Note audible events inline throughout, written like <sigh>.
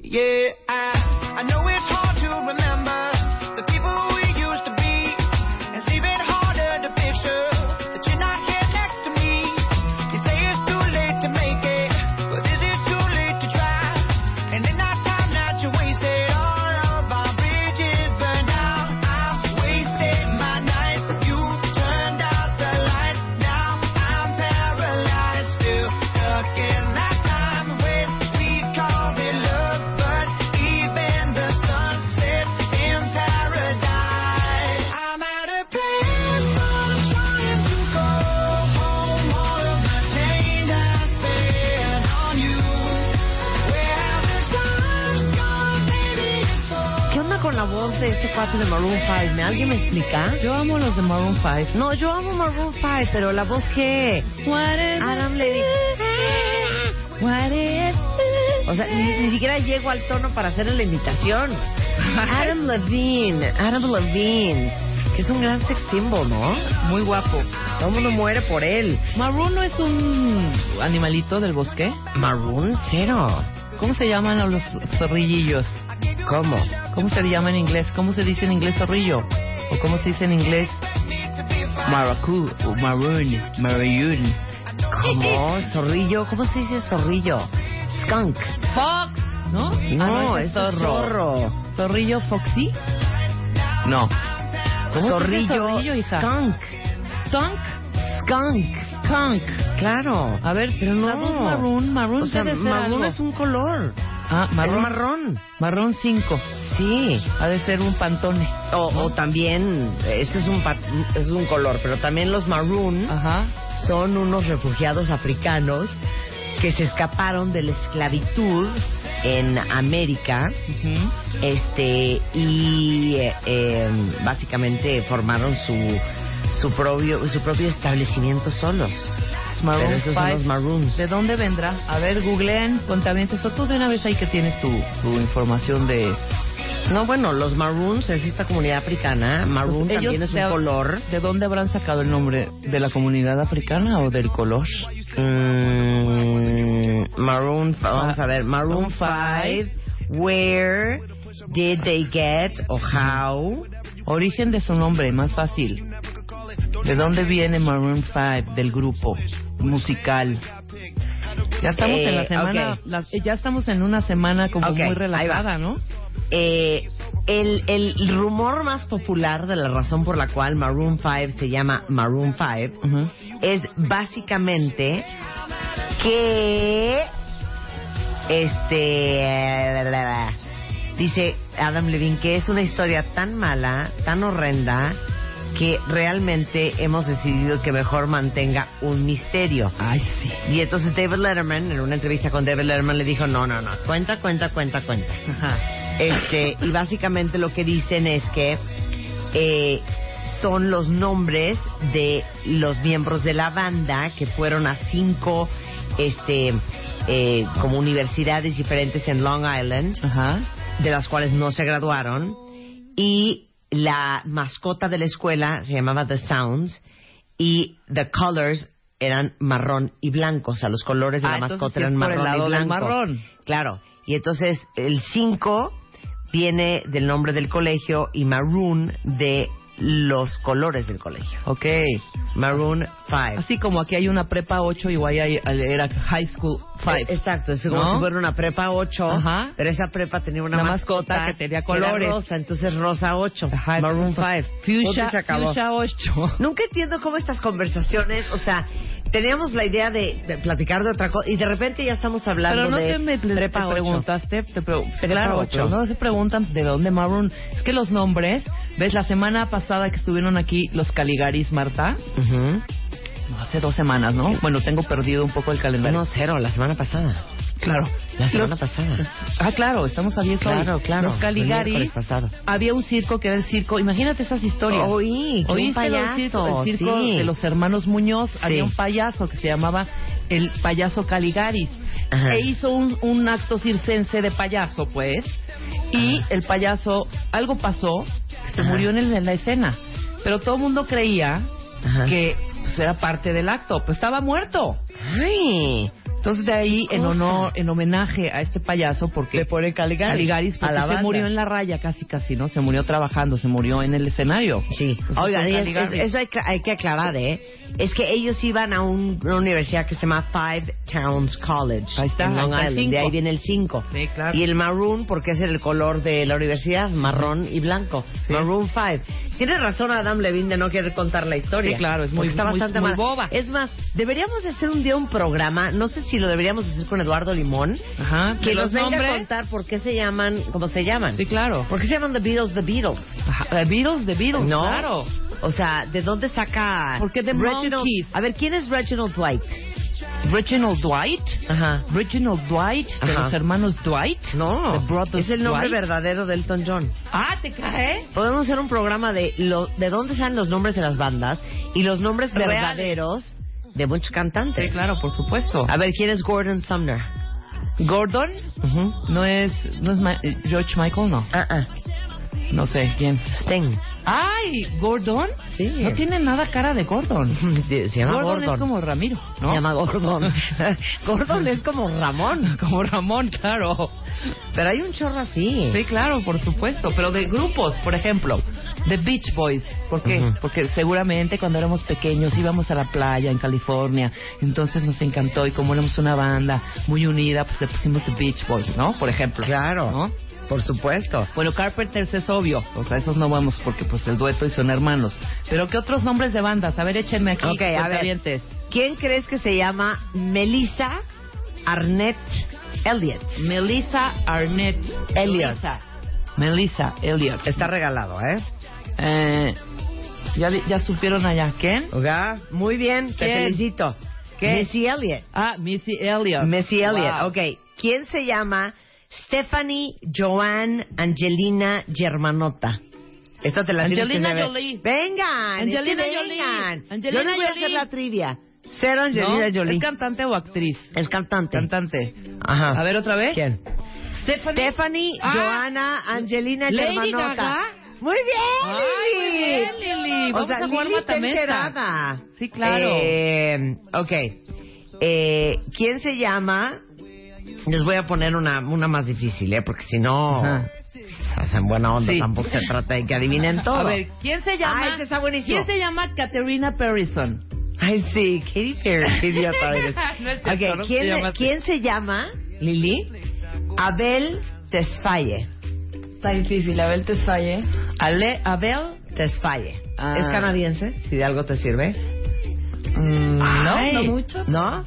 Yeah, I, I know it's hard to remember the people we used to be. It's even harder to picture that you're not here next to me. You say it's too late to make it, but is it too late to try? And in that time that you wasted, all of our bridges burned out. I wasted my nights. You turned out the lights. Now I'm paralyzed, still stuck in that time when we called it love, but even the sun sets in paradise. I'm out of place. I'm trying to go home. All of my change I spent on you. Where have the times gone, baby? It's all ¿Qué onda con la voz de este cuate de Maroon 5? ¿Me alguien me explica? Yo amo los de Maroon 5. No, yo amo Maroon 5, pero la voz que What is Adam Levy. What is O sea, ni, ni siquiera llego al tono para hacer la imitación. Adam Levine, Adam Levine, que es un gran sex symbol, ¿no? Muy guapo. Todo el mundo muere por él. Maroon no es un animalito del bosque. Maroon cero. ¿Cómo se llaman a los zorrillillos? ¿Cómo? ¿Cómo se le llama en inglés? ¿Cómo se dice en inglés zorrillo? ¿O cómo se dice en inglés maracú o maroon? Maroon. <laughs> ¿Cómo? Zorrillo, ¿cómo se dice zorrillo? Skunk. Fox, Ah, ¿no? Ah, No, es zorro. ¿Zorrillo foxy? No. ¿Cómo se dice Zorrillo, zorrillo, hija? skunk. Skunk. Skunk. Skunk. Claro. A ver, pero no. no. marrón, marrón O sea, debe ser marrón algo. es un color. Ah, marrón. Es marrón. Marrón 5. Sí. Ha de ser un pantone. O, o también, ese es un, pa- es un color, pero también los maroon Ah. Ajá. son unos refugiados africanos que se escaparon de la esclavitud en América Ujú. este y eh, eh, básicamente formaron su su propio su propio establecimiento solos Es Maroon Pero esos son five. los Maroons. ¿De dónde vendrá? A ver, googleen, contamientos. O tú de una vez ahí que tienes tu, tu información de... no bueno los maroons es esta comunidad africana maroon Entonces, también ellos es de- un color ¿De dónde habrán sacado el nombre? ¿De la comunidad africana o del color? Mm, Maroon, fi- vamos a ver, Maroon Maroon five. 5, where did they get or how? Origen de su nombre, más fácil. ¿De dónde viene Maroon 5 del grupo musical? Ya estamos en la Eh, semana, ok. las- ya estamos en una semana como Ok, ahí muy va. relajada, ¿no? Eh, el, el rumor más popular de la razón por la cual Maroon 5 se llama Maroon 5 Ujú. es básicamente que este la, la, la, dice Adam Levine que es una historia tan mala, tan horrenda que realmente hemos decidido que mejor mantenga un misterio. Ay, sí. Y entonces David Letterman en una entrevista con David Letterman le dijo, "No, no, no, cuenta, cuenta, cuenta, cuenta." Ajá. Este, y básicamente lo que dicen es que eh, son los nombres de los miembros de la banda que fueron a cinco este, eh, como universidades diferentes en Long Island, Ajá. de las cuales no se graduaron. Y la mascota de la escuela se llamaba The Sounds y The Colors eran marrón y blanco, o sea, los colores de Ah, la entonces mascota sí eran es por el marrón y lado del blanco. marrón. Claro. Y entonces el 5 viene del nombre del colegio y maroon de los colores del colegio. Ok. Maroon 5. Así como aquí hay una prepa 8 y guay hay- era High School 5. Exacto, es como ¿No? si fuera una prepa 8, Ajá. pero esa prepa tenía una Una mascota, mascota que tenía colores. era rosa, entonces rosa 8, Ajá, Maroon entonces, 5. Fuchsia, Fuchsia 8. Nunca entiendo cómo estas conversaciones, o sea, teníamos la idea de, de platicar de otra cosa y de repente ya estamos hablando Pero no de se me te Prepa Ocho. preguntaste, te pregu- Prepa claro, Ocho. pero no se preguntan de dónde Maroon. Es que los nombres, ves, la semana pasada que estuvieron aquí los Caligaris, Marta, Ujú. no, hace dos semanas, ¿no? Bueno, tengo perdido un poco el calendario. No, cero, la semana pasada. claro. La semana Los- pasada. Ah, claro, estamos a 10 hoy. Claro, claro. Los El miércoles Caligaris. pasado. Había un circo que era el circo. Imagínate esas historias. Oí, que un ¿Oíste lo del payaso, circo, el circo sí. de los hermanos Muñoz? Sí. Había un payaso que se llamaba el payaso Caligaris. Ajá. E hizo un, un acto circense de payaso, pues. Y el payaso, algo pasó, se Ajá. murió en, el- en la escena. Pero todo el mundo creía Ajá. que pues, era parte del acto. Pues estaba muerto. Ay. Entonces de ahí en cosa? honor, en homenaje a este payaso porque Le pone Caligaris. Caligaris A porque la se banda. murió en la raya casi casi, ¿no? Se murió trabajando, se murió en el escenario. Sí. Entonces, son Oigan, Pues es- es- Caligaris. eso hay, que- hay que aclarar, ¿eh? Es que ellos iban a un- una universidad que se llama Five Towns College. Ahí está, en Long ahí está el Island. De cinco. ahí viene el 5. Sí, claro. Y el maroon, porque es el color de la universidad, marrón y blanco. Sí. Maroon 5. Tiene razón Adam Levine de no querer contar la historia. Sí, claro, es muy- Porque está muy- bastante muy mal. boba. Es más, deberíamos de hacer un día un programa, no sé si lo deberíamos hacer con Eduardo Limón, Ajá, que de nos los venga nombres. a contar por qué se llaman, cómo se llaman. Sí, claro. ¿Por qué se llaman The Beatles The Beatles? Ajá, The Beatles, The Beatles, No. claro. O sea, ¿de dónde saca? ¿Por qué The Reginald- Monkees? A ver, ¿quién es Reginald Dwight? Reginald Dwight, Ajá. Reginald Dwight, de Ajá. los hermanos Dwight. The No, Brothers es el nombre Dwight. verdadero de Elton John. Ah, ¿te cae? Podemos hacer un programa de lo, de dónde salen los nombres de las bandas y los nombres Reales. verdaderos de muchos cantantes. Sí, claro, por supuesto. A ver, ¿quién es Gordon Sumner? Gordon, Ujú. no es, no es Ma- eh, George Michael, no. Ah, ah. No sé, ¿quién? Sting. Ay, Gordon. Sí. No <laughs> tiene nada cara de Gordon. Se, se llama Gordon. Gordon, es como Ramiro, ¿no? Se llama <laughs> Gordon. Gordon es como Ramón. Como Ramón, claro. Pero hay un chorro así. Sí, claro, por supuesto. Pero de grupos, por ejemplo, The Beach Boys. ¿Por qué? Ujú. Porque seguramente cuando éramos pequeños íbamos a la playa en California. Entonces nos encantó y como éramos una banda muy unida, pues le pusimos The Beach Boys, ¿no? Por ejemplo. Claro. ¿No? Por supuesto. Bueno, Carpenters es obvio. O sea, esos no vamos porque pues el dueto y son hermanos. Pero ¿qué otros nombres de bandas? A ver, échenme aquí. Ok, a ver. cuentavientes. ¿Quién crees que se llama Melissa Arnett Elliot? Melissa Arnett. Elliot. Melissa. Melissa Elliot. Está regalado, ¿eh? Eh, ya, di- ya supieron allá. ¿Quién? ¿Oga? Muy bien, te ¿Quién? felicito. ¿Qué? Missy Elliot. Ah, Missy Elliott. Missy Elliot, Wow. ok. ¿Quién se llama Stephanie Joanne Angelina Germanota? Esta te la tienes que Angelina saber. Jolie. Vengan, Angelina es que Jolie. vengan. Angelina Yo les voy a hacer Jolie. la trivia. Cero ¿No? Angelina Jolie. ¿Es cantante o actriz? Es cantante. Cantante. Ajá. A ver, otra vez. ¿Quién? ¿Eh? Stephanie. Stephanie, Ah. Joana, Angelina, Lady Germanota. Gaga. Muy bien, Ay, muy Lili. bien, Lili. O Vamos sea, a jugar Lili está matamesta. enterada. Sí, claro. Eh, ok. Eh, ¿Quién se llama? Les voy a poner una, una más difícil, ¿eh? Porque si no, Ajá. hacen buena onda. Sí. Tampoco se trata de que adivinen todo. A ver, ¿quién se llama? Ah, ese está buenísimo. ¿Quién se llama Katerina Perrison? Ay, sí, Katy Perry. <laughs> Qué idiota eres. No es cierto, Ok, no te ¿quién, llamas- quién se llama, Lili? Abel Tesfaye. Está difícil. Abel Tesfaye. Ale, Abel. Tesfaye. Ah. ¿Es canadiense? Si de algo te sirve. mm, Ay, no, no mucho. ¿No?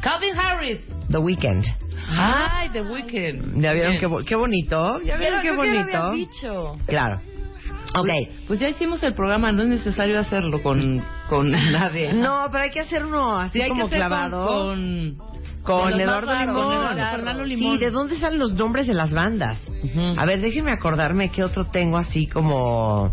Calvin Harris. The Weeknd. Ay, The Weeknd. Ah. ¿Ya vieron Bien. qué, bo- qué bonito? ¿Ya vieron Pero qué yo que lo había bonito? dicho. Claro. Ok. Pues, pues ya hicimos el programa, no es necesario hacerlo con, con <laughs> nadie. No, pero hay que hacer uno así Sí, hay que como hacer clavado. Con, con, Con los más Eduardo raros, Limón. con Eduardo Fernando Limón. Sí, ¿de dónde salen los nombres de las bandas? Ujú. A ver, déjenme acordarme qué otro tengo así como...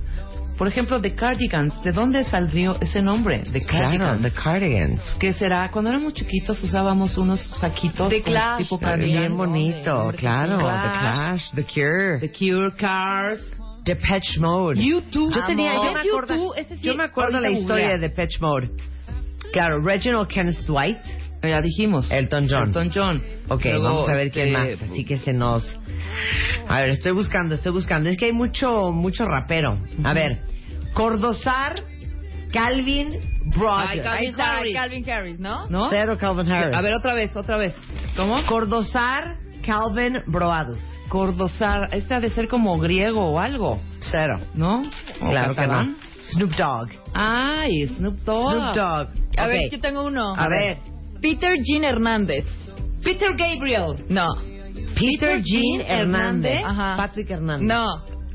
Por ejemplo, The Cardigans, ¿de dónde salió ese nombre? The Claro, Cardigans. The Cardigans. Pues, ¿Qué será? Cuando éramos chiquitos usábamos unos saquitos The como Clash. tipo cardigan. Bien bonito, Hombre, claro. The The Clash, The Cure, The Cure, Cars, Depeche Mode. YouTube. Yo tenía, yo me acuerdo, yo me acuerdo la historia de Depeche Mode. Claro, Reginald Kenneth Dwight, Ya dijimos. Elton John. Elton John. Ok, Luego, vamos a ver quién más. este, Así que se nos. A ver, estoy buscando, estoy buscando. Es que hay mucho, mucho rapero. A ver, Cordozar, Calvin, Ay, Broad. Calvin Ahí está, Harris. Calvin Harris, ¿no? ¿No? Cero Calvin Harris. A ver, otra vez, otra vez. ¿Cómo? Cordozar, Calvin, Broadus. Cordozar. Este ha de ser como griego o algo, Cero. ¿no? ¿O Claro que no. catalán? Snoop Dogg. Ay, Snoop Dogg. Snoop Dogg. A Ok. ver, yo tengo uno. A ver. Peter Jean Hernández. Peter Gabriel. No. Peter Jean Hernández. Ajá. Patrick Hernández. No.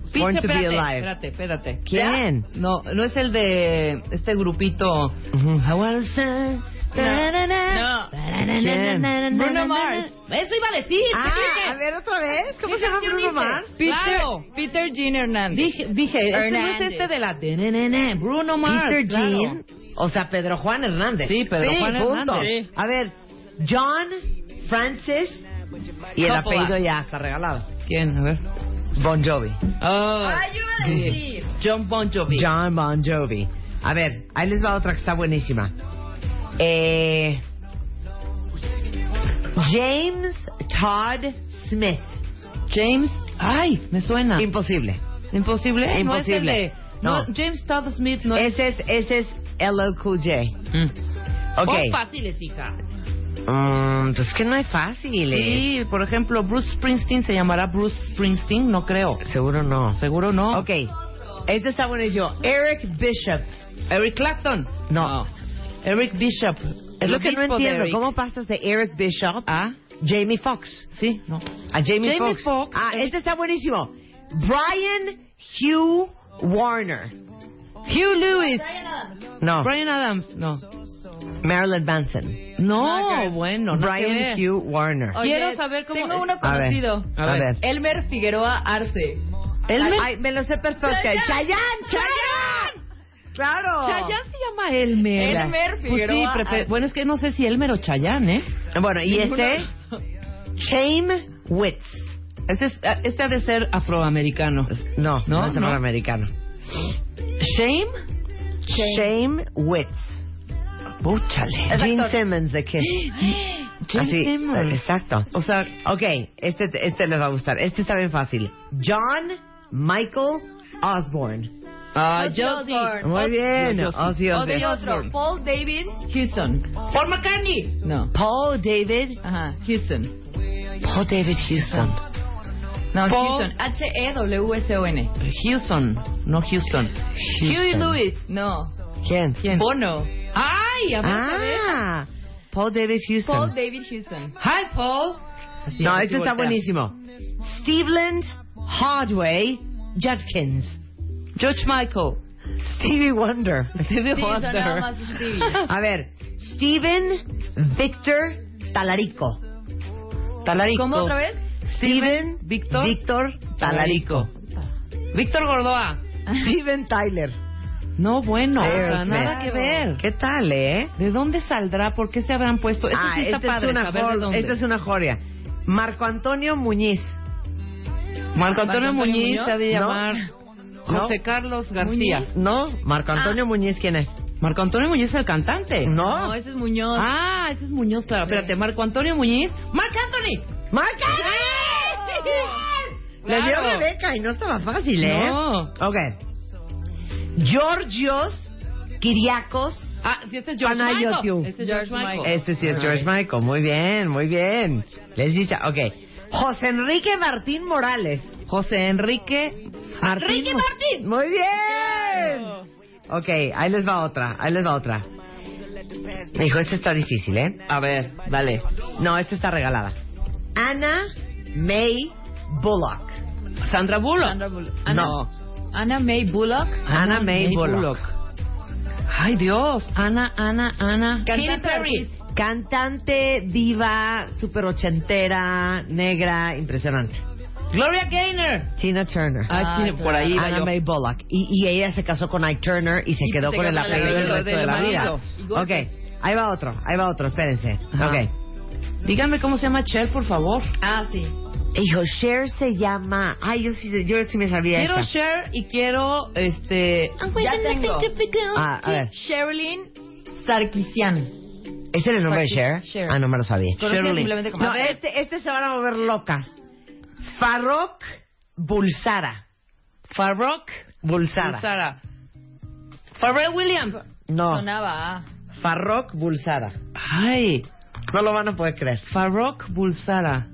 Peter, Born to be espérate, alive. espérate, espérate. ¿Quién? ¿Ya? No, no es el de este grupito. Ujú. I wanna say- No. ¿Quién? Bruno Mars. Eso iba a decir. Ah, ¿qué dije? a ver otra vez. ¿Cómo ¿Qué se llama dije? Bruno Mars? Peter, Claro. Peter Jean Hernández. Dije, dije este no es Hernández. este de la... de- ne- ne- ne, Bruno Mars. Peter claro. Jean. O sea, Pedro Juan Hernández. Sí, Pedro Sí, Juan Punto. Hernández. A ver, John Francis. Y el Coppola. apellido ya está regalado. ¿Quién? A ver. Bon Jovi. Oh, Ay, yo iba a sí. decir. John Bon Jovi. John Bon Jovi. A ver, ahí les va otra que está buenísima. Eh, James Todd Smith. James... Ay, me suena. Imposible. Imposible. No es el Imposible. de- no, No. James Todd Smith no es... Ese es, ese es LL Cool J. mm, Son Ok. Oh, fáciles, hija. Mm, pues que no es fácil. eh. Sí, por ejemplo, Bruce Springsteen se llamará Bruce Springsteen, no creo. Seguro no. Seguro no. Ok. Este está buenísimo. Eric Bishop. Eric Clapton. No. Eric Bishop. Es El lo que no obispo de entiendo. Eric. ¿Cómo pasas de Eric Bishop Ah, Jamie Foxx? sí, no. A Jamie, Jamie Foxx. Foxx. eh. Ah, Eric- este está buenísimo. Brian Hugh Warner. Hugh Lewis. No. Brian Adams. No. Marilyn Manson. No, Nada que ver. Ah, bueno, no Brian Hugh Warner. Oye, Quiero saber cómo- Tengo uno A ver, conocido. a A ver. ver. Elmer Figueroa Arce. Elmer. Ay, me lo sé perfecto. Chayanne. Chayanne. Chayanne. Claro. Chayanne se llama Elmer. Elmer Pues sí, Figueroa prefe- Arce. bueno, es que no sé si Elmer o Chayanne, ¿eh? Bueno, y este, Shame Witz. Este, es- este ha de ser afroamericano. No, no, No, es no. americano. Shame. Shame Witz. Búchale. Gene Simmons de <gasps> Kiss. Gene Así, Simmons. eh, Exacto. O sea, Ok, este, este les va a gustar. Este está bien fácil. John Michael Osborne. ah, Ozzy yo sí. Osbourne. Muy Os- bien. yo sí. Ozzy O de otro. Osbourne. Paul David Houston. Paul McCartney. No. Paul David. Ajá, Houston. Paul David Houston. No, Paul- Houston. E H-E-W-S-O-N. Houston. No Houston. Huey Lewis. No. ¿Quién? ¿Quién? Bono. Ay, a ver, a ver. Ah, Paul David Paul Houston. David Houston. Hi, Paul. No, este está voltea. buenísimo. Steveland Hardway Judkins. George Michael. <laughs> Stevie Wonder. Stevie Sí, sonaba más Stevie. A ver, Steven Victor Talarico. Talarico. ¿Cómo otra vez? Steven Víctor. Víctor Talarico. Talarico. Víctor Gordoa. <laughs> Steven Tyler. No, bueno. o sea, Aerosmith. nada que ver. ¿Qué tal, eh? ¿De dónde saldrá? ¿Por qué se habrán puesto? Eso ah, sí está esta padre. es una saber de jor- dónde. esta es una joria. Marco Antonio Muñiz. Marco Marco Antonio Antonio Muñiz Muñoz. se ha de No. llamar José No. Carlos García. Ah. No, Marco Antonio Muñiz, ¿quién es? Marco Antonio Muñiz es el cantante. No. No, ese es Muñoz. Ah, ese es Muñoz, claro. Espérate, Marco Antonio Muñiz. ¡Marc Anthony! ¡Marco! Le dio Claro. Rebeca y no estaba fácil, ¿eh? No. Ok. Georgios Kiriakos. Ah, sí, este es George Panayotiu. Michael. Este es George Michael. Este sí es George Michael. Muy bien, muy bien. Les dice, ok. José Enrique Martín Morales. José Enrique Martín. Ricky Martín. Muy bien. Ok, ahí les va otra, ahí les va otra. Dijo, esta está difícil, ¿eh? A ver, dale. No, esta está regalada. Ana May Bullock. Sandra Bullock. Sandra Bullock. No. Ana May Bullock. Ana May Bullock. Ay, Dios. Ana, Ana, Ana. Katy Perry. Cantante diva, super ochentera, negra, impresionante. Gloria Gaynor. Tina Turner. Ay, Ah, sí, claro. por ahí iba Ana yo. May Bullock. Y, y ella se casó con Ike Turner y se Y quedó se con quedó el con el apellido del apellido resto de del la vida. marido. Igual Ok, ahí va otro, ahí va otro, espérense. Ajá. Ok. Díganme cómo se llama Cher, por favor. Ah, sí. Hijo, Cher se llama. Ay, yo sí, yo sí me sabía Quiero esa. Cher y quiero, este... Ya tengo. Ah, a ver. Sherilyn Sarkisian. ¿Ese era el nombre de Cher. Cher? Ah, no me lo sabía. Conocida Sherilyn. simplemente como- No, A ver, este, este se van a mover locas. Farrokh Bulsara. Farrock. Bulsara. Sara. Pharrell Williams. No, sonaba. ah. Farrokh Bulsara. Ay, No lo van a poder creer. Farrokh Bulsara.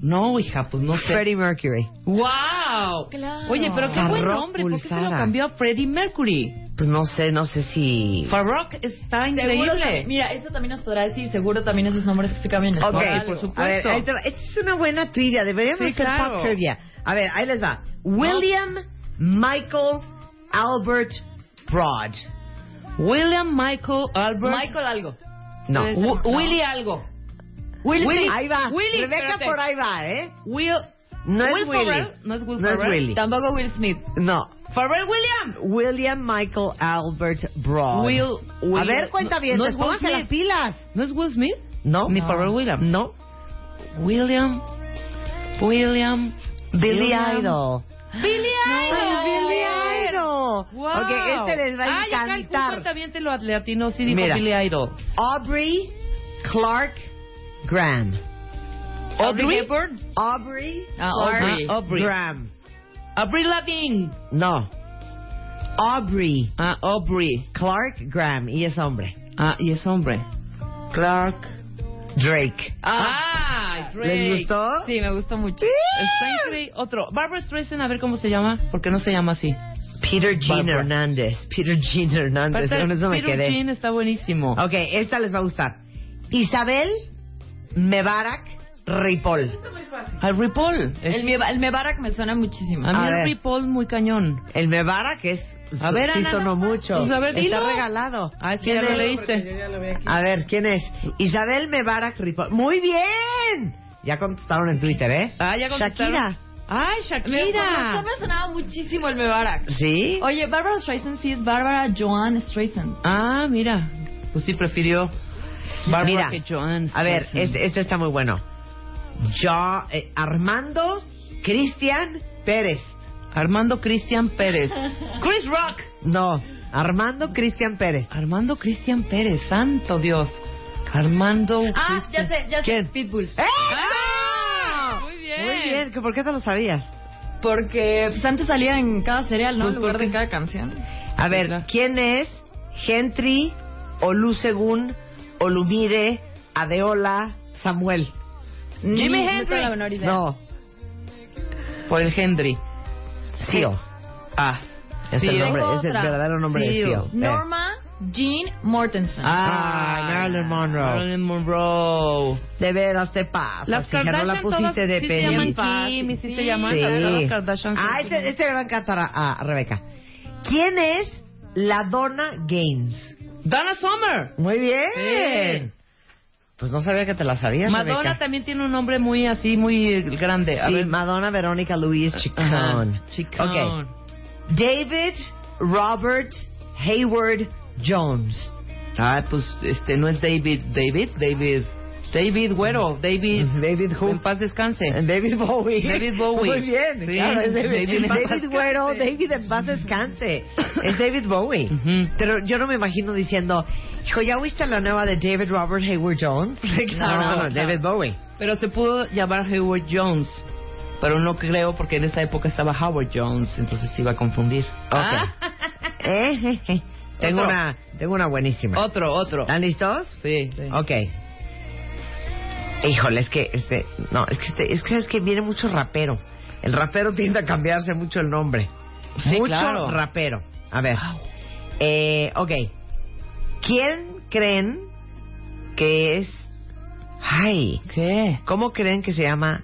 No, hija, pues no sé. Freddie Mercury. ¡Wow! Claro. Oye, pero qué buen Farrokh nombre. ¿Por qué se lo Bulsara. cambió a Freddie Mercury? Pues no sé, no sé si... Farrock está Seguro increíble. tam- mira, eso también nos podrá decir, seguro también esos nombres que se cambian es Ok, por algo. pues, por supuesto. A ver, ahí te va. Esta es una buena trivia. Deberíamos Sí, hacer claro. pop trivia. A ver, ahí les va. William Michael Albert Broad. William Michael Albert. Michael algo. No. Debe ser- Wi- no. Willy algo. Will Willy. Smith. Ahí va. Willy, Rebeca espérate. por ahí va, ¿eh? Will. No es Will Willy. Ferrell, No es Will No es Ferrell. Willy. Tampoco Will Smith. No. Farrell William. William Michael Albert Broad. Will- Will- A ver, cuenta bien. no es Will pónganse Smith. las pilas. ¿No es Will Smith? No. Ni No. Pharrell Williams. No. William. William. Billy William- Idol. Billy ¡Ay, Billy Idol. Idol! Wow. Ok, este les va a Ay, acá el encantar. Julio también te lo atleatino, sí, dijo Mira. Billy Idol. Aubrey Clark Graham. Audrey. Hepburn. Aubrey Ah, Clark Aubrey. Aubrey. Graham. Avril Lavigne. No. Aubrey Ah, Aubrey. Clark Graham. Y es hombre. Ah, y es hombre. Clark. Drake. Ah, Drake. ¿Les gustó? Sí, me gustó mucho. Está increíble. Otro. Barbara Streisand, a ver cómo se llama, porque no se llama así. Peter Jean Barbara. Hernández. Peter Jean Hernández. Aparte, Con eso me Peter quedé. Jean está buenísimo. Ok, esta les va a gustar. Isabel Mebarak Ripoll. Al Ripoll. El, Es- Meba- el Mebarak me suena muchísimo. A mí A el ver. Ripoll muy cañón. El Mebarak es... A ver, sí Ana, sonó no. mucho. Pues a ver, Está dilo. regalado. Ah, es que ¿Quién ya lo es? leíste. A ver, ¿quién es? Isabel Mebarak Ripoll. ¡Muy bien! Ya contestaron en Twitter, ¿eh? Ah, ya contestaron. Shakira. Ay, Me- Shakira. por razón me sonaba muchísimo el Mebarak. ¿Sí? Oye, Barbara Streisand sí es Barbara Joan Streisand. Ah, mira. Pues sí, prefirió Barbara Mira, que Joan. A ver, Streisand. este, este está muy bueno. Yo, eh, Armando Cristian Pérez. este- Armando Cristian <laughs> Pérez. Chris Rock. No, Armando Cristian Pérez. Armando Cristian Pérez, santo Dios. Armando. Ah, ya Cristian- sé, ya ¿Quién? sé. Pitbull. ¡Ah! Muy bien. Muy bien, ¿que ¿por qué te lo sabías? Porque pues, antes salía en cada serial, ¿no? Pues, en lugar ¿por qué? de cada canción. A ver, ¿quién es Gentry Olusegun Olumide Adeola Samuel? Jimi no Hendrix. tengo la menor idea. No, Por el Henry. Sio. <laughs> Ah. Es sí, el nombre, tengo es el otra. verdadero nombre de Sio. Sio. Eh. Norma Jean Mortensen. Ah, Marilyn Monroe. Marilyn Monroe. De veras te pasas. Las hija, Kardashian no la pusiste todas de sí se pendiente. llaman Kim y sí, se Sí. llaman Sí. todas las Kardashian. Ah, este, este le va a encantar a, a Rebeca. ¿Quién es la Donna Gaines? Donna Summer. Muy bien. Pues no sabía que te la sabías, Madonna Rebeca. también tiene un nombre muy así, muy eh, grande. A Sí, ver. Madonna Verónica Luis Ajá. Chicón. Chicón. Ok. David Robert Hayward Jones. Ah, pues este no es David, David, David, David Güero, David. David who? En paz descanse. David Bowie. David Bowie. Muy bien, Sí, claro, es David, David en paz David Güero, David en paz descanse. Es David Bowie. Ujú. Pero yo no me imagino diciendo, hijo, ¿ya viste la nueva de David Robert Hayward Jones? claro, No, claro. <laughs> David Bowie. Pero se pudo llamar Howard Jones, pero no creo porque en esa época estaba Howard Jones, entonces se iba a confundir. Ok. Eh, je, je. Tengo Otro. una, tengo una buenísima. Otro, otro. ¿Están listos? Sí. sí. Ah, Ok. Híjole, es que este, no, es que este, es que es que viene mucho rapero. El rapero tiende a cambiarse mucho el nombre. Sí, mucho claro. rapero. A ver. Ah, Eh, ok. ¿Quién creen que es? Ay, ¿Qué? ¿cómo creen que se llama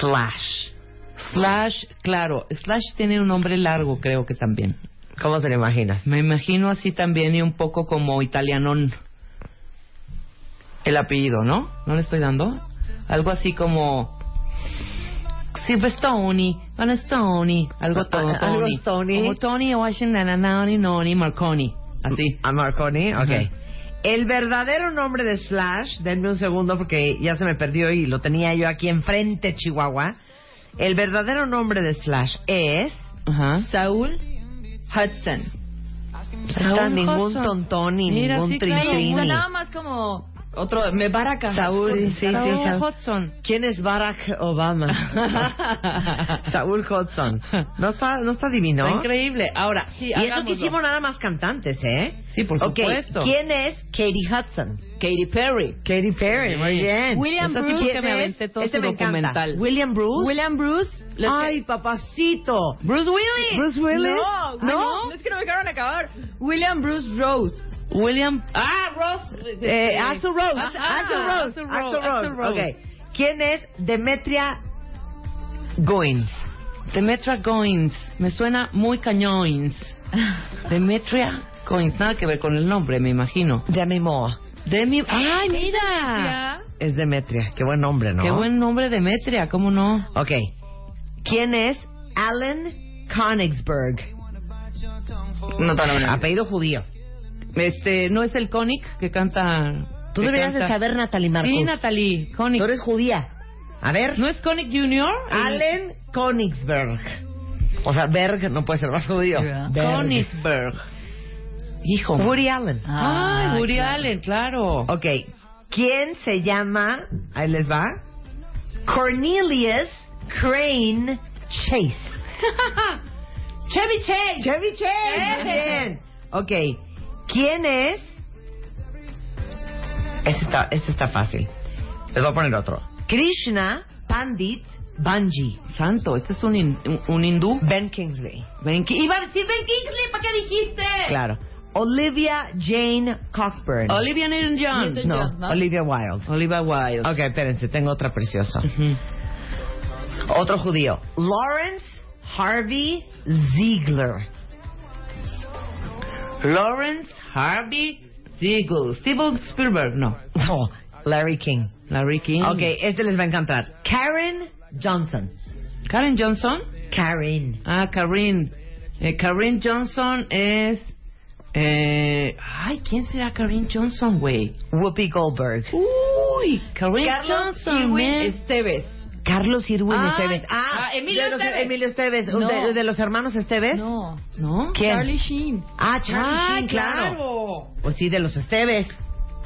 Slash? Slash, claro. Slash tiene un nombre largo, creo que también. ¿Cómo te lo imaginas? Me imagino así también y un poco como italianón. El apellido, ¿no? ¿No le estoy dando? Algo así como... Silvestoni, Vanestoni, algo Ah, todo. ah, algo Stoney. Como Tony Washington, Nanani, Noni, Marconi. Así. A Marconi, ok. Ajá. El verdadero nombre de Slash, denme un segundo porque ya se me perdió y lo tenía yo aquí enfrente, Chihuahua. El verdadero nombre de Slash es... Ajá. Saúl Hudson. Está Saúl ningún Hudson. tontón ni Mira, ningún sí, trin, claro. Sí, trin, ni- sonaba más como otro me baraca. Saúl, sí, sí, Saúl Saúl. Hudson. ¿Quién es Barack <laughs> Obama? <laughs> Saúl Hudson. No está, no está divino. Está increíble. Ahora, sí, y eso que hagámoslo. hicimos nada más cantantes, ¿eh? Sí, por Ok, supuesto. ¿Quién es Katie Hudson? Katy Perry. Katy Perry, Sí. muy bien. William Esta sí Bruce, que me aventé todo Este su me encanta. documental. William Bruce. William Bruce Les- ¡Ay, papacito! Bruce Willis. Bruce Willis. No, ¿No? ¿No? no, es que no me dejaron acabar. William Bruce Rose. William. Ah, Rose. Este, Eh, Axl Rose. Ah, Ajá, Axl Rose. Axl Axl Rose, Rose. Axl Rose. Ok. ¿Quién es Demetria Goins? Demetria Goins. Me suena muy cañoins. <laughs> Demetria Goins. Nada que ver con el nombre, me imagino. Demi Moore. Demi. ¡Ay, mira! Ya. Es Demetria. Qué buen nombre, ¿no? Qué buen nombre, Demetria, ¿cómo no? Ok. ¿Quién es Alan Konigsberg? No tan Apellido judío. Este, no es el Conic que canta. Tú que deberías de canta- saber, Natalie Marcos. Sí, Natalie. Conic. Tú eres judía. A ver. ¿No es Conic Junior? Allen Konigsberg. O sea, Berg no puede ser más judío. Yeah. Berg. Konigsberg. Hijo. Woody Allen. Ah, Ah, Woody Allen, claro. Ok. ¿Quién se llama? Ahí les va. Cornelius Crane Chase. Chevy Chase. Chevy Chase. Muy bien. Ok. ¿Quién es? Este está, este está fácil. Les voy a poner otro. Krishna Pandit Banji. Santo, este es un, hin- un- un hindú. Ben Kingsley. Ven, que- Iba a decir Ben Kingsley, ¿para qué dijiste? Claro. Olivia Jane Cockburn. Olivia Newton-John. Newton- no, John, ¿no? Olivia Wilde. Olivia Wilde. Ok, espérense, tengo otra preciosa. Ujú. Otro judío. Lawrence Harvey Ziegler. Lawrence Harvey Siegel. Steven Spielberg, no. No, Larry King. Larry King. Ok, este les va a encantar. Karen Johnson. Karen Johnson. Karen. Ah, Karin. Eh, Karin Johnson es. Eh, ay, ¿quién será Karin Johnson, güey? Whoopi Goldberg. Uy, Karin Carlos Johnson, Irwin man. Esteves. Carlos Irwin Ah, Esteves. ah, Emilio de los- Esteves. Emilio Esteves. No. De, de los hermanos Esteves. No. ¿No? ¿Quién? Charlie Sheen. Ah, Charlie Ah, Sheen, claro. Pues sí, de los Esteves.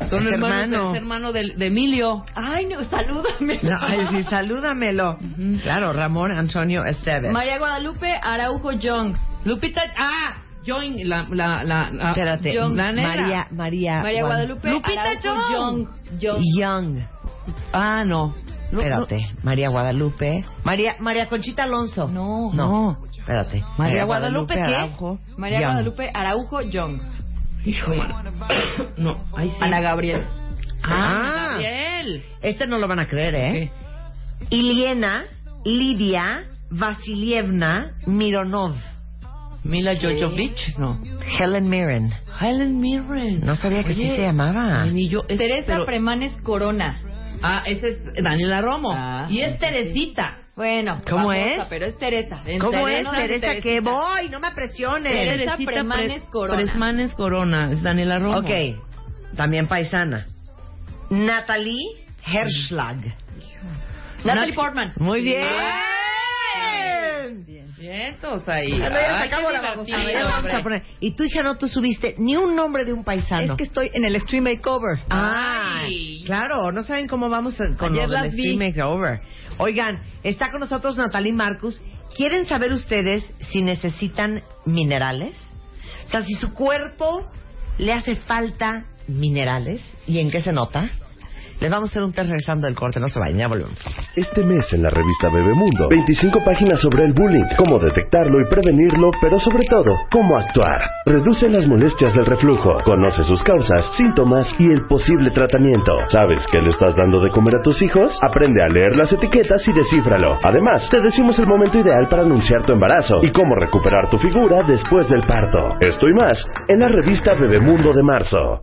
Son Es hermanos. hermano. Es hermano de, de Emilio. Ay, no, salúdame. <laughs> No, ay, sí, salúdamelo. Claro, Ramón Antonio Esteves. María Guadalupe Araujo Young. Lupita. Ah, Join. La, la, la, la- Espérate. John- la negra. María, María. Ah, María Guad- Guadalupe Lupita Araujo Young. Young. Young. Young. Ah, no. Lu- Espérate, María Guadalupe. María María Conchita Alonso. No. No, espérate. María Guadalupe, ¿qué? Araujo. María Young. Guadalupe Araujo Young. Hijo, <coughs> No, ahí sí. Ana Gabriel. Ah, Ah. Gabriel. Este no lo van a creer, ¿eh? Iliena, Lidia, Vasilievna, Mironov, Mila Jojovich, no. Helen Mirren. Helen Mirren. No sabía que Oye, sí se llamaba. ni yo- es- Teresa pero- Premanes Corona. Ah, ese es Daniela Romo. Ah. y es Teresita. Bueno. ¿Cómo famosa, es? Pero es Teresa. En ¿Cómo serio, es, no, Teresa? Teresita. Que voy, no me presiones. Eres- Teresa Premanes Pre- Corona. Premanes Corona. Es Daniela Romo. Ok, también paisana. Natalie Herschlag. Natalie Portman. Muy bien. Vientos ahí. Ya Ay, sacamos qué la divertido, babosa. A ver, vamos hombre. a poner- Y tu hija no tú subiste ni un nombre de un paisano. Es que estoy en el Extreme Makeover. Ah, Ay. claro, no saben cómo vamos a- con Ayer lo del las vi. Extreme Makeover. Oigan, está con nosotros Natalie Marcus. ¿Quieren saber ustedes si necesitan minerales? O sea, si su cuerpo le hace falta minerales y en qué se nota. Les vamos a hacer un test regresando del corte, no se vayan, ya volvemos. Este mes en la revista Bebemundo, 25 páginas sobre el bullying, cómo detectarlo y prevenirlo, pero sobre todo, cómo actuar. Reduce las molestias del reflujo, conoce sus causas, síntomas y el posible tratamiento. ¿Sabes qué le estás dando de comer a tus hijos? Aprende a leer las etiquetas y descífralo. Además, te decimos el momento ideal para anunciar tu embarazo y cómo recuperar tu figura después del parto. Esto y más en la revista Bebemundo de marzo.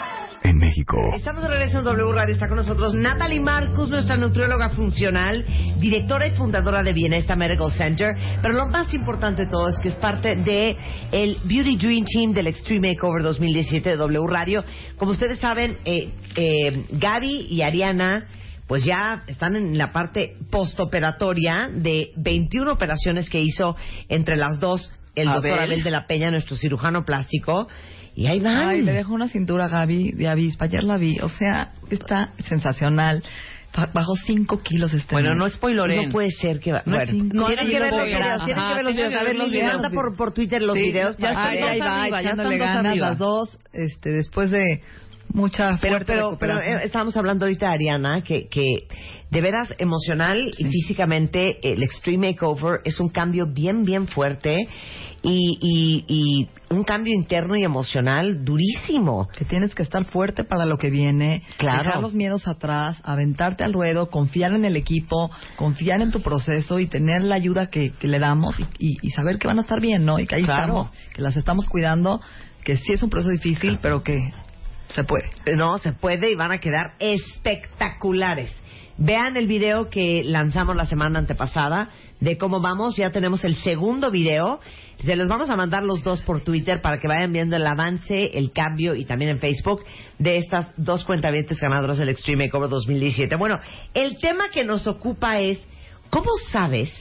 en México. Estamos de regreso en W Radio, está con nosotros Natalie Marcus, nuestra nutrióloga funcional, directora y fundadora de Bienesta Medical Center, pero lo más importante de todo es que es parte de el Beauty Dream Team del Extreme Makeover 2017 de W Radio. Como ustedes saben, eh, eh, Gaby y Ariana pues ya están en la parte postoperatoria de 21 operaciones que hizo entre las dos el doctor Abel. Abel de la Peña, nuestro cirujano plástico. Y ahí van. Ay, le dejó una cintura a Gaby de avispa. Ayer la vi. O Ah, sea, está sensacional. Ba- Bajó 5 kilos este Bueno, mes. no spoileré. No puede ser que... va- No es bueno, cinco. tienen No, que ver no los voy a- videos, tienen que ajá, ver los tienen videos. A que ver ver, los Lili, videos. manda por, por Twitter los Sí, videos ya para estoy ver. dos Ahí va. arriba, ya echándole están dos ganas arriba. las dos, este, después de mucha Pero, fuerte pero, pero recuperación. eh, estábamos hablando ahorita de Ariana, que, que de veras emocional y físicamente el Extreme Makeover es un cambio bien, bien fuerte y, y, y un cambio interno y emocional durísimo. que tienes que estar fuerte para lo que viene, Claro. dejar los miedos atrás, aventarte al ruedo, confiar en el equipo, confiar en tu proceso y tener la ayuda eh, que, que le damos y, y- y saber que van a estar bien, ¿no? Y que ahí Claro. estamos, que las estamos cuidando, que sí es un proceso difícil, pero que se puede. No, se puede y van a quedar espectaculares. Vean el video que lanzamos la semana antepasada de cómo vamos. Ya tenemos el segundo video. Se los vamos a mandar los dos por Twitter para que vayan viendo el avance, el cambio y también en Facebook de estas dos cuentavientes ganadoras del Extreme Makeover 2017. Bueno, el tema que nos ocupa es ¿cómo sabes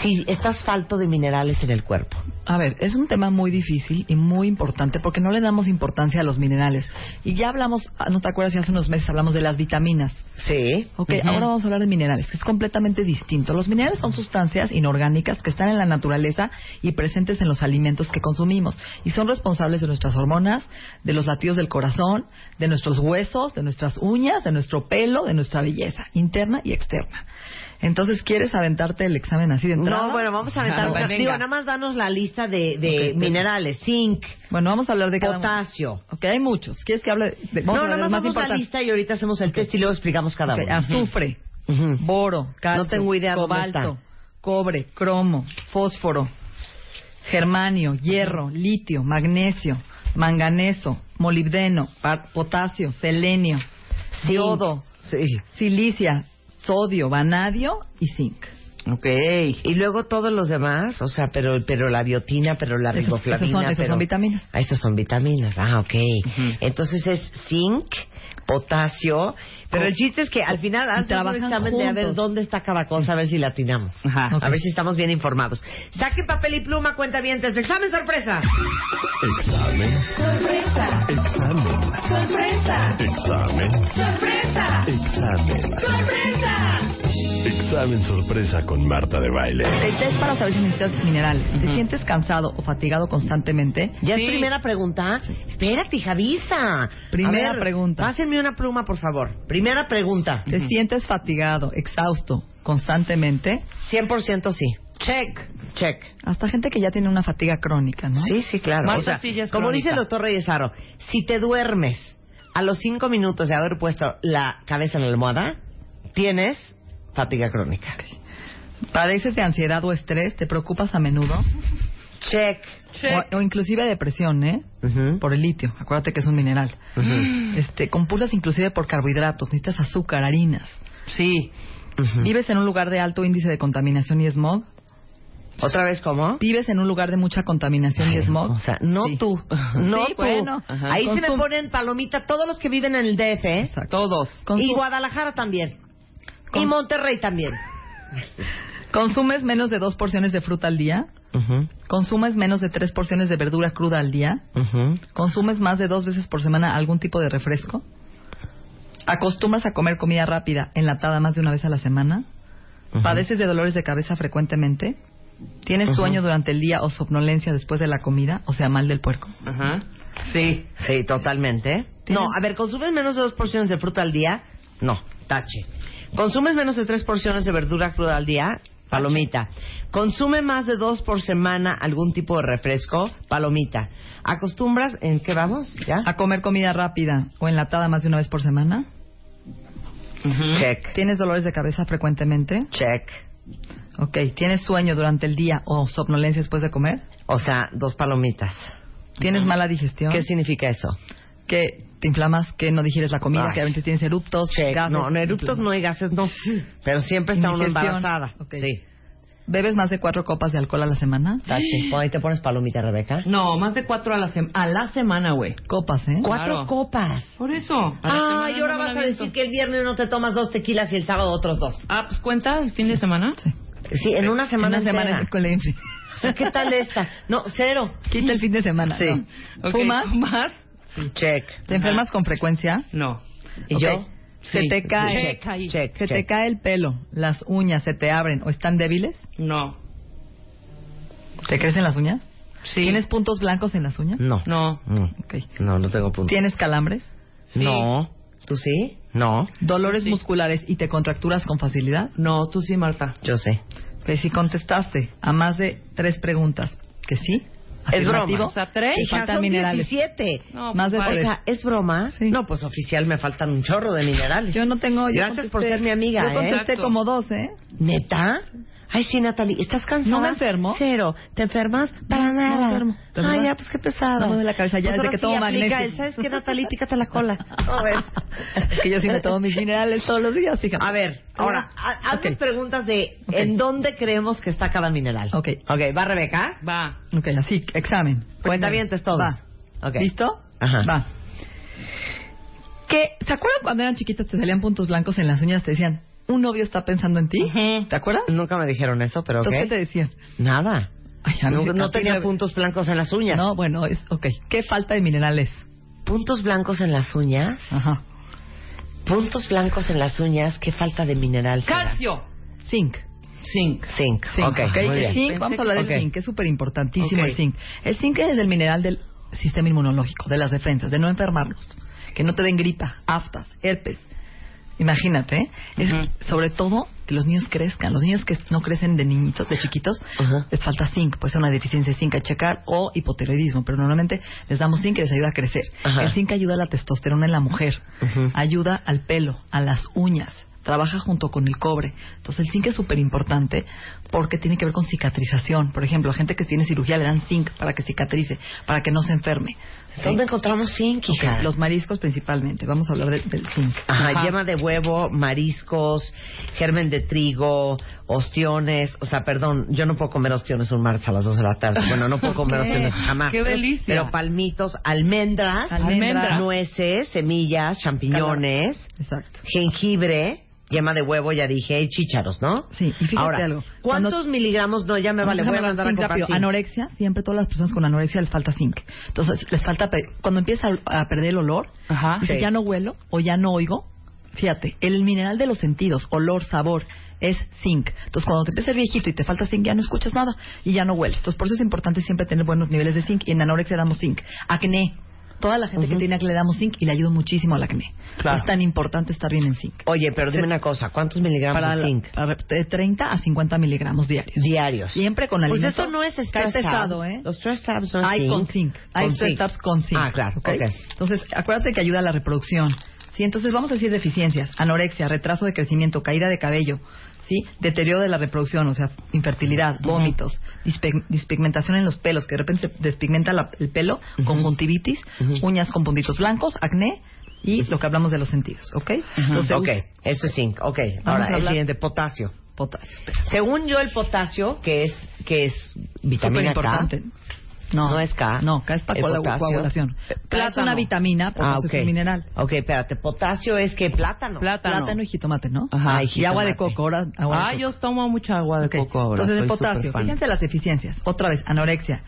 si estás falto de minerales en el cuerpo? A ver, es un tema muy difícil y muy importante porque no le damos importancia a los minerales. Y ya hablamos, ah, ¿no te acuerdas? Ya hace unos meses hablamos de las vitaminas. Sí. Ok, ahora vamos a hablar de minerales, que es completamente distinto. Los minerales son sustancias inorgánicas que están en la naturaleza y presentes en los alimentos que consumimos y son responsables de nuestras hormonas, de los latidos del corazón, de nuestros huesos, de nuestras uñas, de nuestro pelo, de nuestra belleza interna y externa. Entonces, ¿quieres aventarte el examen así de entrada? No, bueno, vamos a <laughs> aventar Claro, una- Ah, pues venga. Digo, nada más danos la lista de, de Ok, venga. minerales. Zinc, Bueno, vamos a hablar de cada uno. potasio. Ok, hay muchos. ¿Quieres que hable de vamos a No, hablar nada de los más vamos a la importantes? lista y ahorita hacemos el test y luego explicamos cada Ok, uno. azufre, Ujú. boro, calcio, No tengo idea dónde cobalto, está. cobre, cromo, fósforo, germanio, hierro, litio, magnesio, manganeso, molibdeno, pa- potasio, selenio, Zinc. yodo, Sí. silicia, sodio, vanadio y zinc. Ok. Y luego todos los demás, o sea, pero pero la biotina, pero la Esos- esos son- riboflavina. esos pero- son vitaminas. Ah, esas son vitaminas. Ah, ok. Ujú. Entonces es zinc, potasio. Pero Co- el chiste es que al final Oh. y hacemos un trabajan examen de a ver juntos. dónde está cada cosa, a ver si la atinamos. Ajá. A ver si estamos bien informados. Saquen papel y pluma, cuenta dientes. Examen sorpresa. Examen. Examen. Examen. Examen. Examen sorpresa con Marta de Baile. El test para saber si necesitas minerales. ¿Te sientes cansado o fatigado constantemente? ¿Ya Sí. es primera pregunta? Espérate, hija, avisa. Primera A ver, pregunta. Pásenme una pluma, por favor. Primera pregunta. ¿Te sientes fatigado, exhausto constantemente? 100% sí. Check. Check. Hasta gente que ya tiene una fatiga crónica, ¿no? Sí, sí, claro. Marta O sea, sí ya es como crónica. dice el doctor Reyesaro, si te duermes a los cinco minutos de haber puesto la cabeza en la almohada, tienes fatiga crónica. ¿Padeces de ansiedad o estrés? ¿Te preocupas a menudo? Check. O, o inclusive depresión, ¿eh? Ujú. Por el litio. Acuérdate que es un mineral. Este, compulsas inclusive por carbohidratos. Necesitas azúcar, harinas. Sí. Ujú. ¿Vives en un lugar de alto índice de contaminación y smog? ¿Otra vez cómo? ¿Vives en un lugar de mucha contaminación y smog? O sea, no <laughs> Sí. tú, no Sí, tú. bueno. Ajá. Ahí se me Consum- ponen palomita todos los que viven en el DF, ¿eh? Exacto. Todos. Consum- Y Guadalajara también. Y Con- Monterrey también. ¿Consumes menos de dos porciones de fruta al día? ¿Consumes menos de tres porciones de verdura cruda al día? ¿Consumes más de dos veces por semana algún tipo de refresco? ¿Acostumbras a comer comida rápida, enlatada más de una vez a la semana? ¿Padeces de dolores de cabeza frecuentemente? ¿Tienes sueño durante el día o somnolencia después de la comida? O sea, mal del puerco. Ajá. Sí. Sí, totalmente. No, a ver, ¿consumes menos de dos porciones de fruta al día? No, tache. ¿Consumes menos de tres porciones de verdura cruda al día? Palomita. ¿Consume más de dos por semana algún tipo de refresco? Palomita. ¿Acostumbras en qué vamos? ¿Ya? ¿A comer comida rápida o enlatada más de una vez por semana? mm. Check. ¿Tienes dolores de cabeza frecuentemente? Check. Ok. ¿Tienes sueño durante el día o somnolencia después de comer? O sea, dos palomitas. ¿Tienes mala digestión? ¿Qué significa eso? que te inflamas, que no digieres la comida, Ay. que a veces tienes eructos, Check. gases, pues, no, no, <laughs> eructos inflamación. no hay gases, no. Pero siempre está uno Indigestión. embarazada. Ok. Sí. ¿Bebes más de cuatro copas de alcohol a la semana? Tache. <gasps> Por ahí te pones palomita, Rebeca. No, más de cuatro a la, sem- a la semana, güey. Ah, Copas, ¿eh? Cuatro Claro. copas. Por eso. a la semana Ay, ahora no vas la a decir aviento. que el viernes no te tomas dos tequilas y el sábado otros dos. Ah, pues cuenta el fin de semana. Sí, en una semana Una semana entera. <laughs> con el- O sea, ¿Qué tal esta? No, cero. Quita el fin de semana. Sí. ¿no? Ok, ¿Fumas? ¿Más? Check. ¿Te enfermas con frecuencia? No. ¿Y Ok. yo? Se Sí. te cae. Check ahí. Check, Se te check. cae el pelo, las uñas se te abren o están débiles, No. te crecen las uñas, Sí. tienes puntos blancos en las uñas, No. No. No. Ok. No, no tengo punto. tienes calambres, Sí. No. ¿Tú sí? No. dolores Sí. musculares y te contracturas con facilidad. No, tú sí, Marta. Yo sé. Pues si contestaste a más de tres preguntas, que sí, Es broma. afirmativo, O sea, tres. y Hija, faltan son minerales. 17. No, Más de pues, O tres. sea, ¿es broma? Sí. No, pues oficial, me faltan un chorro de minerales. Yo no tengo. yo Gracias por ser mi amiga, ¿eh? Yo contesté Exacto. como dos, ¿eh? ¿Neta? Ay, sí, Natalie, ¿estás cansada? No me enfermo. Cero. ¿Te enfermas? Para No, no me nada. enfermo. ¿De Ay, verdad? ya, pues qué pesada. No me duele la cabeza ya, Pues desde ahora que sí, tomo aplica magnesio. el, ¿Sabes qué, Natalie? Pícate <laughs> la cola. A ver. Es que yo sí me tomo mis minerales todos los días, fíjate. A ver, ahora, ha- haznos Ok. preguntas de Ok. ¿en dónde creemos que está cada mineral? Ok. Ok, ¿va Rebeca? Va. Ok, así, Pues examen. Cuentavientes todos. Va. Ok. ¿Listo? Ajá. Va. ¿Qué, ¿Se acuerdan cuando eran chiquitas te salían puntos blancos en las uñas? Te decían, un novio está pensando en ti. Ujú. ¿Te acuerdas? Nunca me dijeron eso, pero ok. Entonces, ¿qué te decían? Nada. Ay, a mí No, se- no a ti tenía no- puntos blancos en las uñas. No, bueno, es, ok. ¿Qué falta de minerales? Puntos blancos en las uñas. Ajá. Puntos blancos en las uñas. Qué falta de mineral. será? Calcio. Zinc. Zinc. Zinc. Zinc, Ok, ok. muy El bien. zinc, vamos a hablar del Ok. zinc, que es súper importantísimo Ok. el zinc. El zinc es el mineral del sistema inmunológico, de las defensas, de no enfermarnos, que no te den gripa, aftas, herpes. Imagínate, ¿eh? es sobre todo que los niños crezcan. Los niños que no crecen de niñitos, de chiquitos, Ajá. les falta zinc. Puede ser una deficiencia de zinc a checar o hipotiroidismo, pero normalmente les damos zinc y les ayuda a crecer. Ajá. El zinc ayuda a la testosterona en la mujer, Ujú. ayuda al pelo, a las uñas, trabaja junto con el cobre. Entonces el zinc es súper importante porque tiene que ver con cicatrización. Por ejemplo, a gente que tiene cirugía le dan zinc para que cicatrice, para que no se enferme. Sí. ¿Dónde encontramos zinc, Ok, hija? Los mariscos principalmente. Vamos a hablar del, del zinc. Ajá, yema de huevo, mariscos, germen de trigo, ostiones. O sea, perdón, yo no puedo comer ostiones un martes a las 2 de la tarde. Bueno, no puedo comer <laughs> ¿Por qué? ostiones jamás. Qué delicia. Pero palmitos, almendras, Almendra. nueces, semillas, champiñones, Exacto. jengibre, yema de huevo, ya dije, y chícharos, ¿no? Sí, y fíjate Ahora, algo. ¿Cuántos Cuando- miligramos? No, ya me vale, voy a Déjame mandar a zinc comprar rápido. zinc. Anorexia, siempre todas las personas con anorexia les falta zinc. Entonces, les falta, pe- cuando empieza a a perder el olor, Ajá. dice, Ah, Sí. ya no huelo o ya no oigo, fíjate, el mineral de los sentidos, olor, sabor, es zinc. Entonces, cuando te empieza el viejito y te falta zinc, ya no escuchas nada y ya no hueles. Entonces, por eso es importante siempre tener buenos niveles de zinc y en anorexia damos zinc. Acné. Toda la gente que tiene acné le damos zinc y le ayuda muchísimo al acné. Claro. Es tan importante estar bien en zinc. Oye, pero dime una cosa, ¿cuántos miligramos Para de la- zinc? para- de 30 a 50 miligramos diarios. Diarios. Siempre con Pues alimento. eso no es stress Está pesado, tabs. ¿eh? Los stress tabs son Hay zinc. con zinc. Hay Con stress zinc. tabs con zinc. Ah, claro, ¿ok? ok. Entonces, acuérdate que ayuda a la reproducción. Sí, entonces vamos a decir deficiencias, anorexia, retraso de crecimiento, caída de cabello, ¿sí? Deterioro de la reproducción, o sea, infertilidad, vómitos, dispe- despigmentación en los pelos, que de repente se despigmenta la- el pelo, conjuntivitis, uñas con puntitos blancos, acné y lo que hablamos de los sentidos, ¿ok? Entonces, Pues ok, eso es zinc. Ok, a ahora el hablar- siguiente, potasio. potasio. Según yo, el potasio, que es, que es vitamina importante. K. No es K. No, K es para El coagula- potasio. coagulación. K es una Plátano. vitamina, potasio Ah, ok. es un mineral. Ok, espérate, potasio es que plátano. Plátano. Plátano y jitomate, ¿no? Ajá, y Y agua jitomate. de coco, ahora agua de Ah, coco. yo tomo mucha agua de Ok. coco ahora. Entonces, soy el potasio. superfan. Fíjense las deficiencias. Otra vez, anorexia,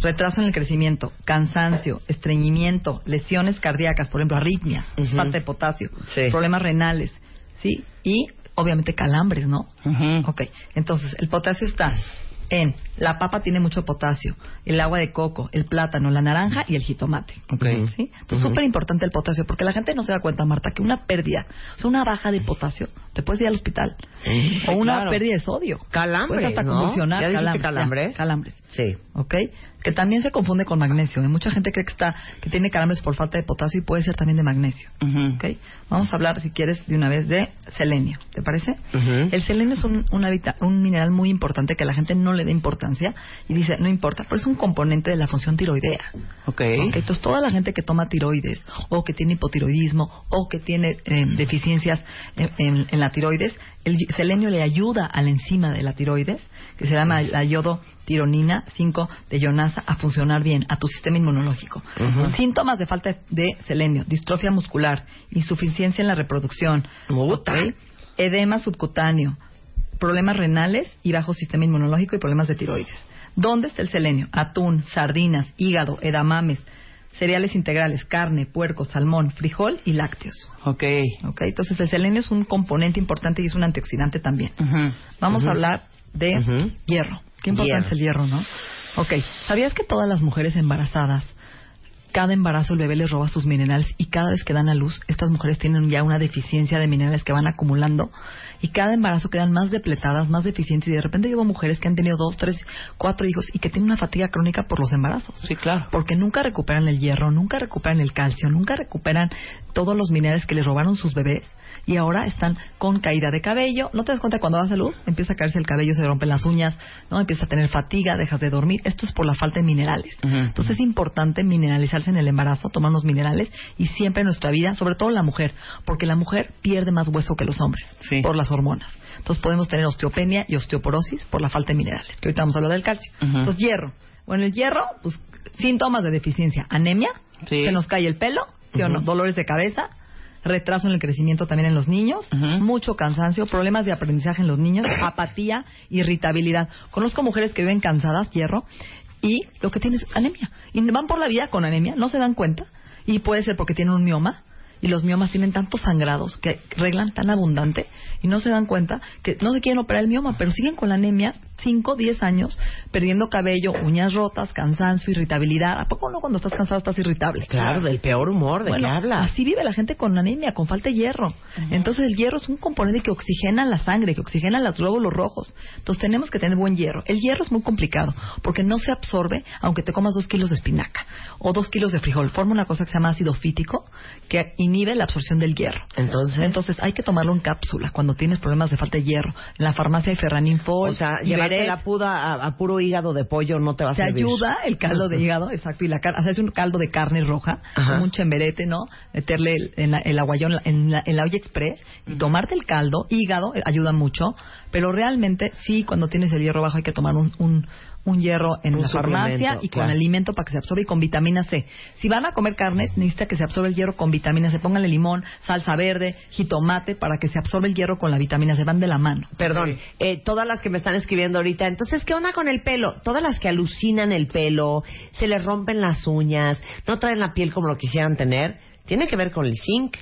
retraso en el crecimiento, cansancio, estreñimiento, lesiones cardíacas, por ejemplo, arritmias, Ujú. falta de potasio, Sí. problemas renales, ¿sí? Y, obviamente, calambres, ¿no? Ujú. Ok, entonces el potasio está en la papa tiene mucho potasio, el agua de coco, el plátano, la naranja y el jitomate. Ok. ¿Sí? Entonces súper importante el potasio porque la gente no se da cuenta, Marta, que una pérdida, o sea, una baja de potasio, te puedes ir al hospital. o una claro. pérdida de sodio. Calambres, Puedes hasta ¿no? convulsionar. ¿Ya dijiste calambres. ya, calambres? calambres. Sí. ¿Ok? que también se confunde con magnesio. ¿eh? Mucha gente cree que, está, que tiene calambres por falta de potasio y puede ser también de magnesio. Ujú. ¿ok? Vamos a hablar, si quieres, de una vez de selenio. ¿Te parece? Ujú. El selenio es un, un habita- un mineral muy importante que la gente no le da importancia y dice, no importa, pero es un componente de la función tiroidea. Ok. Ok, Entonces, toda la gente que toma tiroides o que tiene hipotiroidismo o que tiene eh, deficiencias en, en- en la tiroides, el y- selenio le ayuda a la enzima de la tiroides, que se llama la yodotironina 5 de Yonasa, a funcionar bien, a tu sistema inmunológico. Síntomas de falta de selenio, distrofia muscular, insuficiencia en la reproducción, Puta. ok, edema subcutáneo, problemas renales y bajo sistema inmunológico y problemas de tiroides. ¿Dónde está el selenio? Atún, sardinas, hígado, edamames, cereales integrales, carne, puerco, salmón, frijol y lácteos. Ok. ¿Ok? Entonces el selenio es un componente importante y es un antioxidante también. Ujú. Vamos a hablar de Ujú. hierro. Qué importante Hierro. es el hierro, ¿no? Ok, ¿sabías que todas las mujeres embarazadas, cada embarazo el bebé les roba sus minerales y cada vez que dan a luz, estas mujeres tienen ya una deficiencia de minerales que van acumulando y cada embarazo quedan más depletadas, más deficientes y de repente llevo mujeres que han tenido dos, tres, cuatro hijos y que tienen una fatiga crónica por los embarazos? Sí, claro. porque nunca recuperan el hierro, nunca recuperan el calcio, nunca recuperan todos los minerales que les robaron sus bebés y ahora están con caída de cabello. ¿No te das cuenta cuando das a luz? Empieza a caerse el cabello, se rompen las uñas, no empieza a tener fatiga, dejas de dormir. Esto es por la falta de minerales. Ujú. Entonces es importante mineralizarse en el embarazo, tomar los minerales y siempre en nuestra vida, sobre todo la mujer, porque la mujer pierde más hueso que los hombres Sí. por las hormonas. Entonces podemos tener osteopenia y osteoporosis por la falta de minerales, que ahorita vamos a hablar del calcio. Ujú. Entonces hierro. Bueno, el hierro, pues síntomas de deficiencia. Anemia, Sí. se nos cae el pelo, ¿sí o no? Ujú. Dolores de cabeza, retraso en el crecimiento también en los niños, Ujú. mucho cansancio, problemas de aprendizaje en los niños, apatía, irritabilidad. Conozco mujeres que viven cansadas, hierro, y lo que tienen es anemia. Y van por la vida con anemia, no se dan cuenta, y puede ser porque tienen un mioma. Y los miomas tienen tantos sangrados que reglan tan abundante y no se dan cuenta que no se quieren operar el mioma, pero siguen con la anemia 5, 10 años, perdiendo cabello, uñas rotas, cansancio, irritabilidad. ¿A poco no cuando estás cansado estás irritable? Claro, del peor humor, ¿de Bueno, qué hablas? Así vive la gente con anemia, con falta de hierro. Entonces el hierro es un componente que oxigena la sangre, que oxigena los glóbulos rojos. Entonces tenemos que tener buen hierro. El hierro es muy complicado porque no se absorbe aunque te comas dos kilos de espinaca o dos kilos de frijol. Forma una cosa que se llama ácido fítico que inhibe la absorción del hierro. Entonces, Entonces hay que tomarlo en cápsula cuando tienes problemas de falta de hierro. En la farmacia hay Ferraninfol, o sea, llevarte Iberec, la puda a, a puro hígado de pollo no te va a te servir. ayuda el caldo de hígado, exacto, y la carne, haces un caldo de carne roja, Ajá. con un chemberete, ¿no? Meterle el, en la- el aguayón en la, en la olla express y tomarte el caldo, hígado, eh, ayuda mucho, pero realmente sí, cuando tienes el hierro bajo hay que tomar un, un, un hierro en Un la farmacia suplemento, y con claro. alimento para que se absorba y con vitamina C. Si van a comer carnes, necesita que se absorba el hierro con vitamina C. Pónganle limón, salsa verde, jitomate para que se absorba el hierro con la vitamina C. Van de la mano. Perdón, eh, todas las que me están escribiendo ahorita, entonces, ¿qué onda con el pelo? Todas las que alucinan el pelo, se les rompen las uñas, no traen la piel como lo quisieran tener, tiene que ver con el zinc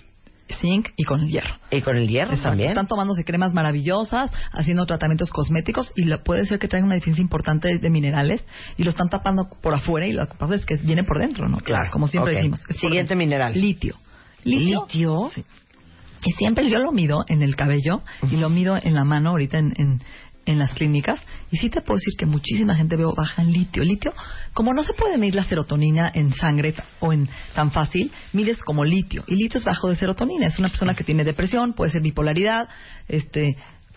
Zinc y con el hierro. y con el hierro Exacto. también. Están tomándose cremas maravillosas, haciendo tratamientos cosméticos y la- puede ser que traigan una deficiencia importante de, de minerales y lo están tapando por afuera y lo que pasa es que viene por dentro, ¿no? Claro. Como siempre Ok. decimos. es por Siguiente dentro. mineral. Litio. ¿Litio? Sí. Y siempre yo lo mido en el cabello y lo mido en la mano ahorita en, en, en las clínicas. Y sí te puedo decir que muchísima gente veo baja en litio. Litio, como no se puede medir la serotonina en sangre ta- o en tan fácil, mides como litio. Y litio es bajo de serotonina. Es una persona que tiene depresión, puede ser bipolaridad, este,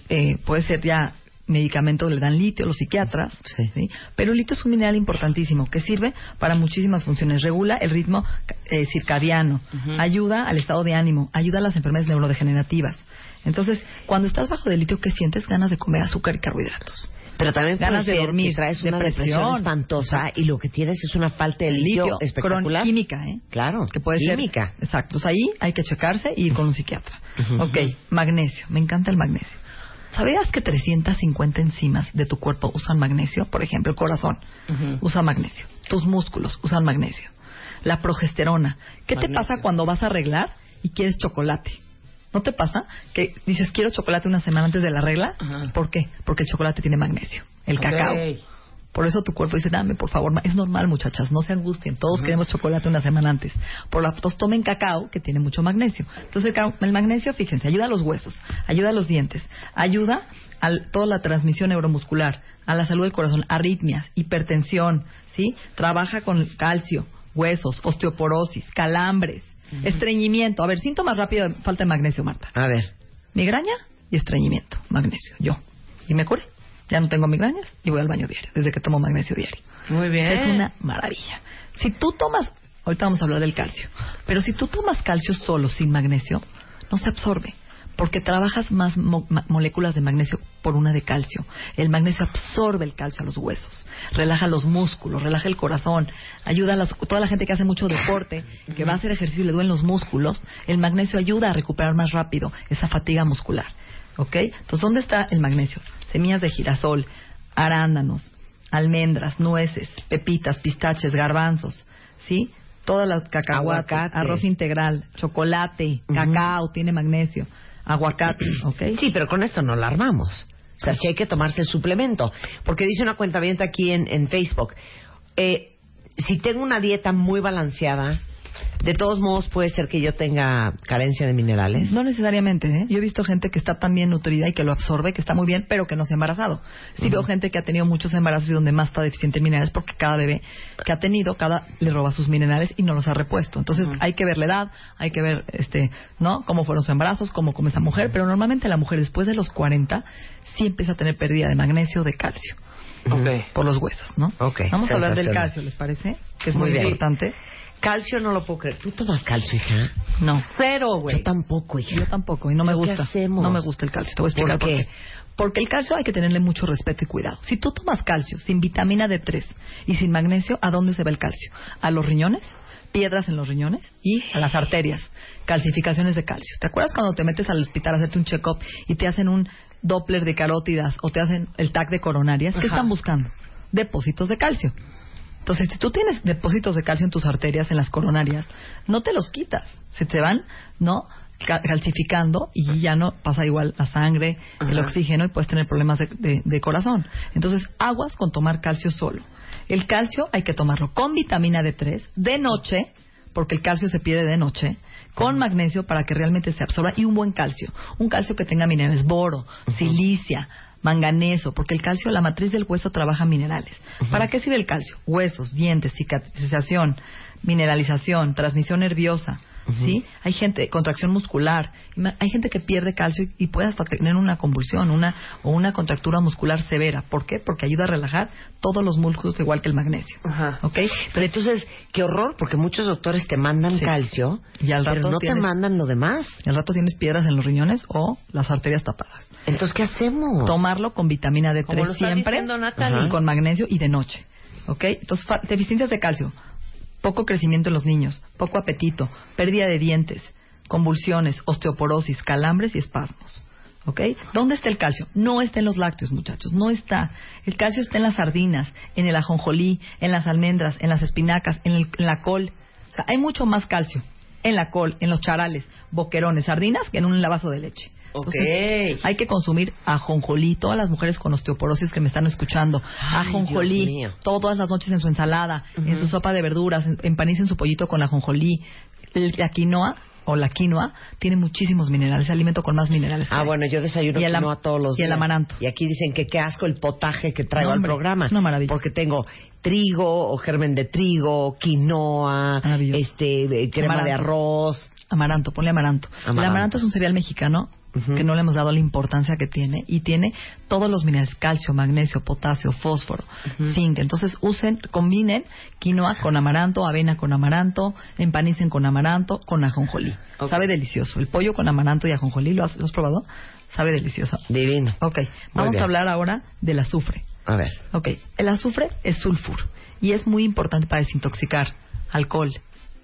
eh, puede ser ya medicamentos le dan litio, los psiquiatras, Sí. ¿sí? pero el litio es un mineral importantísimo que sirve para muchísimas funciones. Regula el ritmo eh, circadiano, ayuda al estado de ánimo, ayuda a las enfermedades neurodegenerativas. Entonces, cuando estás bajo de litio, ¿qué sientes? Ganas de comer azúcar y carbohidratos. Pero también Ganas puede de ser dormir, que traes una depresión, depresión. espantosa y lo que tienes es una falta de litio, cron- espectacular. química, ¿eh? Claro, que puede ser- química. Exacto. O sea, ahí hay que checarse y ir con un psiquiatra. Ujú. Ok, magnesio. Me encanta el magnesio. ¿Sabías que 350 enzimas de tu cuerpo usan magnesio? Por ejemplo, el corazón usa magnesio. Tus músculos usan magnesio. La progesterona. ¿Qué te pasa cuando vas a arreglar y quieres chocolate? ¿No te pasa que dices quiero chocolate una semana antes de la regla? Ajá. ¿Por qué? Porque el chocolate tiene magnesio, el cacao. Por eso tu cuerpo dice, dame, por favor, ma- es normal, muchachas, no se angustien. Todos queremos chocolate una semana antes. Por la tos tomen cacao, que tiene mucho magnesio. Entonces, el, ca- el magnesio, fíjense, ayuda a los huesos, ayuda a los dientes, ayuda a toda la transmisión neuromuscular, a la salud del corazón, arritmias, hipertensión, ¿sí? Trabaja con calcio, huesos, osteoporosis, calambres, estreñimiento. A ver, síntomas rápidos de falta de magnesio, Marta A ver. migraña y estreñimiento, magnesio, yo. Y me curé. Ya no tengo migrañas y voy al baño diario, desde que tomo magnesio diario. Muy bien. Es una maravilla. Si tú tomas, ahorita vamos a hablar del calcio, pero si tú tomas calcio solo, sin magnesio, no se absorbe, porque trabajas más mo- ma- moléculas de magnesio por una de calcio. El magnesio absorbe el calcio a los huesos, relaja los músculos, relaja el corazón, ayuda a las- toda la gente que hace mucho deporte, que va a hacer ejercicio y le duelen los músculos, el magnesio ayuda a recuperar más rápido esa fatiga muscular. ¿Ok? Entonces, ¿dónde está el magnesio? Semillas de girasol, arándanos, almendras, nueces, pepitas, pistaches, garbanzos, ¿sí? Todas las cacahuates, Aguacate. arroz integral, chocolate, cacao, tiene magnesio, aguacate, ¿ok? Sí, pero con esto no la armamos. O sea, sí hay que tomarse el suplemento. Porque dice una cuenta aquí en, en Facebook, eh, si tengo una dieta muy balanceada, de todos modos puede ser que yo tenga carencia de minerales. No necesariamente, ¿eh? Yo he visto gente que está tan bien nutrida y que lo absorbe, que está muy bien, pero que no se ha embarazado. Sí veo gente que ha tenido muchos embarazos y donde más está deficiente en minerales porque cada bebé que ha tenido, cada le roba sus minerales y no los ha repuesto. Entonces hay que ver la edad, hay que ver, este, ¿no? Cómo fueron sus embarazos, cómo come esa mujer, pero normalmente la mujer después de los 40 sí empieza a tener pérdida de magnesio, de calcio Mm. por los huesos, ¿no? Ok, Vamos a hablar del sensacional. calcio, ¿les parece? Que es muy, Muy bien. importante. Calcio no lo puedo creer. ¿Tú tomas calcio, hija? No. Cero, Yo tampoco, hija. Yo tampoco, y no me ¿Pero qué gusta. hacemos? No me gusta el calcio. Te voy a explicar por ¿Por qué? qué. Porque el calcio hay que tenerle mucho respeto y cuidado. Si tú tomas calcio sin vitamina D3 y sin magnesio, ¿a dónde se va el calcio? ¿A los riñones? piedras en los riñones y a las arterias, calcificaciones de calcio. ¿Te acuerdas cuando te metes al hospital a hacerte un check-up y te hacen un Doppler de carótidas o te hacen el TAC de coronarias? ¿Qué están buscando? Depósitos de calcio. Entonces, si tú tienes depósitos de calcio en tus arterias, en las coronarias, no te los quitas. Se te van, ¿no? Ca- calcificando y ya no pasa igual la sangre, el oxígeno y puedes tener problemas de, de- de corazón. Entonces, aguas con tomar calcio solo. El calcio hay que tomarlo con vitamina D3 de noche, porque el calcio se pierde de noche, con magnesio para que realmente se absorba y un buen calcio. Un calcio que tenga minerales, boro, silicia, manganeso, porque el calcio, la matriz del hueso trabaja minerales. ¿Para qué sirve el calcio? Huesos, dientes, cicatrización, mineralización, transmisión nerviosa. ¿Sí? Hay gente, contracción muscular, ima- hay gente que pierde calcio y- y puede hasta tener una convulsión una, o una contractura muscular severa. ¿Por qué? Porque ayuda a relajar todos los músculos igual que el magnesio. Ajá. ¿Ok? Pero entonces, qué horror, porque muchos doctores te mandan Sí. calcio, Y al pero rato no te tienes- mandan lo demás. Al rato tienes piedras en los riñones o las arterias tapadas. Entonces, ¿qué hacemos? Tomarlo con vitamina D3 Como lo está siempre diciendo Natalie. y con magnesio y de noche. ¿Ok? Entonces, fa- deficiencias de calcio, poco crecimiento en los niños, poco apetito, pérdida de dientes, convulsiones, osteoporosis, calambres y espasmos. ¿Ok? ¿Dónde está el calcio? No está en los lácteos, muchachos, no está. El calcio está en las sardinas, en el ajonjolí, en las almendras, en las espinacas, en, el- en la col. O sea, hay mucho más calcio en la col, en los charales, boquerones, sardinas que en un lavazo de leche. Entonces, Ok. hay que consumir ajonjolí. Todas las mujeres con osteoporosis que me están escuchando, Ay, Dios ajonjolí mío. todas las noches en su ensalada, en su sopa de verduras, en- empanicen su pollito con ajonjolí. El- La quinoa o la quinoa tiene muchísimos minerales, es alimento con más minerales. que Ah, hay. bueno, yo desayuno Y el am- quinoa todos los y el días. amaranto. Y aquí dicen que qué asco el potaje que traigo No, al hombre, programa. una maravilla. Porque tengo trigo o germen de trigo, quinoa, Maravilloso. este eh, crema de Amaranto. arroz. Amaranto, ponle amaranto. Amaranto. El amaranto es un cereal mexicano Ujú. que no le hemos dado la importancia que tiene y tiene todos los minerales, calcio, magnesio, potasio, fósforo, zinc. Entonces usen, combinen quinoa con amaranto, avena con amaranto, empanicen con amaranto, con ajonjolí. Ok. Sabe delicioso. El pollo con amaranto y ajonjolí, ¿lo has, lo has probado? Sabe delicioso. Divino. Ok, vamos bien. a hablar ahora del azufre. A ver. Ok, el azufre es sulfur y es muy importante para desintoxicar alcohol,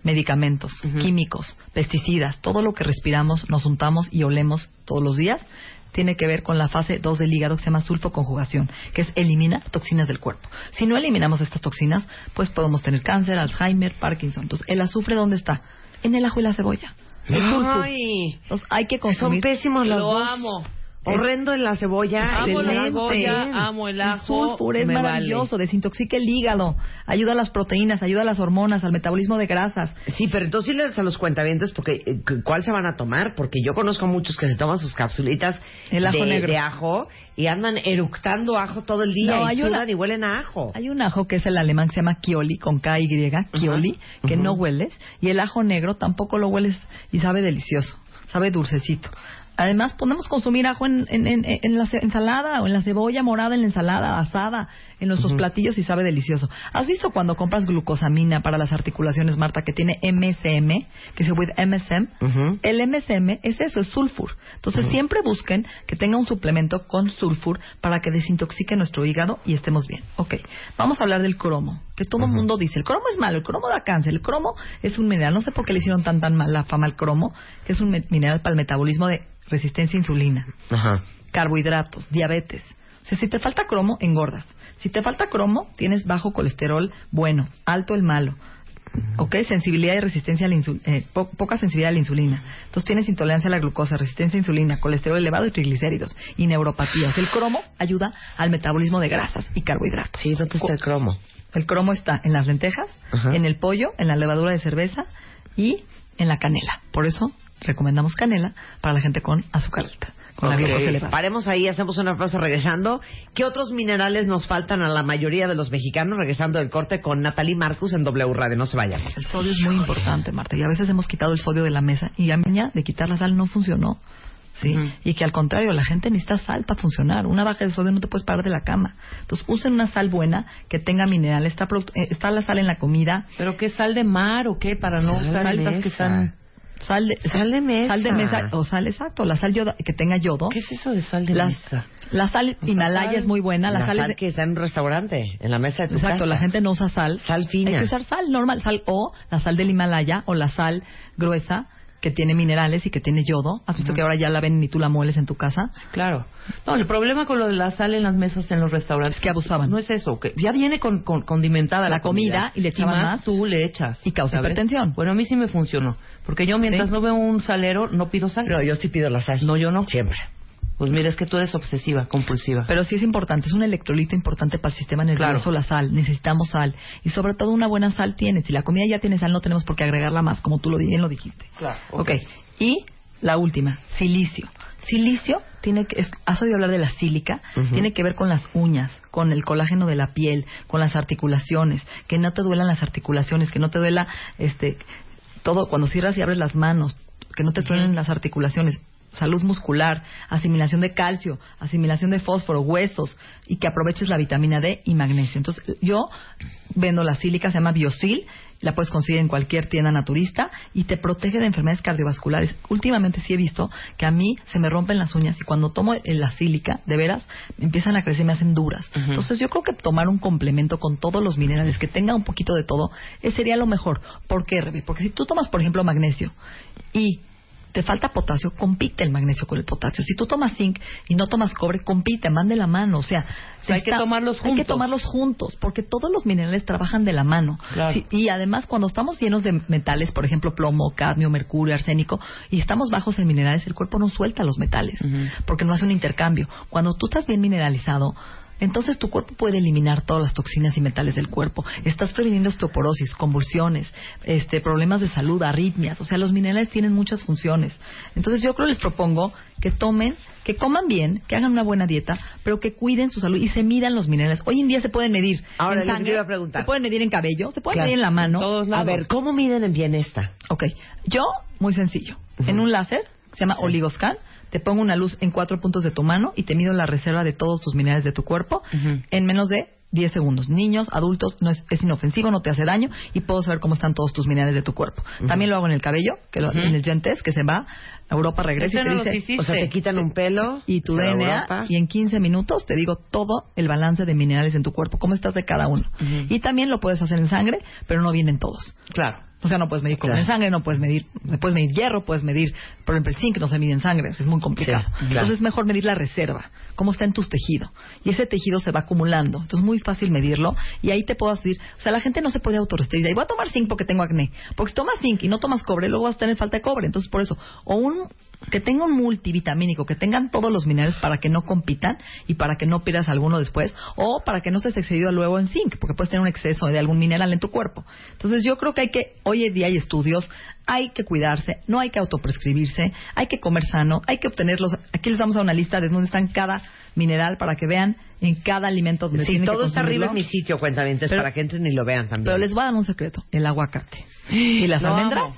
medicamentos, químicos, pesticidas, todo lo que respiramos, nos untamos y olemos todos los días. Tiene que ver con la fase 2 del hígado que se llama sulfoconjugación, que es elimina toxinas del cuerpo. Si no eliminamos estas toxinas, pues podemos tener cáncer, Alzheimer, Parkinson. Entonces, ¿el azufre dónde está? En el ajo y la cebolla. El sulfur. Ay, Entonces, hay que son consumir. pésimos los Lo dos. amo. Horrendo en la cebolla. Amo la excelente. cebolla, amo el ajo. sulfur es me vale. maravilloso, desintoxica el hígado, ayuda a las proteínas, ayuda a las hormonas, al metabolismo de grasas. Sí, pero entonces diles a los cuentavientes porque eh, cu- cuál se van a tomar, porque yo conozco muchos que se toman sus capsulitas El ajo de, negro. de ajo y andan eructando ajo todo el día No, y hay sudan una- y huelen a ajo. Hay un ajo que es el alemán que se llama Kioli, con K y Kioli, que no hueles, y el ajo negro tampoco lo hueles y sabe delicioso, sabe dulcecito. Además, podemos consumir ajo en, en- en- en la ce- ensalada o en la cebolla morada, en la ensalada asada, en nuestros platillos y sabe delicioso. ¿Has visto cuando compras glucosamina para las articulaciones, Marta, que tiene MSM, que se with MSM? Ujú. El MSM es eso, es sulfur. Entonces siempre busquen que tenga un suplemento con sulfur para que desintoxique nuestro hígado y estemos bien. Ok, vamos a hablar del cromo, que todo el mundo dice, el cromo es malo, el cromo da cáncer, el cromo es un mineral, no sé por qué le hicieron tan tan mala fama al cromo, que es un me- mineral para el metabolismo de resistencia a insulina Ajá. carbohidratos, diabetes. O sea, si te falta cromo, engordas. Si te falta cromo, tienes bajo colesterol bueno, alto el malo. ¿Ok? Sensibilidad y resistencia a la insu- eh, po- poca sensibilidad a la insulina. Entonces tienes intolerancia a la glucosa, resistencia a insulina, colesterol elevado y triglicéridos y neuropatías. El cromo ayuda al metabolismo de grasas y carbohidratos. Sí, ¿dónde está el cromo? El cromo está en las lentejas, Ajá. en el pollo, en la levadura de cerveza y en la canela. Por eso recomendamos canela para la gente con azúcar alta, con Ok. la glucosa elevada. Paremos ahí, hacemos una pausa regresando. ¿Qué otros minerales nos faltan a la mayoría de los mexicanos? Regresando del corte con Natalie Marcus en W Radio. No se vayan. El sodio es muy importante, Marta. Y a veces hemos quitado el sodio de la mesa y a mí de quitar la sal no funcionó. ¿sí? Y que al contrario, la gente necesita sal para funcionar. Una baja de sodio no te puedes parar de la cama. Entonces, usen una sal buena que tenga mineral. Está, pro- eh, está la sal en la comida. ¿Pero qué sal de mar o qué? Para no Sal de usar estas mesa. que están... Sal de, Sal de mesa. Sal de mesa o sal, exacto. La sal yoda- que tenga yodo. ¿Qué es eso de sal de La, mesa? la sal himalaya es muy buena. La, La sal, es sal de- que está en un restaurante, en la mesa de tu Exacto, casa. la gente no usa sal. Sal fina. Hay que usar sal normal, sal o la sal del Himalaya o la sal gruesa que tiene minerales y que tiene yodo. ¿Has visto que ahora ya la ven y tú la mueles en tu casa? Claro. No, el problema con lo de la sal en las mesas en los restaurantes Es que abusaban. No es eso, que ya viene con, con- condimentada la, La comida, y le echaban más. tú le echas Y causa ¿sabes? hipertensión. Bueno, a mí sí me funcionó, porque yo mientras Sí. no veo un salero no pido sal. No, yo sí pido la sal. No, yo no. Siempre. Pues mira, es que tú eres obsesiva, compulsiva. Pero sí es importante, es un electrolito importante para el sistema nervioso Claro. la sal. Necesitamos sal. Y sobre todo una buena sal tiene. Si la comida ya tiene sal, no tenemos por qué agregarla más, como tú lo, bien lo dijiste. Claro, ok. ok. Y la última, silicio. Silicio tiene que, es- has oído hablar de la sílica, tiene que ver con las uñas, con el colágeno de la piel, con las articulaciones, que no te duelan las articulaciones, que no te duela este todo cuando cierras y abres las manos, que no te truenen las articulaciones, salud muscular, asimilación de calcio, asimilación de fósforo, huesos y que aproveches la vitamina D y magnesio. Entonces, yo vendo la sílica, se llama Biosil, la puedes conseguir en cualquier tienda naturista y te protege de enfermedades cardiovasculares. Últimamente sí he visto que a mí se me rompen las uñas y cuando tomo el- la sílica, de veras, me empiezan a crecer, me hacen duras. Entonces, yo creo que tomar un complemento con todos los minerales, que tenga un poquito de todo, eh, sería lo mejor. ¿Por qué, Rebe? Porque si tú tomas, por ejemplo, magnesio y te falta potasio, compite el magnesio con el potasio. Si tú tomas zinc y no tomas cobre, compite, van de la mano. O sea, sea, hay que tomarlos Hay que juntos. tomarlos juntos, porque todos los minerales trabajan de la mano. Claro. Sí, y además, cuando estamos llenos de metales, por ejemplo, plomo, cadmio, mercurio, arsénico, y estamos bajos en minerales, el cuerpo no suelta los metales, porque no hace un intercambio. Cuando tú estás bien mineralizado, entonces tu cuerpo puede eliminar todas las toxinas y metales del cuerpo. Estás previniendo osteoporosis, convulsiones, este, problemas de salud, arritmias. O sea, los minerales tienen muchas funciones. Entonces yo creo que les propongo que tomen, que coman bien, que hagan una buena dieta, pero que cuiden su salud y se midan los minerales. Hoy en día se pueden medir en Ahora, lo que sangre, te iba a preguntar. se pueden medir en cabello, se pueden Claro. medir en la mano. Todos A lados. ver, ¿cómo miden en bien esta? Ok, yo, muy sencillo. En un láser, que se llama oligoscan, te pongo una luz en cuatro puntos de tu mano y te mido la reserva de todos tus minerales de tu cuerpo en menos de 10 segundos. Niños, adultos, no es, es inofensivo, no te hace daño y puedo saber cómo están todos tus minerales de tu cuerpo. También lo hago en el cabello, que lo, en el gentes, que se va a Europa, Ese regresa y te Este no los dice, hiciste. O sea, te quitan un pelo y tu se va a DNA Europa. y en 15 minutos te digo todo el balance de minerales en tu cuerpo, cómo estás de cada uno. Y también lo puedes hacer en sangre, pero no vienen todos. Claro. O sea, no puedes medir como en sangre, no puedes medir, puedes medir hierro, puedes medir, por ejemplo, el zinc no se mide en sangre, o sea, es muy complicado. Sí, claro. Entonces es mejor medir la reserva, cómo está en tus tejidos. Y ese tejido se va acumulando, entonces es muy fácil medirlo y ahí te puedo decir, o sea, la gente no se puede autorrestringir, y voy a tomar zinc porque tengo acné, porque si tomas zinc y no tomas cobre, luego vas a tener falta de cobre. Entonces, por eso, o un que tenga un multivitamínico, que tengan todos los minerales para que no compitan y para que no pierdas alguno después o para que no estés excedido luego en zinc, porque puedes tener un exceso de algún mineral en tu cuerpo. Entonces yo creo que hay que, hoy en día hay estudios, hay que cuidarse, no hay que autoprescribirse, hay que comer sano, hay que obtenerlos. Aquí les damos a una lista de dónde están cada mineral para que vean en cada alimento donde Sí, tienen que todo está arriba consumirlo. en mi sitio, cuentavientes, Pero- para que entren y lo vean también. Pero les voy a dar un secreto, el aguacate. Y las Lo almendras amo.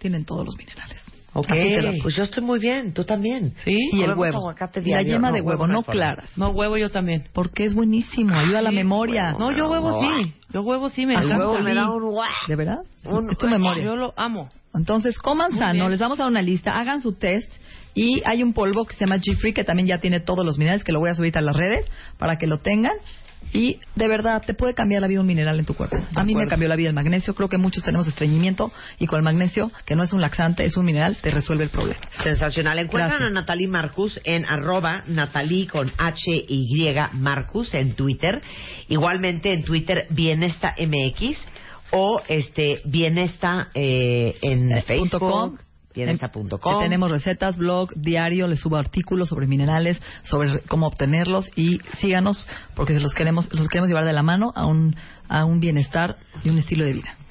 tienen todos los minerales. Ok, Apúntelo. pues yo estoy muy bien, tú también. ¿Sí? Y el Comemos huevo. aguacate Y la diario, yema ¿no? de huevo, Huevo no reforma. claras. No, huevo yo también. Porque es buenísimo, ayuda a la Sí, memoria. No, yo huevo sí. Yo huevo sí me Al encanta. huevo me da un guau. ¿De verdad? Un- es tu memoria. Yo lo amo. Entonces, coman Muy sano, bien. les vamos a dar una lista, hagan su test y hay un polvo que se llama G-Free que también ya tiene todos los minerales que lo voy a subir a las redes para que lo tengan. Y de verdad, te puede cambiar la vida un mineral en tu cuerpo. A mí me cambió la vida el magnesio. Creo que muchos tenemos estreñimiento y con el magnesio, que no es un laxante, es un mineral, te resuelve el problema. Sensacional. Encuentran Gracias. a Natalie Marcus en arroba Natalie con H Y Marcus en Twitter. Igualmente en Twitter Bienesta MX o este Bienesta eh, en Eh, punto com. Facebook. Bienesta.com. Que Tenemos recetas, blog, diario, les subo artículos sobre minerales, sobre cómo obtenerlos y síganos porque se los queremos, los queremos llevar de la mano a un, a un bienestar y un estilo de vida.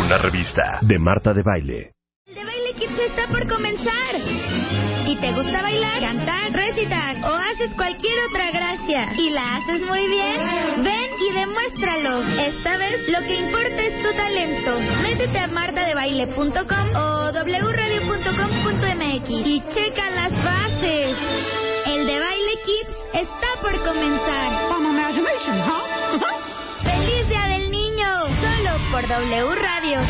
Una revista de Marta de Baile. de Baile Kids está por comenzar. Si te gusta bailar, cantar, recitar o haces cualquier otra gracia y la haces muy bien, ven y demuéstralo. Esta vez lo que importa es tu talento. Métete a martadebaile.com o wradio.com.mx y checa las bases. El de Baile Kids está por comenzar. ¡Feliz Día del Niño! Solo por W Radio.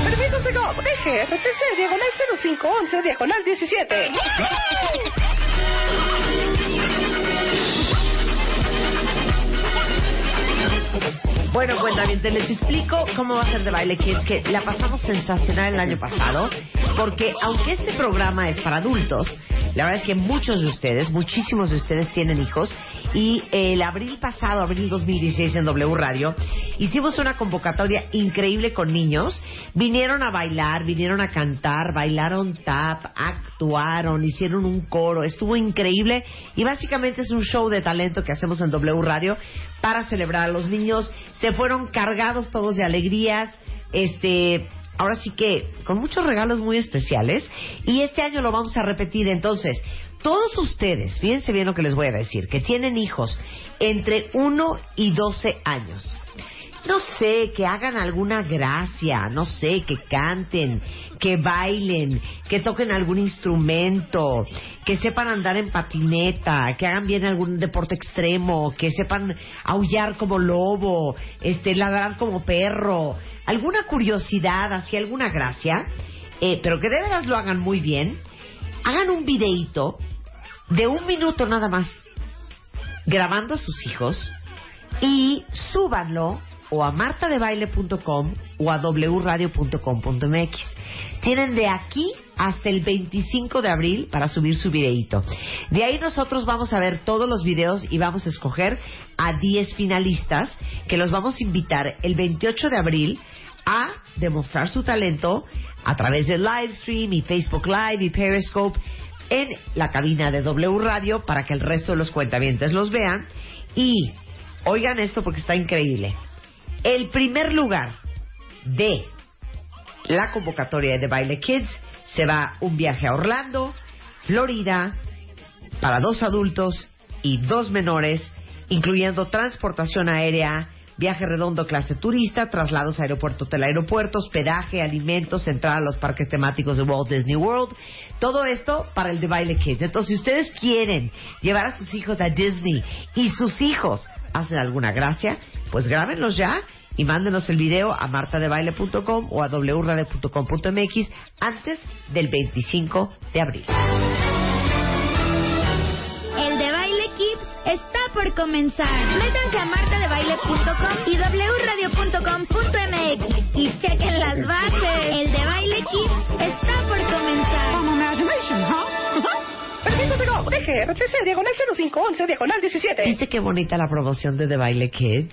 Bueno, cuentamente les explico cómo va a ser de baile Kids, que la pasamos sensacional el año pasado, porque aunque este programa es para adultos, la verdad es que muchos de ustedes, muchísimos de ustedes tienen hijos, y eh, el abril pasado, abril 2016 en W Radio, hicimos una convocatoria increíble con niños, vinieron a bailar, vinieron a cantar, bailaron tap, actuaron, hicieron un coro, estuvo increíble, y básicamente es un show de talento que hacemos en W Radio para celebrar a los niños. Se fueron cargados todos de alegrías, este, ahora sí que con muchos regalos muy especiales. Y este año lo vamos a repetir. Entonces, todos ustedes, fíjense bien lo que les voy a decir, que tienen hijos entre 1 y 12 años. No sé, que hagan alguna gracia, no sé, que canten, que bailen, que toquen algún instrumento, que sepan andar en patineta, que hagan bien algún deporte extremo, que sepan aullar como lobo, este, ladrar como perro, alguna curiosidad, así alguna gracia, eh, pero que de veras lo hagan muy bien. Hagan un videíto de un minuto nada más, grabando a sus hijos, y súbanlo o a martadebaile.com o a wradio.com.mx. Tienen de aquí hasta el 25 de abril para subir su videíto. De ahí nosotros vamos a ver todos los videos y vamos a escoger a 10 finalistas que los vamos a invitar el 28 de abril a demostrar su talento a través de Livestream y Facebook Live y Periscope en la cabina de W Radio para que el resto de los cuentavientes los vean. Y oigan esto porque está increíble. El primer lugar de la convocatoria de Baile Kids se va un viaje a Orlando, Florida, para dos adultos y dos menores, incluyendo transportación aérea, viaje redondo clase turista, traslados aeropuerto hotel aeropuerto, hospedaje, alimentos, entrada a los parques temáticos de Walt Disney World, todo esto para el de Baile Kids. Entonces, si ustedes quieren llevar a sus hijos a Disney y sus hijos hacen alguna gracia, pues grábenlos ya y mándenos el video a martadebaile.com o a wradio.com.mx antes del 25 de abril. está por comenzar. Métanse a martadebaile.com y wradio.com.mx y chequen las bases. El de Baile Kids está por comenzar. RTC, diagonal 0511, diagonal 17. ¿Viste qué bonita la promoción de The Baile Kids?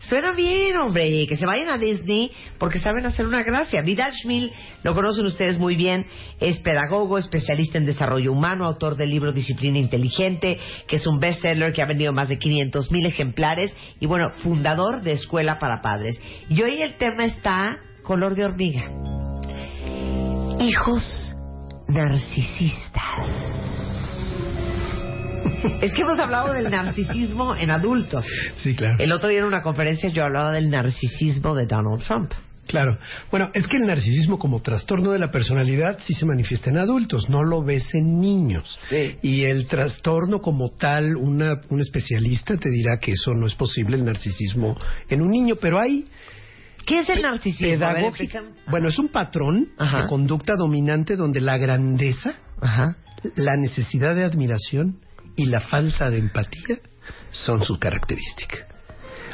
suena bien, hombre, y que se vayan a Disney porque saben hacer una gracia. Vidal Schmil, lo conocen ustedes muy bien, es pedagogo, especialista en desarrollo humano, autor del libro Disciplina Inteligente, que es un bestseller que ha vendido más de 500 mil ejemplares y, bueno, fundador de Escuela para Padres. Y hoy el tema está color de hormiga. Hijos narcisistas. Es que hemos hablado del narcisismo en adultos. Sí, claro. El otro día en una conferencia yo hablaba del narcisismo de Donald Trump. Claro. Bueno, es que el narcisismo como trastorno de la personalidad sí se manifiesta en adultos, no lo ves en niños. Y el trastorno como tal, una, un especialista te dirá que eso no es posible, el narcisismo en un niño, pero hay... ¿Qué es el narcisismo? A ver, Pedagógico. empecemos. Bueno, es un patrón de conducta dominante donde la grandeza, la necesidad de admiración y la falta de empatía son su característica.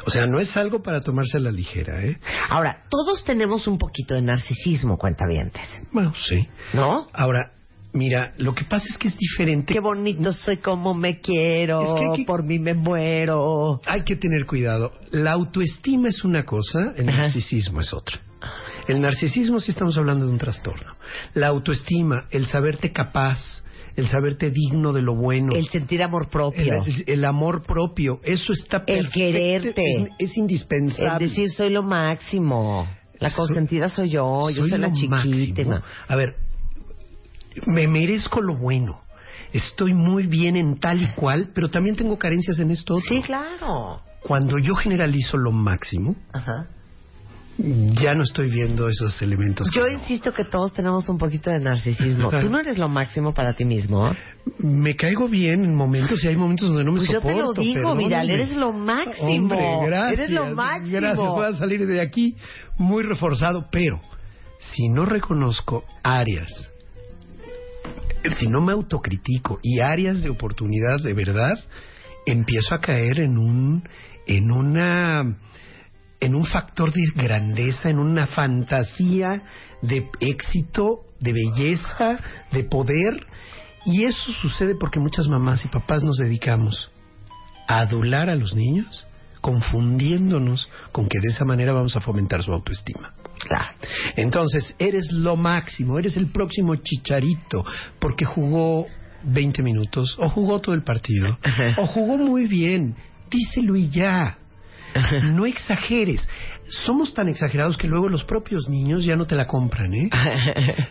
O sea, no es algo para tomarse a la ligera, ¿eh? Ahora, todos tenemos un poquito de narcisismo, cuentavientes. Bueno, sí. ¿No? Ahora, mira, lo que pasa es que es diferente. Qué bonito soy, como me quiero, Es que- que- por mí me muero. Hay que tener cuidado. La autoestima es una cosa, el narcisismo es otra. El narcisismo sí estamos hablando de un trastorno. La autoestima, el saberte capaz, el saberte digno de lo bueno. El sentir amor El, propio. el- el amor propio, eso está El perfecto, quererte. Es, es El indispensable. decir, soy lo máximo. La Soy- consentida soy yo, yo soy la lo chiquitina. máximo. A ver, me merezco lo bueno. Estoy muy bien en tal y cual, pero también tengo carencias en esto. otro. Sí, claro. Cuando yo generalizo lo máximo, Ajá. ya no estoy viendo esos elementos. Yo insisto que todos tenemos un poquito de <laughs> narcisismo. Tú no eres lo máximo para ti mismo. Me caigo bien en momentos y hay momentos donde no me Pues yo te lo soporto, digo, perdóname. Vidal, eres lo máximo. Hombre, gracias. Eres lo máximo. Gracias, voy a salir de aquí muy reforzado, pero si no reconozco áreas, si no me autocritico y áreas de oportunidad de verdad, empiezo a caer en un en una en un factor de grandeza, en una fantasía de éxito, de belleza, de poder. Y eso sucede porque muchas mamás y papás nos dedicamos a adular a los niños, confundiéndonos con que de esa manera vamos a fomentar su autoestima. Entonces, eres lo máximo, eres el próximo chicharito, porque jugó 20 minutos, o jugó todo el partido, o jugó muy bien. Díselo y ya. No exageres. Somos tan exagerados que luego los propios niños ya no te la compran, ¿eh?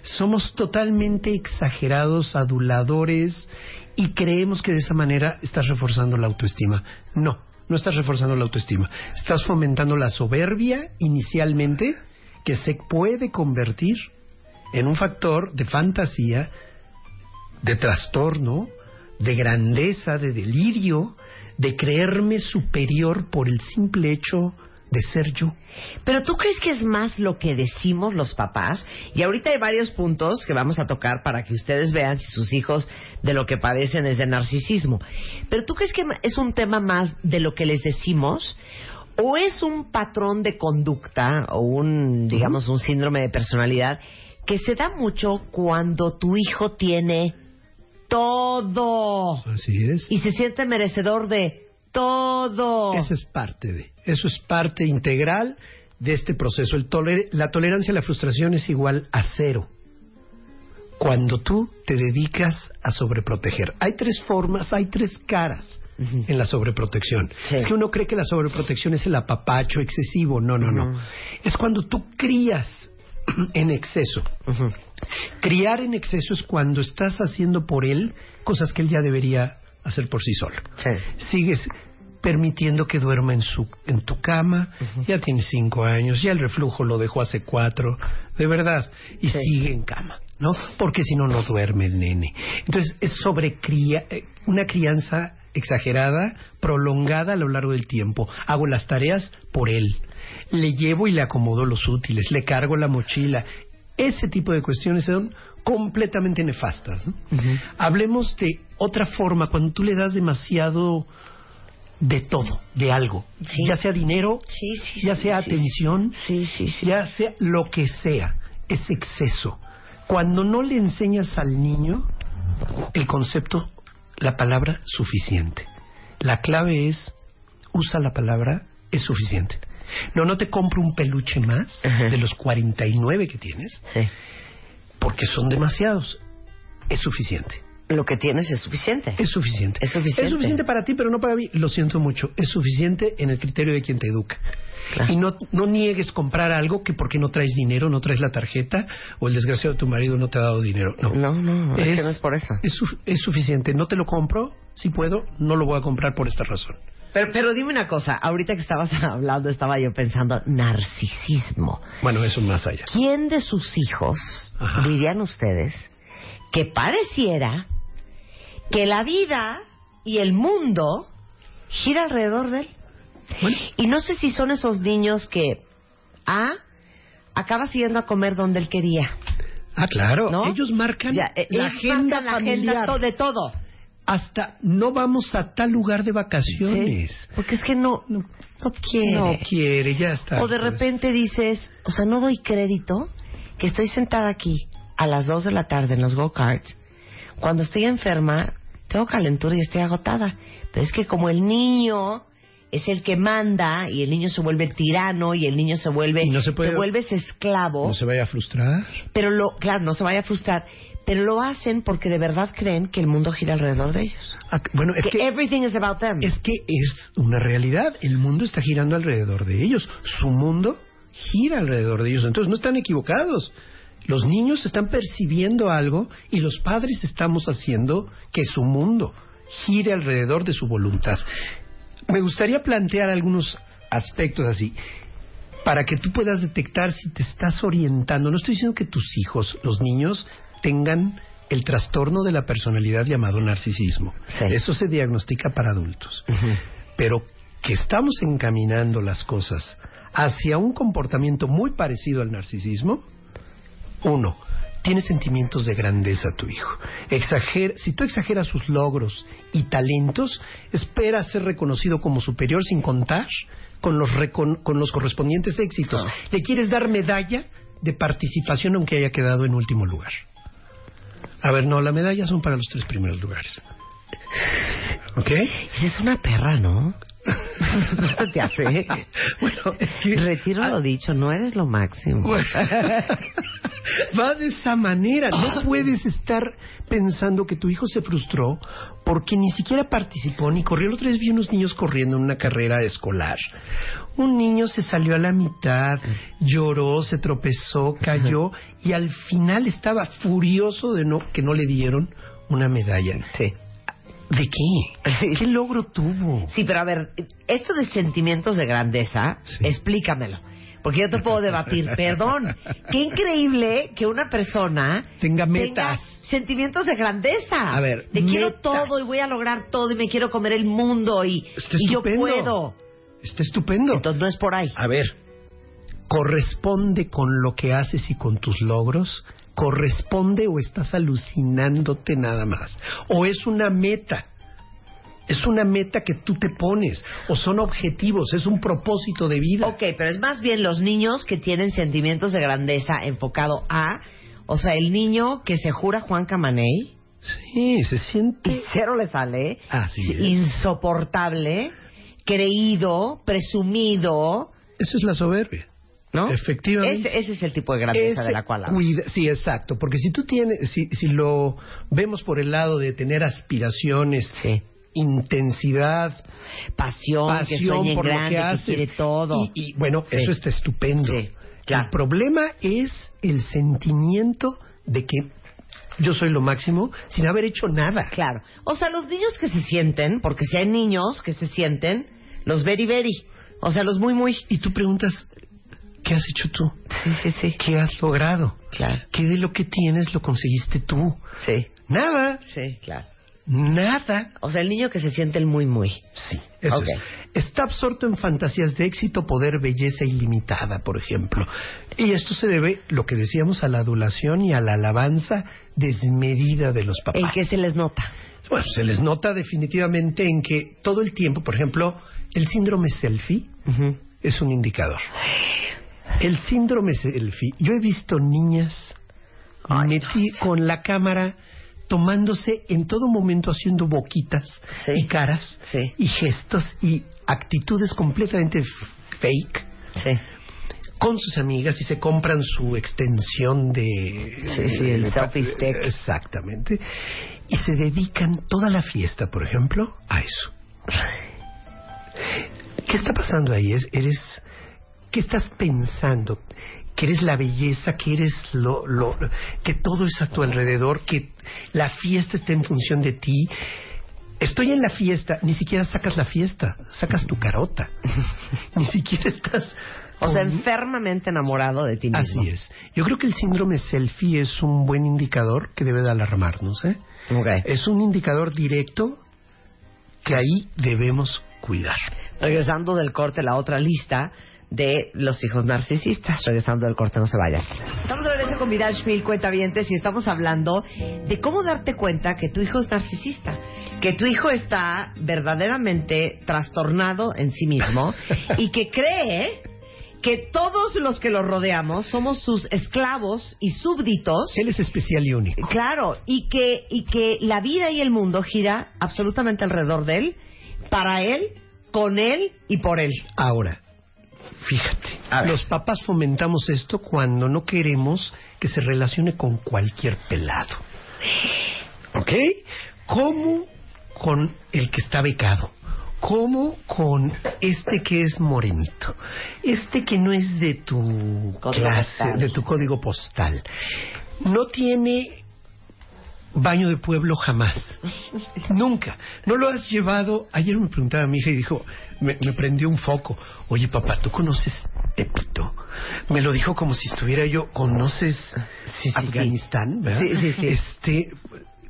Somos totalmente exagerados, aduladores y creemos que de esa manera estás reforzando la autoestima. No, no estás reforzando la autoestima. Estás fomentando la soberbia inicialmente que se puede convertir en un factor de fantasía, de trastorno, de grandeza, de delirio, de creerme superior por el simple hecho de ser yo. Pero tú crees que es más lo que decimos los papás? Y ahorita hay varios puntos que vamos a tocar para que ustedes vean si sus hijos de lo que padecen es de narcisismo. Pero tú crees que es un tema más de lo que les decimos? ¿O es un patrón de conducta o un, digamos, un síndrome de personalidad que se da mucho cuando tu hijo tiene todo Así es. y se siente merecedor de todo? Eso es parte de, eso es parte integral de este proceso. El toler- la tolerancia a la frustración es igual a cero cuando tú te dedicas a sobreproteger. Hay tres formas, hay tres caras en la sobreprotección. Sí. Es que uno cree que la sobreprotección es el apapacho excesivo. No, no, no. Es cuando tú crías <clears throat> en exceso. Criar en exceso es cuando estás haciendo por él cosas que él ya debería hacer por sí solo Sí. sigues permitiendo que duerma en, su, en tu cama. Ya tiene cinco años, ya el reflujo lo dejó hace cuatro, de verdad, y sigue en cama, ¿no? Porque si no, no duerme el nene. Entonces, es sobre una crianza exagerada, prolongada a lo largo del tiempo. Hago las tareas por él. Le llevo y le acomodo los útiles, le cargo la mochila. Ese tipo de cuestiones son completamente nefastas. ¿no? Hablemos de otra forma, cuando tú le das demasiado de todo, de algo, ya sea dinero, ya sea atención, ya sea lo que sea, es exceso. Cuando no le enseñas al niño el concepto, la palabra suficiente. La clave es, usa la palabra es suficiente. No, no te compro un peluche más de los 49 que tienes, porque son demasiados. Es suficiente. Lo que tienes es suficiente. Es suficiente. Es suficiente. Es suficiente para ti, pero no para mí. Lo siento mucho. Es suficiente en el criterio de quien te educa. Y no, no niegues comprar algo que porque no traes dinero, no traes la tarjeta o el desgraciado de tu marido no te ha dado dinero. No, no, no, es que no es por eso. Es, su- es suficiente. No te lo compro, si puedo, no lo voy a comprar por esta razón. Pero, pero dime una cosa, ahorita que <laughs> estabas hablando estaba yo pensando, narcisismo. Bueno, eso más allá. ¿Quién de sus hijos, dirían ustedes, que pareciera que la vida y el mundo gira alrededor de él? Y no sé si son esos niños que A acabas yendo a comer donde él quería. Ah, claro. ¿No? Ellos marcan Ya, eh, la ellos agenda marcan la familiar. agenda to- de todo. Hasta no vamos a tal lugar de vacaciones. Porque es que no, no, no quiere. No quiere, ya está. O de Pues, repente dices, o sea, no doy crédito que estoy sentada aquí a las 2 de la tarde en los go-karts. Cuando estoy enferma, tengo calentura y estoy agotada. Pero es que como el niño es el que manda y el niño se vuelve tirano y el niño se vuelve Y no se puede- te vuelves esclavo No se vaya a frustrar. pero lo claro no se vaya a frustrar pero lo hacen porque de verdad creen que el mundo gira alrededor de ellos Ah, Bueno, es que, que, everything is about them es que es una realidad. El mundo está girando alrededor de ellos. Su mundo gira alrededor de ellos. Entonces no están equivocados. Los niños están percibiendo algo y los padres estamos haciendo que su mundo gire alrededor de su voluntad. Me gustaría plantear algunos aspectos así para que tú puedas detectar si te estás orientando. No estoy diciendo que tus hijos, los niños, tengan el trastorno de la personalidad llamado narcisismo. Eso se diagnostica para adultos. Pero que estamos encaminando las cosas hacia un comportamiento muy parecido al narcisismo, uno, tiene sentimientos de grandeza tu hijo. Exager- si tú exageras sus logros y talentos, espera ser reconocido como superior sin contar con los, recon- con los correspondientes éxitos. Le quieres dar medalla de participación aunque haya quedado en último lugar. A ver, no, la medalla son para los tres primeros lugares. ¿Ok? Es una perra, ¿no? No te hace. bueno, es que... Retiro lo dicho, no eres lo máximo. Va de esa manera. No puedes estar pensando que tu hijo se frustró porque ni siquiera participó ni corrió. El otro día vi unos niños corriendo en una carrera escolar. Un niño se salió a la mitad, lloró, se tropezó, cayó y al final estaba furioso de no que no le dieron una medalla. ¿De <laughs> qué? ¿Qué logro tuvo? Sí, pero a ver, esto de sentimientos de grandeza, explícamelo. Porque yo te <laughs> puedo debatir, perdón. Qué increíble que una persona Tenga tenga metas. sentimientos de grandeza. A ver, de quiero metas. todo y voy a lograr todo y me quiero comer el mundo y, Está y yo estupendo. puedo. Está estupendo. Entonces no es por ahí. A ver, ¿corresponde con lo que haces y con tus logros? ¿Corresponde o estás alucinándote nada más? ¿O es una meta? Es una meta que tú te pones, o son objetivos, es un propósito de vida. Ok, pero es más bien los niños que tienen sentimientos de grandeza enfocado a, o sea, el niño que se jura Juan Camaney Sí, se siente. y cero le sale, Así es. insoportable, creído, presumido, Eso es la soberbia. ¿no? Efectivamente. Ese, ese es el tipo de grandeza Ese de la cual hablo. cuida- sí, exacto. Porque si tú tienes, si, si lo vemos por el lado de tener aspiraciones, intensidad, Pasión, que sueña en por lo grande, que que, haces. quiere todo. Y, y, bueno, Sí. eso está estupendo. Sí, claro. El problema es el sentimiento de que yo soy lo máximo sin haber hecho nada. Claro. O sea, los niños que se sienten, porque si hay niños que se sienten, los very very. O sea, los muy muy. Y tú preguntas, ¿qué has hecho tú? Sí, sí, sí. ¿Qué has logrado? Claro. ¿Qué de lo que tienes lo conseguiste tú? Sí. Nada. Sí, claro. Nada. O sea, el niño que se siente el muy muy. Sí, eso Ok. es. Está absorto en fantasías de éxito, poder, belleza ilimitada, por ejemplo. Y esto se debe, lo que decíamos, a la adulación y a la alabanza desmedida de los papás. El que se les nota. Bueno, se les nota definitivamente en que todo el tiempo, por ejemplo, el síndrome selfie es un indicador. El síndrome selfie, yo he visto niñas metí con la cámara tomándose en todo momento haciendo boquitas Sí. y caras Sí. y gestos y actitudes completamente fake Sí. con sus amigas y se compran su extensión de... Sí, sí, el de- selfie stick. Exactamente. Y se dedican toda la fiesta, por ejemplo, a eso. ¿Qué está pasando ahí? Es- eres, ¿Qué estás pensando? Que eres la belleza, que eres lo, lo... que todo es a tu alrededor, que la fiesta está en función de ti. Estoy en la fiesta, ni siquiera sacas la fiesta, sacas tu <laughs> carota. ni siquiera estás... O sea, con- enfermamente enamorado de ti mismo. Así es. Yo creo que el síndrome selfie es un buen indicador que debe de alarmarnos. ¿eh? Ok. Es un indicador directo que ahí debemos cuidar. Regresando del corte, la otra lista de los hijos narcisistas. Regresando del corte, no se vayan. Estamos de regreso con Vidal Schmil, cuentavientes, y estamos hablando de cómo darte cuenta que tu hijo es narcisista. Que tu hijo está verdaderamente trastornado en sí mismo y que cree que todos los que lo rodeamos somos sus esclavos y súbditos. Él es especial y único. Claro, y que, y que la vida y el mundo gira absolutamente alrededor de él, para él, con él y por él. Ahora, fíjate, A ver. los papás fomentamos esto cuando no queremos que se relacione con cualquier pelado. ¿Ok? Como con el que está becado. Como con este que es morenito, este que no es de tu Código clase, postal. de tu código postal, no tiene baño de pueblo <laughs> jamás. Nunca. No lo has llevado. Ayer me preguntaba mi hija y dijo, me, me prendió un foco. Oye, papá, ¿tú conoces Tepito? Me lo dijo como si estuviera yo, ¿conoces sí, sí. Afganistán? ¿verdad? Sí, sí, sí. Este,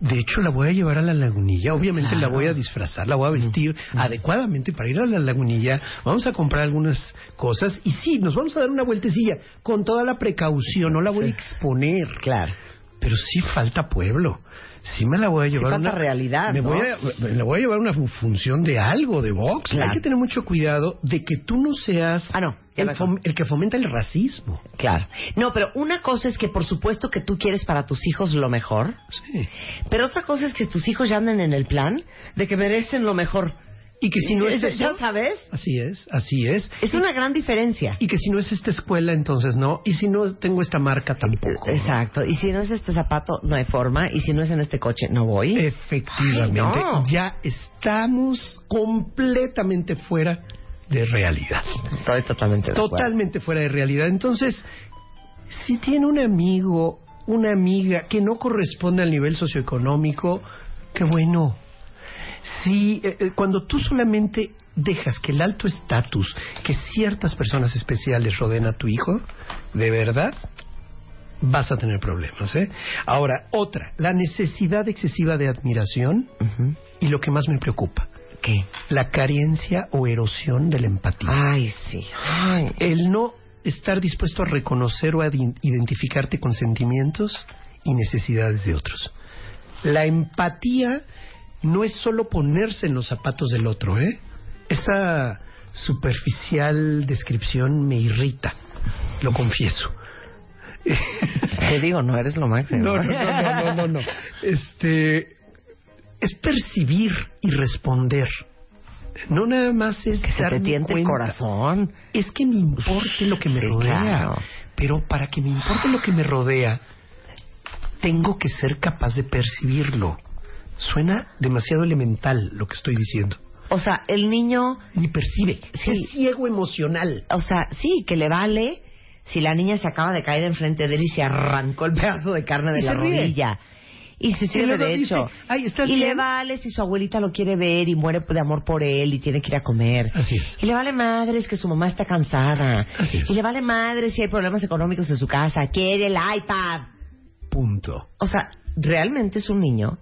de hecho, la voy a llevar a la lagunilla. Obviamente la voy a disfrazar, la voy a vestir adecuadamente para ir a la lagunilla. Vamos a comprar algunas cosas y sí, nos vamos a dar una vueltecilla con toda la precaución. No la voy a exponer. Claro. Pero sí falta pueblo. Sí me la voy a llevar falta una realidad, Me ¿no? voy a, me la voy a llevar una fu- función de algo, de box. Claro. Hay que tener mucho cuidado de que tú no seas Ah, no, ya el, me fom- el que fomenta el racismo. Claro. No, pero una cosa es que por supuesto que tú quieres para tus hijos lo mejor, Sí. pero otra cosa es que tus hijos ya anden en el plan de que merecen lo mejor. Y que si no es Ya- eso- ya sabes, Así es, así es. es una gran diferencia. Y que si no es esta escuela, entonces no. Y si no tengo esta marca, tampoco. Exacto. Y si no es este zapato, no hay forma. Y si no es en este coche, no voy. Efectivamente, Ay, no. ya estamos completamente fuera de realidad. Estoy totalmente de acuerdo. totalmente fuera de realidad. Entonces, si tiene un amigo, una amiga que no corresponde al nivel socioeconómico, qué bueno. Si eh, eh, cuando tú solamente dejas que el alto estatus, que ciertas personas especiales rodeen a tu hijo, de verdad vas a tener problemas, ¿eh? Ahora, otra, la necesidad excesiva de admiración Ujú. y lo que más me preocupa, ¿Qué? la carencia o erosión de la empatía Ay, sí. Ay. el no estar dispuesto a reconocer o a din- identificarte con sentimientos y necesidades de otros. La empatía no es solo ponerse en los zapatos del otro, ¿eh? Esa superficial descripción me irrita, lo confieso. Te digo, no eres lo máximo. No, no, no, no, no, no, no. <laughs> Este es percibir y responder. No nada más es Que se te darme tiente el cuenta. corazón. Es que me importe lo que me Sí, rodea. claro. Pero para que me importe lo que me rodea, tengo que ser capaz de percibirlo. Suena demasiado elemental lo que estoy diciendo. O sea, el niño, Ni percibe. Sí. Es ciego emocional. o sea, sí, que le vale si la niña se acaba de caer enfrente de él y se arrancó el pedazo de carne de Y la se ríe. rodilla. Y se sirve luego de dice, hecho. "Ay, ¿estás y le bien?". vale si su abuelita lo quiere ver y muere de amor por él y tiene que ir a comer. Así es. Y le vale madres que su mamá está cansada. Y le vale madres si hay problemas económicos en su casa. Quiere el iPad. Punto. O sea, realmente es un niño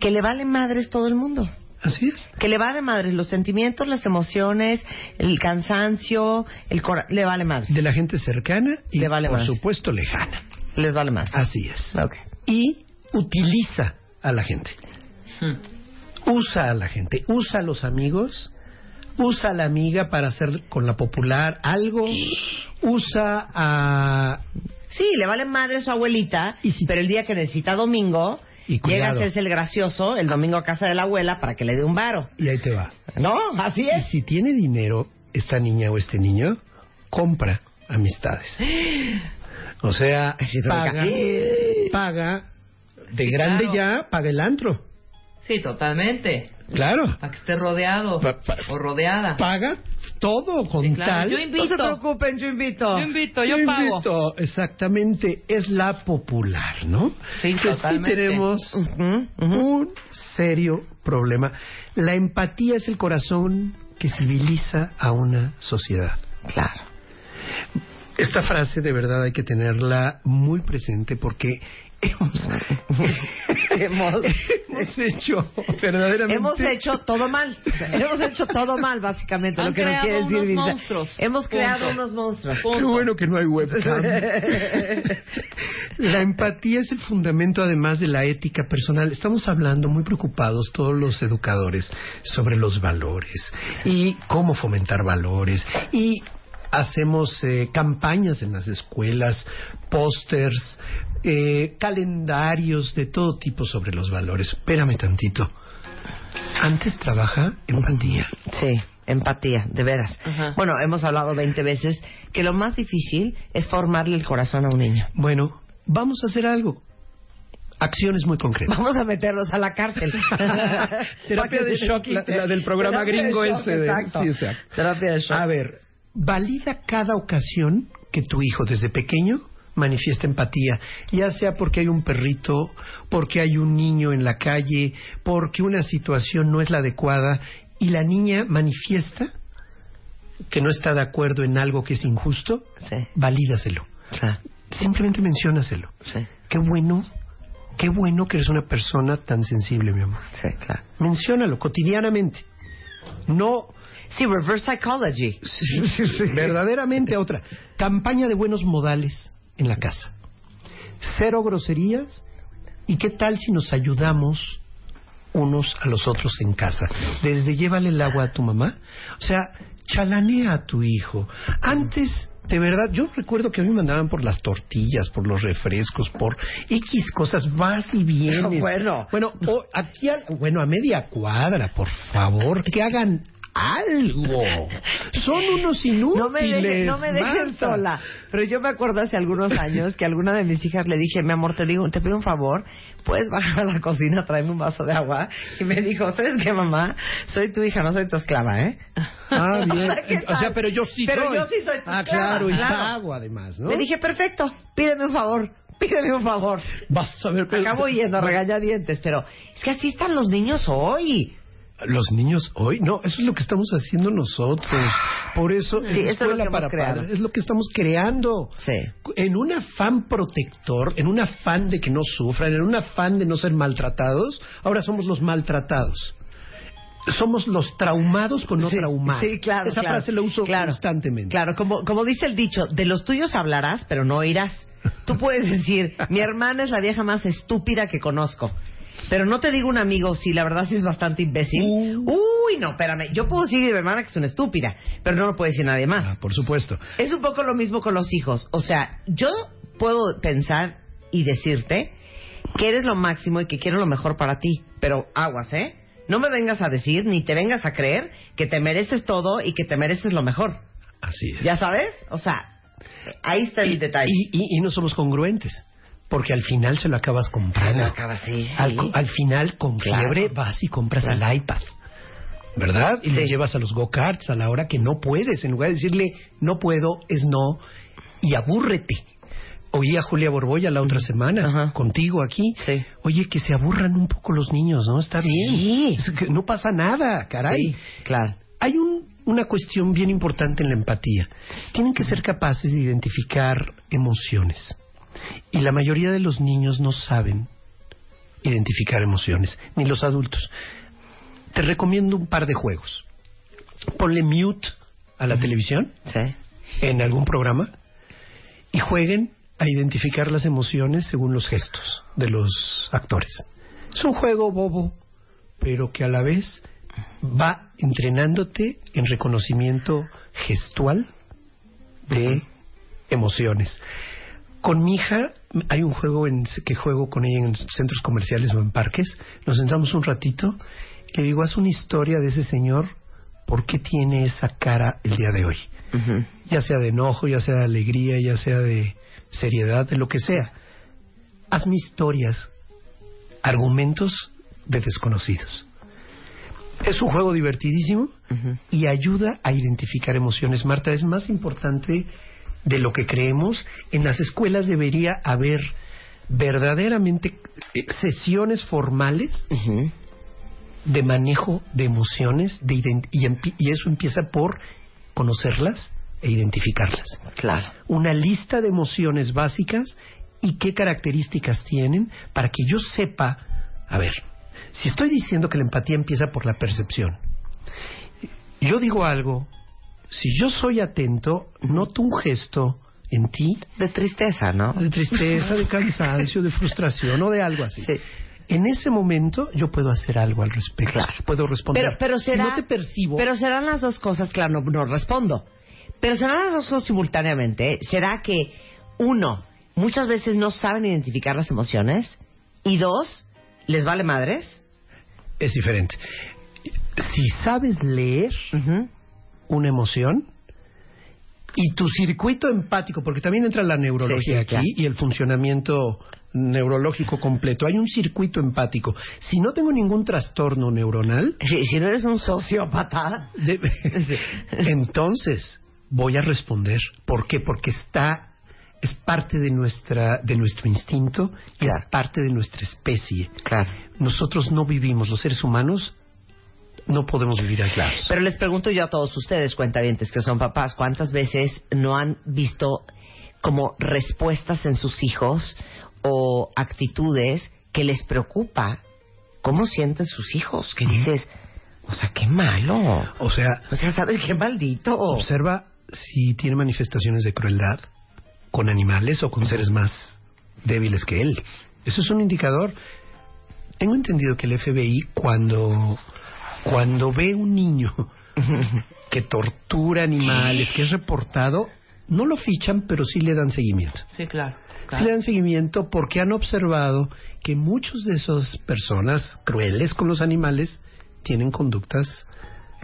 que le vale madres todo el mundo. Así es. Que le vale madres los sentimientos, las emociones, el cansancio, el cora- le vale madres. De la gente cercana y, Le vale por madres. supuesto, lejana. Les vale más. Así es. Y utiliza a la gente. Hmm. Usa a la gente, usa a los amigos, usa a la amiga para hacer con la popular algo, usa a... Sí, le vale madre su abuelita, pero el día que necesita domingo, Y llega a cuidado. hacerse el gracioso el domingo a casa de la abuela para que le dé un varo. Y ahí te va. No, así es. Y si tiene dinero esta niña o este niño, compra <gasps> amistades. O sea, paga, paga de grande ya, paga el antro. Sí, totalmente. Claro. Para que esté rodeado o rodeada. Paga todo con Ah. Sí, claro. tal. Yo invito. No se preocupen, yo invito. Yo invito, yo pago. invito, exactamente. Es la popular, ¿no? Sí, que sí totalmente. tenemos un serio problema. La empatía es el corazón que civiliza a una sociedad. Claro. Esta frase de verdad hay que tenerla muy presente porque <laughs> hemos, <laughs> hemos, hecho verdaderamente Hemos hecho todo mal. Hemos hecho todo mal, básicamente, Han lo que nos creado quiere decir unos Vinza. monstruos. Hemos Punto. creado unos monstruos. Qué bueno que no hay webcam. La empatía es el fundamento además de la ética personal. Estamos hablando muy preocupados todos los educadores sobre los valores y cómo fomentar valores y hacemos eh, campañas en las escuelas, pósters, eh, calendarios de todo tipo sobre los valores. Espérame tantito. Antes trabaja empatía. Sí, empatía, de veras. Bueno, hemos hablado 20 veces que lo más difícil es formarle el corazón a un niño. Bueno, vamos a hacer algo. Acciones muy concretas. <laughs> Vamos a meterlos a la cárcel. <laughs> Terapia de shock, la, la del programa Terapia de gringo shock, ese. De, exacto. sí, exacto. Terapia de shock. A ver, valida cada ocasión que tu hijo desde pequeño manifiesta empatía, ya sea porque hay un perrito, porque hay un niño en la calle, porque una situación no es la adecuada y la niña manifiesta que no está de acuerdo en algo que es injusto, valídaselo. Simplemente menciónaselo. Qué bueno, qué bueno que eres una persona tan sensible, mi amor. Sí, claro. Menciónalo cotidianamente. No. Sí, reverse psychology. Verdaderamente otra. Campaña de buenos modales en la casa. Cero groserías. ¿Y qué tal si nos ayudamos unos a los otros en casa? Desde llévale el agua a tu mamá. O sea, chalanea a tu hijo. Antes, de verdad, yo recuerdo que a mí me mandaban por las tortillas, por los refrescos, por X cosas. Vas y vienes. <laughs> Bueno. Bueno, o aquí al- bueno, a media cuadra, por favor, que hagan algo. Son unos inútiles. <laughs> No me, dejen, no me dejen Marta. sola. Pero yo me acuerdo hace algunos años que a alguna de mis hijas le dije, mi amor, te digo, te pido un favor, puedes bajar a la cocina, traerme un vaso de agua. Y me dijo, ¿sabes qué, mamá? Soy tu hija, no soy tu esclava, ¿eh? Ah, bien. <laughs> O sea, ¿qué O sea, tal? pero yo sí Pero soy. yo sí soy tu Ah, esclava, claro, y claro. pago además, ¿no? Le dije, perfecto, pídeme un favor, pídeme un favor. Vas a ver, pero- Acabo yendo a regañadientes, pero es que así están los niños hoy. Los niños hoy, no, eso es lo que estamos haciendo nosotros. Por eso Sí, es eso es lo escuela que hemos para creado. padres, es lo que estamos creando. En un afán protector, en un afán de que no sufran, en un afán de no ser maltratados, ahora somos los maltratados. Somos los traumados con no traumar. sí, claro, Esa claro, frase la uso claro. constantemente. Claro, como, como dice el dicho, de los tuyos hablarás, pero no oirás. Tú puedes decir, mi hermana es la vieja más estúpida que conozco. Pero no te digo un amigo, si la verdad sí es bastante imbécil. Uh. Uy, no, espérame. Yo puedo decir de mi hermana que es una estúpida, pero no lo puede decir nadie más. Ah, Por supuesto. Es un poco lo mismo con los hijos. O sea, yo puedo pensar y decirte que eres lo máximo y que quiero lo mejor para ti, pero aguas, ¿eh? No me vengas a decir ni te vengas a creer que te mereces todo y que te mereces lo mejor. Así es. ¿Ya sabes? O sea, ahí está el detalle. Y, y- y no somos congruentes. Porque al final se lo acabas comprando. Se lo acabas, sí, sí. Al, co- al final, con Claro. fiebre, vas y compras al iPad. ¿Verdad? Y le llevas a los go-karts a la hora que no puedes. En lugar de decirle, no puedo, es no. Y abúrrete. oí a Julia Borboya la otra semana contigo aquí. Oye, que se aburran un poco los niños, ¿no? Está bien. Es que no pasa nada, caray. claro. Hay un- una cuestión bien importante en la empatía. Tienen que ser capaces de identificar emociones. Y la mayoría de los niños no saben identificar emociones, ni los adultos. Te recomiendo un par de juegos. Ponle mute a la televisión en algún programa y jueguen a identificar las emociones según los gestos de los actores. Es un juego bobo, pero que a la vez va entrenándote en reconocimiento gestual de emociones. Con mi hija hay un juego en, que juego con ella en centros comerciales o en parques. Nos sentamos un ratito y le digo, haz una historia de ese señor, ¿por qué tiene esa cara el día de hoy? Ya sea de enojo, ya sea de alegría, ya sea de seriedad, de lo que sea. Hazme historias, argumentos de desconocidos. Es un juego divertidísimo y ayuda a identificar emociones. Marta, es más importante de lo que creemos. En las escuelas debería haber verdaderamente eh, sesiones formales de manejo de emociones de ident- y, empi- y eso empieza por conocerlas e identificarlas. Claro. Una lista de emociones básicas y qué características tienen para que yo sepa, a ver, si estoy diciendo que la empatía empieza por la percepción, yo digo algo, si yo soy atento, noto un gesto en ti. De tristeza, ¿no? De tristeza, de cansancio, de frustración o de algo así. En ese momento yo puedo hacer algo al respecto. Puedo responder. Pero, pero Si será, no te percibo. Pero serán las dos cosas, claro, no, no respondo. Pero serán las dos cosas simultáneamente. ¿eh? ¿Será que, uno, muchas veces no saben identificar las emociones? Y dos, ¿les vale madres? Es diferente. Si sabes leer una emoción y tu circuito empático, porque también entra la neurología Sí, sí, claro. aquí y el funcionamiento neurológico completo, hay un circuito empático. Si no tengo ningún trastorno neuronal, si, no eres un sociópata, <laughs> entonces voy a responder. ¿Por qué? Porque está es parte de nuestra de nuestro instinto y es parte de nuestra especie. Claro. Nosotros no vivimos, los seres humanos no podemos vivir aislados. Pero les pregunto yo a todos ustedes, cuentavientes que son papás, ¿cuántas veces no han visto como respuestas en sus hijos o actitudes que les preocupa cómo sienten sus hijos? Que dices, o sea, qué malo. O sea, o sea, ¿sabes qué maldito? Observa si tiene manifestaciones de crueldad con animales o con seres más débiles que él. Eso es un indicador. Tengo entendido que el FBI cuando cuando ve un niño que tortura animales, que es reportado, no lo fichan, pero sí le dan seguimiento. Sí, claro. Sí le dan seguimiento porque han observado que muchos de esas personas crueles con los animales tienen conductas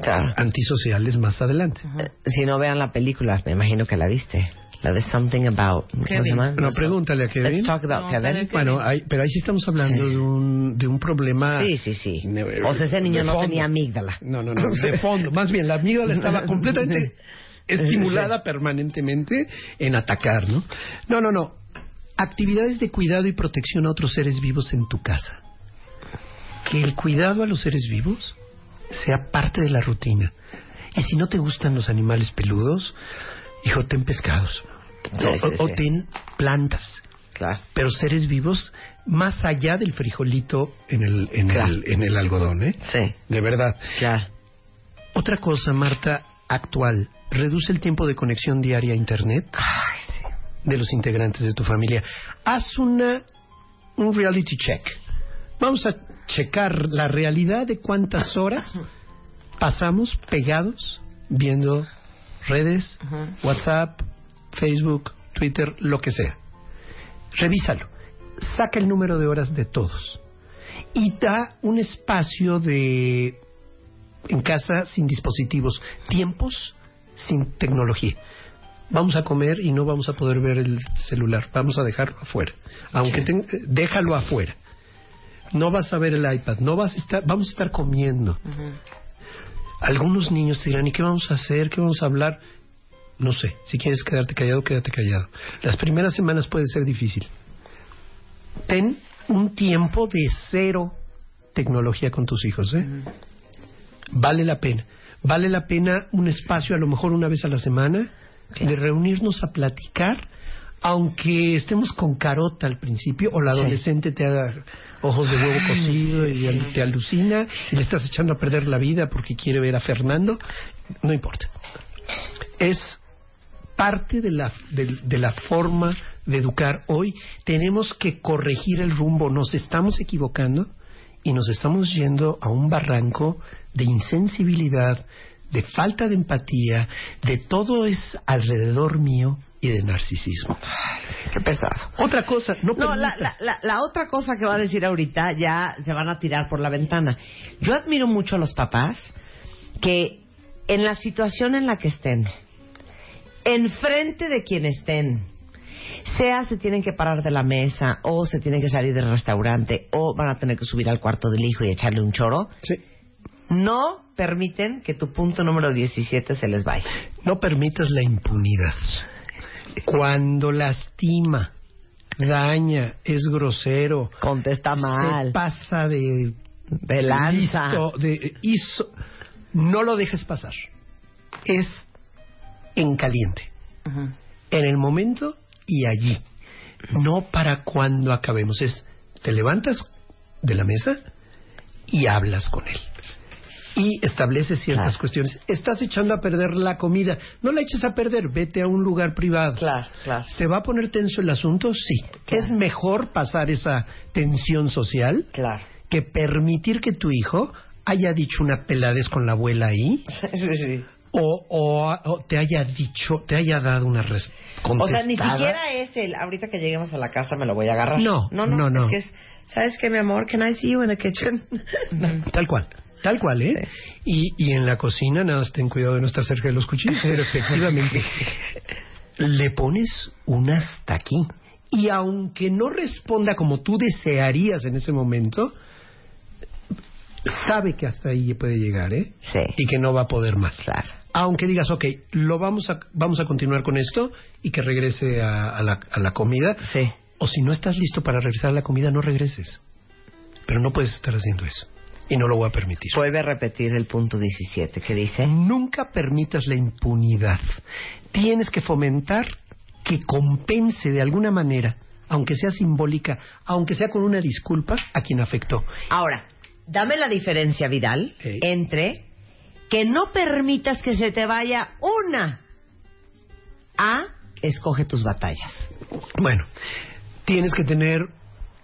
ah. antisociales más adelante. eh, Si no vean la película, me imagino que la viste. La de Something About. ¿cómo se llama? No, pregúntale a Kevin. Let's talk about Kevin. Bueno, ahí- pero ahí sí estamos hablando de, un, de un problema. Sí, sí, sí. Ne- O sea, ese niño de no fondo. tenía amígdala. No, no, no, de fondo. Más bien, la amígdala estaba <laughs> completamente estimulada permanentemente en atacar, ¿no? No, no, no. Actividades de cuidado y protección a otros seres vivos en tu casa. Que el cuidado a los seres vivos sea parte de la rutina. Y si no te gustan los animales peludos, hijo, ten pescados. Sí, sí, O, o sí. ten plantas. Pero seres vivos más allá del frijolito en el, en el, en el algodón, ¿eh? Sí. De verdad. Claro. Otra cosa, Marta, actual. Reduce el tiempo de conexión diaria a Internet de los integrantes de tu familia. Haz una, un reality check. Vamos a checar la realidad de cuántas horas pasamos pegados viendo redes, WhatsApp, Facebook, Twitter, lo que sea. Revísalo. Saca el número de horas de todos. Y da un espacio de en casa sin dispositivos, tiempos sin tecnología. Vamos a comer y no vamos a poder ver el celular, vamos a dejarlo afuera. Aunque ten- eh, déjalo afuera. No vas a ver el iPad, no vas a estar, vamos a estar comiendo. Algunos niños te dirán, ¿y qué vamos a hacer? ¿Qué vamos a hablar? No sé. Si quieres quedarte callado, quédate callado. Las primeras semanas puede ser difícil. Ten un tiempo de cero tecnología con tus hijos, ¿eh? Vale la pena. Vale la pena un espacio, a lo mejor una vez a la semana, de reunirnos a platicar, aunque estemos con carota al principio, o la Sí. adolescente te haga ojos de huevo cocido y al- te alucina y le estás echando a perder la vida porque quiere ver a Fernando, no importa. Es parte de la, de, de la forma de educar hoy. Tenemos que corregir el rumbo, nos estamos equivocando y nos estamos yendo a un barranco de insensibilidad, de falta de empatía, de todo es alrededor mío y de narcisismo. Qué pesado. Otra cosa, no, No, la, la- la- la otra cosa que va a decir ahorita ya se van a tirar por la ventana. Yo admiro mucho a los papás que en la situación en la que estén, enfrente de quien estén, sea se tienen que parar de la mesa o se tienen que salir del restaurante o van a tener que subir al cuarto del hijo y echarle un choro, no permiten que tu punto número 17 se les vaya. No permitas la impunidad. Cuando lastima, daña, es grosero, contesta mal. se pasa de, de lanza. de- hizo- no lo dejes pasar. Es en caliente, en el momento y allí. No para cuando acabemos. Es te levantas de la mesa y hablas con él y establece ciertas cuestiones. Estás echando a perder la comida. No la eches a perder, vete a un lugar privado. Claro, claro. ¿Se va a poner tenso el asunto? Sí. Es mejor pasar esa tensión social <laughs> que permitir que tu hijo haya dicho una peladez con la abuela ahí. O, o- o te haya dicho, te haya dado una respuesta. O sea, ni siquiera es el, ahorita que lleguemos a la casa me lo voy a agarrar. No, no, no. no, no. Es que es, ¿sabes qué, mi amor? Can I see you in the kitchen? <laughs> Tal cual, tal cual, ¿eh? Y, y en la cocina, nada más ten cuidado de no estar cerca de los cuchillos, pero efectivamente le pones un hasta aquí. Y aunque no responda como tú desearías en ese momento, sabe que hasta ahí puede llegar, ¿eh? Sí. Y que no va a poder más. Aunque digas, ok, lo vamos a, vamos a continuar con esto y que regrese a, a la, a la comida. Sí. O si no estás listo para regresar a la comida, no regreses. Pero no puedes estar haciendo eso. Y no lo voy a permitir. Vuelve a repetir el punto 17 que dice. Nunca permitas la impunidad. Tienes que fomentar que compense de alguna manera, aunque sea simbólica, aunque sea con una disculpa, a quien afectó. Ahora, dame la diferencia, Vidal, entre que no permitas que se te vaya una a escoge tus batallas. Bueno, tienes que tener,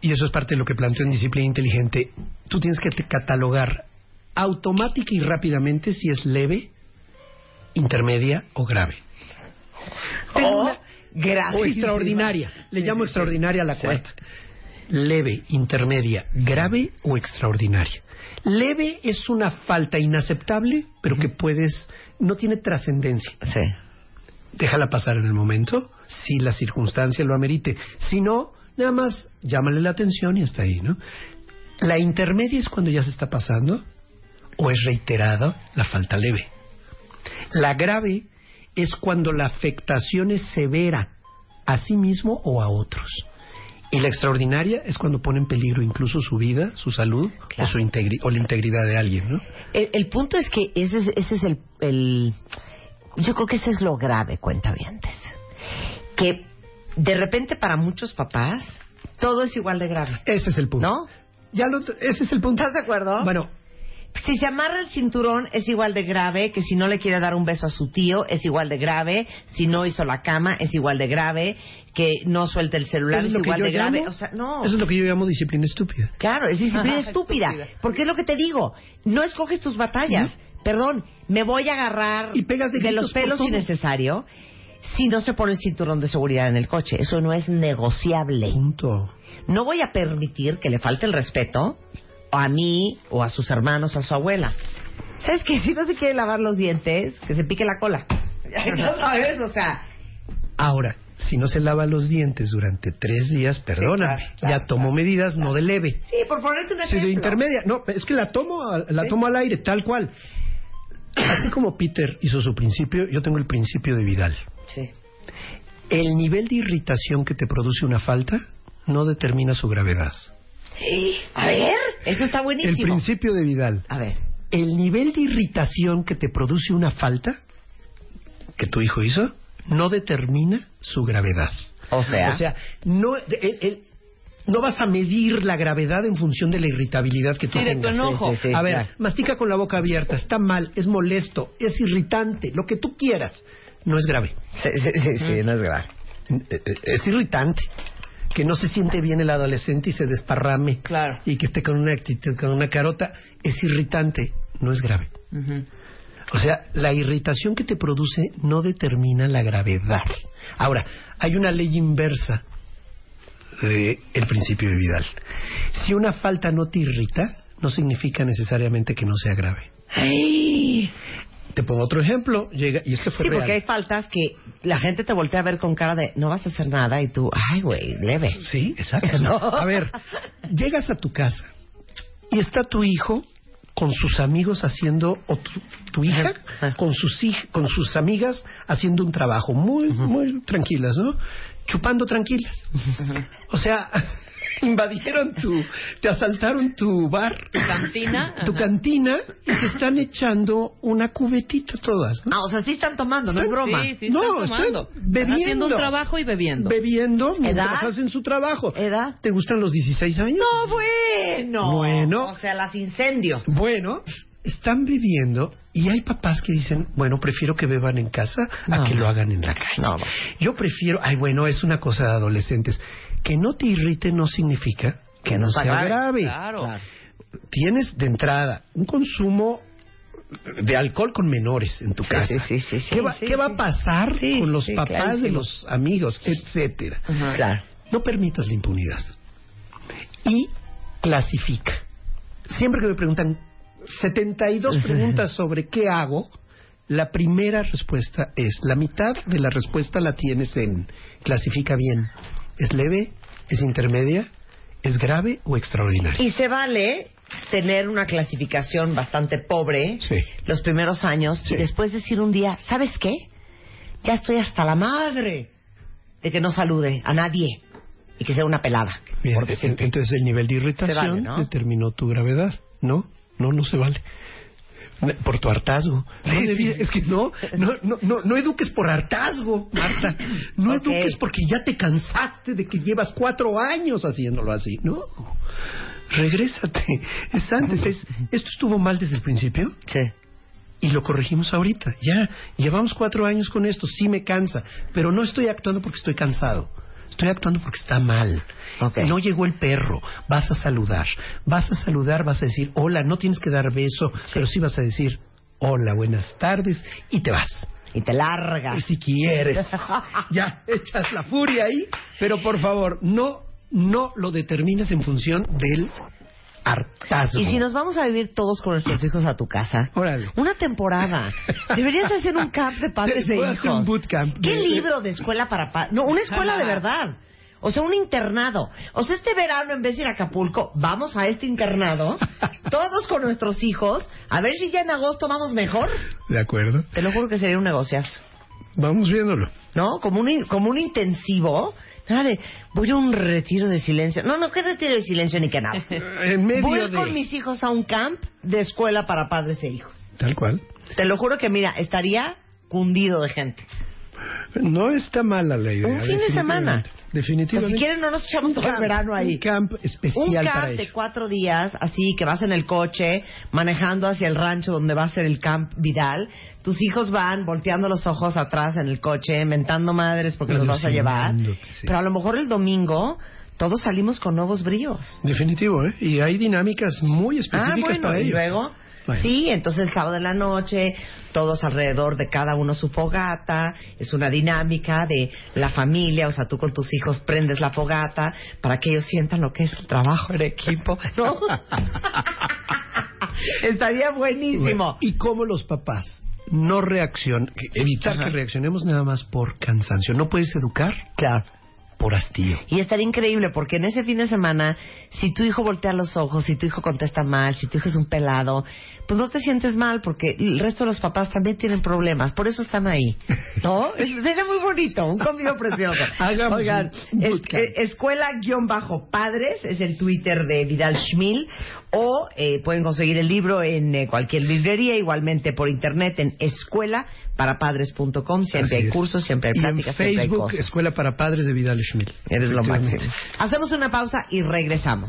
y eso es parte de lo que planteo en Disciplina Inteligente, tú tienes que te- catalogar automática y rápidamente si es leve, intermedia o grave. O grave. O extraordinaria. Le llamo extraordinaria a la cuarta. Leve, intermedia, grave o extraordinaria. Leve es una falta inaceptable, pero que puedes, no tiene trascendencia. Déjala pasar en el momento, si la circunstancia lo amerite. Si no, nada más llámale la atención y hasta ahí, ¿no? La intermedia es cuando ya se está pasando o es reiterada la falta leve. La grave es cuando la afectación es severa a sí mismo o a otros. Y la extraordinaria es cuando pone en peligro incluso su vida, su salud o, su integri- o la integridad de alguien, ¿no? El, el punto es que ese es, ese es el, el- Yo creo que ese es lo grave, cuenta antes. Que de repente para muchos papás todo es igual de grave. Ese es el punto. ¿No? Ya lo, ese es el punto. ¿Estás de acuerdo? Bueno. Si se amarra el cinturón es igual de grave que si no le quiere dar un beso a su tío es igual de grave, si no hizo la cama es igual de grave, que no suelta el celular Eso es, es lo que igual yo de grave. llamo- O sea, no. Eso es lo que yo llamo disciplina estúpida. Claro, <laughs> es disciplina Ajá, estúpida. Porque es lo que te digo. No escoges tus batallas. Perdón, me voy a agarrar de, los gritos por pelos todo. innecesario si no se pone el cinturón de seguridad en el coche. Eso no es negociable. No voy a permitir que le falte el respeto a mí o a sus hermanos o a su abuela. ¿Sabes qué? <laughs> Si no se quiere lavar los dientes, que se pique la cola. <laughs> Ya sabes, o sea, Ahora, si no se lava los dientes durante tres días, perdona, ya tomo medidas no de leve. sí, por ponerte una Sí, de intermedia. No, es que la tomo, al- la tomo al aire, tal cual. así como Peter hizo su principio, yo tengo el principio de Vidal. Sí. El nivel de irritación que te produce una falta no determina su gravedad. A ver, eso está El buenísimo. principio de Vidal. A ver. El nivel de irritación que te produce una falta que tu hijo hizo no determina su gravedad. O sea. O sea, no, el- el- no vas a medir la gravedad en función de la irritabilidad que tú Sí, de tu tengas. enojo. Sí, sí, sí, a ver, claro. mastica con la boca abierta, está mal, es molesto, es irritante, lo que tú quieras, no es grave. Mm. Eh, Sí, sí, sí, sí, no es grave. Es irritante. Que no se siente bien el adolescente y se desparrame. Claro. Y que esté con una actitud, con una carota, es irritante, no es grave. O sea, la irritación que te produce no determina la gravedad. Ahora, hay una ley inversa del principio de Vidal. Si una falta no te irrita, no significa necesariamente que no sea grave. Te pongo otro ejemplo. Llega, y este fue Sí, real. porque hay faltas que la gente te voltea a ver con cara de no vas a hacer nada y tú, ay, güey, leve. Sí, exacto. No. A ver, llegas a tu casa y está tu hijo con sus amigos haciendo, o tu, tu hija con sus, hij- con sus amigas haciendo un trabajo muy, muy tranquilas, ¿no? Chupando tranquilas. O sea, <laughs> invadieron tu, te asaltaron tu bar, Cantina. tu cantina y se están echando una cubetita todas, ¿no? Ah, o sea, sí están tomando, no es Están- broma. Sí, sí, no, están tomando. están Están bebiendo. haciendo un trabajo y bebiendo. Bebiendo mientras ¿Edad? hacen su trabajo. ¿Edad? ¿Te gustan los 16 años? No, bueno. Bueno. O sea, las incendio. Bueno, están bebiendo y hay papás que dicen, bueno, prefiero que beban en casa No. a que lo hagan en la calle. No. Yo prefiero, ay, bueno, es una cosa de adolescentes. Que no te irrite no significa que no sea grave, grave. Claro. <laughs> Tienes de entrada un consumo de alcohol con menores en tu Sí, casa. sí, sí, sí, sí, ¿Qué, va, sí, qué va sí. a pasar Sí, con los sí, papás de clarísimo. los amigos, etcétera? Ajá. Claro. No permitas la impunidad. Y clasifica. Siempre que me preguntan <laughs> 72 preguntas sobre qué hago, la primera respuesta es, la mitad de la respuesta la tienes en clasifica bien. ¿Es leve? ¿Es intermedia? ¿Es grave o extraordinario? Y se vale tener una clasificación bastante pobre Sí. los primeros años Sí. y después decir un día, ¿sabes qué? Ya estoy hasta la madre de que no salude a nadie y que sea una pelada. Bien, eh, por decirte. entonces el nivel de irritación vale, ¿no? determinó tu gravedad, ¿no? No, no se vale. Por tu hartazgo. No debí- Es que no, no, no, no, no eduques por hartazgo, Marta. No Ok. eduques porque ya te cansaste de que llevas cuatro años haciéndolo así. No, regrésate. Es antes. es- esto estuvo mal desde el principio Sí. y lo corregimos ahorita. Ya, llevamos cuatro años con esto, sí me cansa, pero no estoy actuando porque estoy cansado. Estoy actuando porque está mal. Ok. No llegó el perro. Vas a saludar. Vas a saludar, vas a decir hola. No tienes que dar beso, pero sí vas a decir hola, buenas tardes y te vas. Y te largas. Y si <laughs> quieres, ya echas la furia ahí, pero por favor, no, no lo determines en función del hartazgo. Y si nos vamos a vivir todos con nuestros hijos a tu casa, Órale. una temporada. Deberías hacer un camp de padres de Puedo hijos. hacer un bootcamp. ¿Qué De- de- libro de escuela para padres? No, una escuela de verdad. O sea, un internado. O sea, este verano, en vez de ir a Acapulco, vamos a <laughs> este internado, todos con nuestros hijos, a ver si ya en agosto vamos mejor. ¿De acuerdo? Te lo juro que sería un negociazo. Vamos <laughs> viéndolo. ¿no? Como un, in- como un intensivo. Nada de, voy a un retiro de silencio. No, no, ¿qué retiro de silencio ni que nada? En medio voy de- con mis hijos a un camp de escuela para padres e hijos. Tal cual. Te lo juro que, mira, estaría cundido de gente. No está mala la idea. Un fin de semana. definitivamente. O sea, si Definitivamente. quieren, no nos echamos todo el Camp, verano ahí. Un camp especial Un camp para de ello. cuatro días, así que vas en el coche, manejando hacia el rancho donde va a ser el camp Vidal. Tus hijos van volteando los ojos atrás en el coche, mentando madres porque los vas a llevar. Alucinándote, sí. Pero a lo mejor el domingo todos salimos con nuevos bríos. Definitivo, ¿eh? Y hay dinámicas muy específicas Ah, bueno, para y ello. luego. Bueno. Sí, entonces el sábado de la noche, todos alrededor de cada uno su fogata, es una dinámica de la familia, o sea, tú con tus hijos prendes la fogata para que ellos sientan lo que es el trabajo en equipo, <laughs> ¿no? Estaría buenísimo. Bueno, Y cómo los papás no reaccionan, evitar que reaccionemos nada más por cansancio. No puedes educar Claro. por hastío. Y estaría increíble porque en ese fin de semana, si tu hijo voltea los ojos, si tu hijo contesta mal, si tu hijo es un pelado, pues no te sientes mal porque el resto de los papás también tienen problemas, por eso están ahí. <laughs> ¿No? Es- Sería muy bonito, un convivio precioso. Hagamos Oigan, un es- bootcamp. eh, escuela-padres es el Twitter de Vidal Schmil o eh, pueden conseguir el libro en eh, cualquier librería, igualmente por internet en escuelaparapadres.com. Siempre Así hay es. cursos, siempre hay Y en pláticas, siempre hay Facebook, cosas. Escuela para Padres de Vidal Schmil. Eres lo Efectivamente. máximo. Hacemos una pausa y regresamos.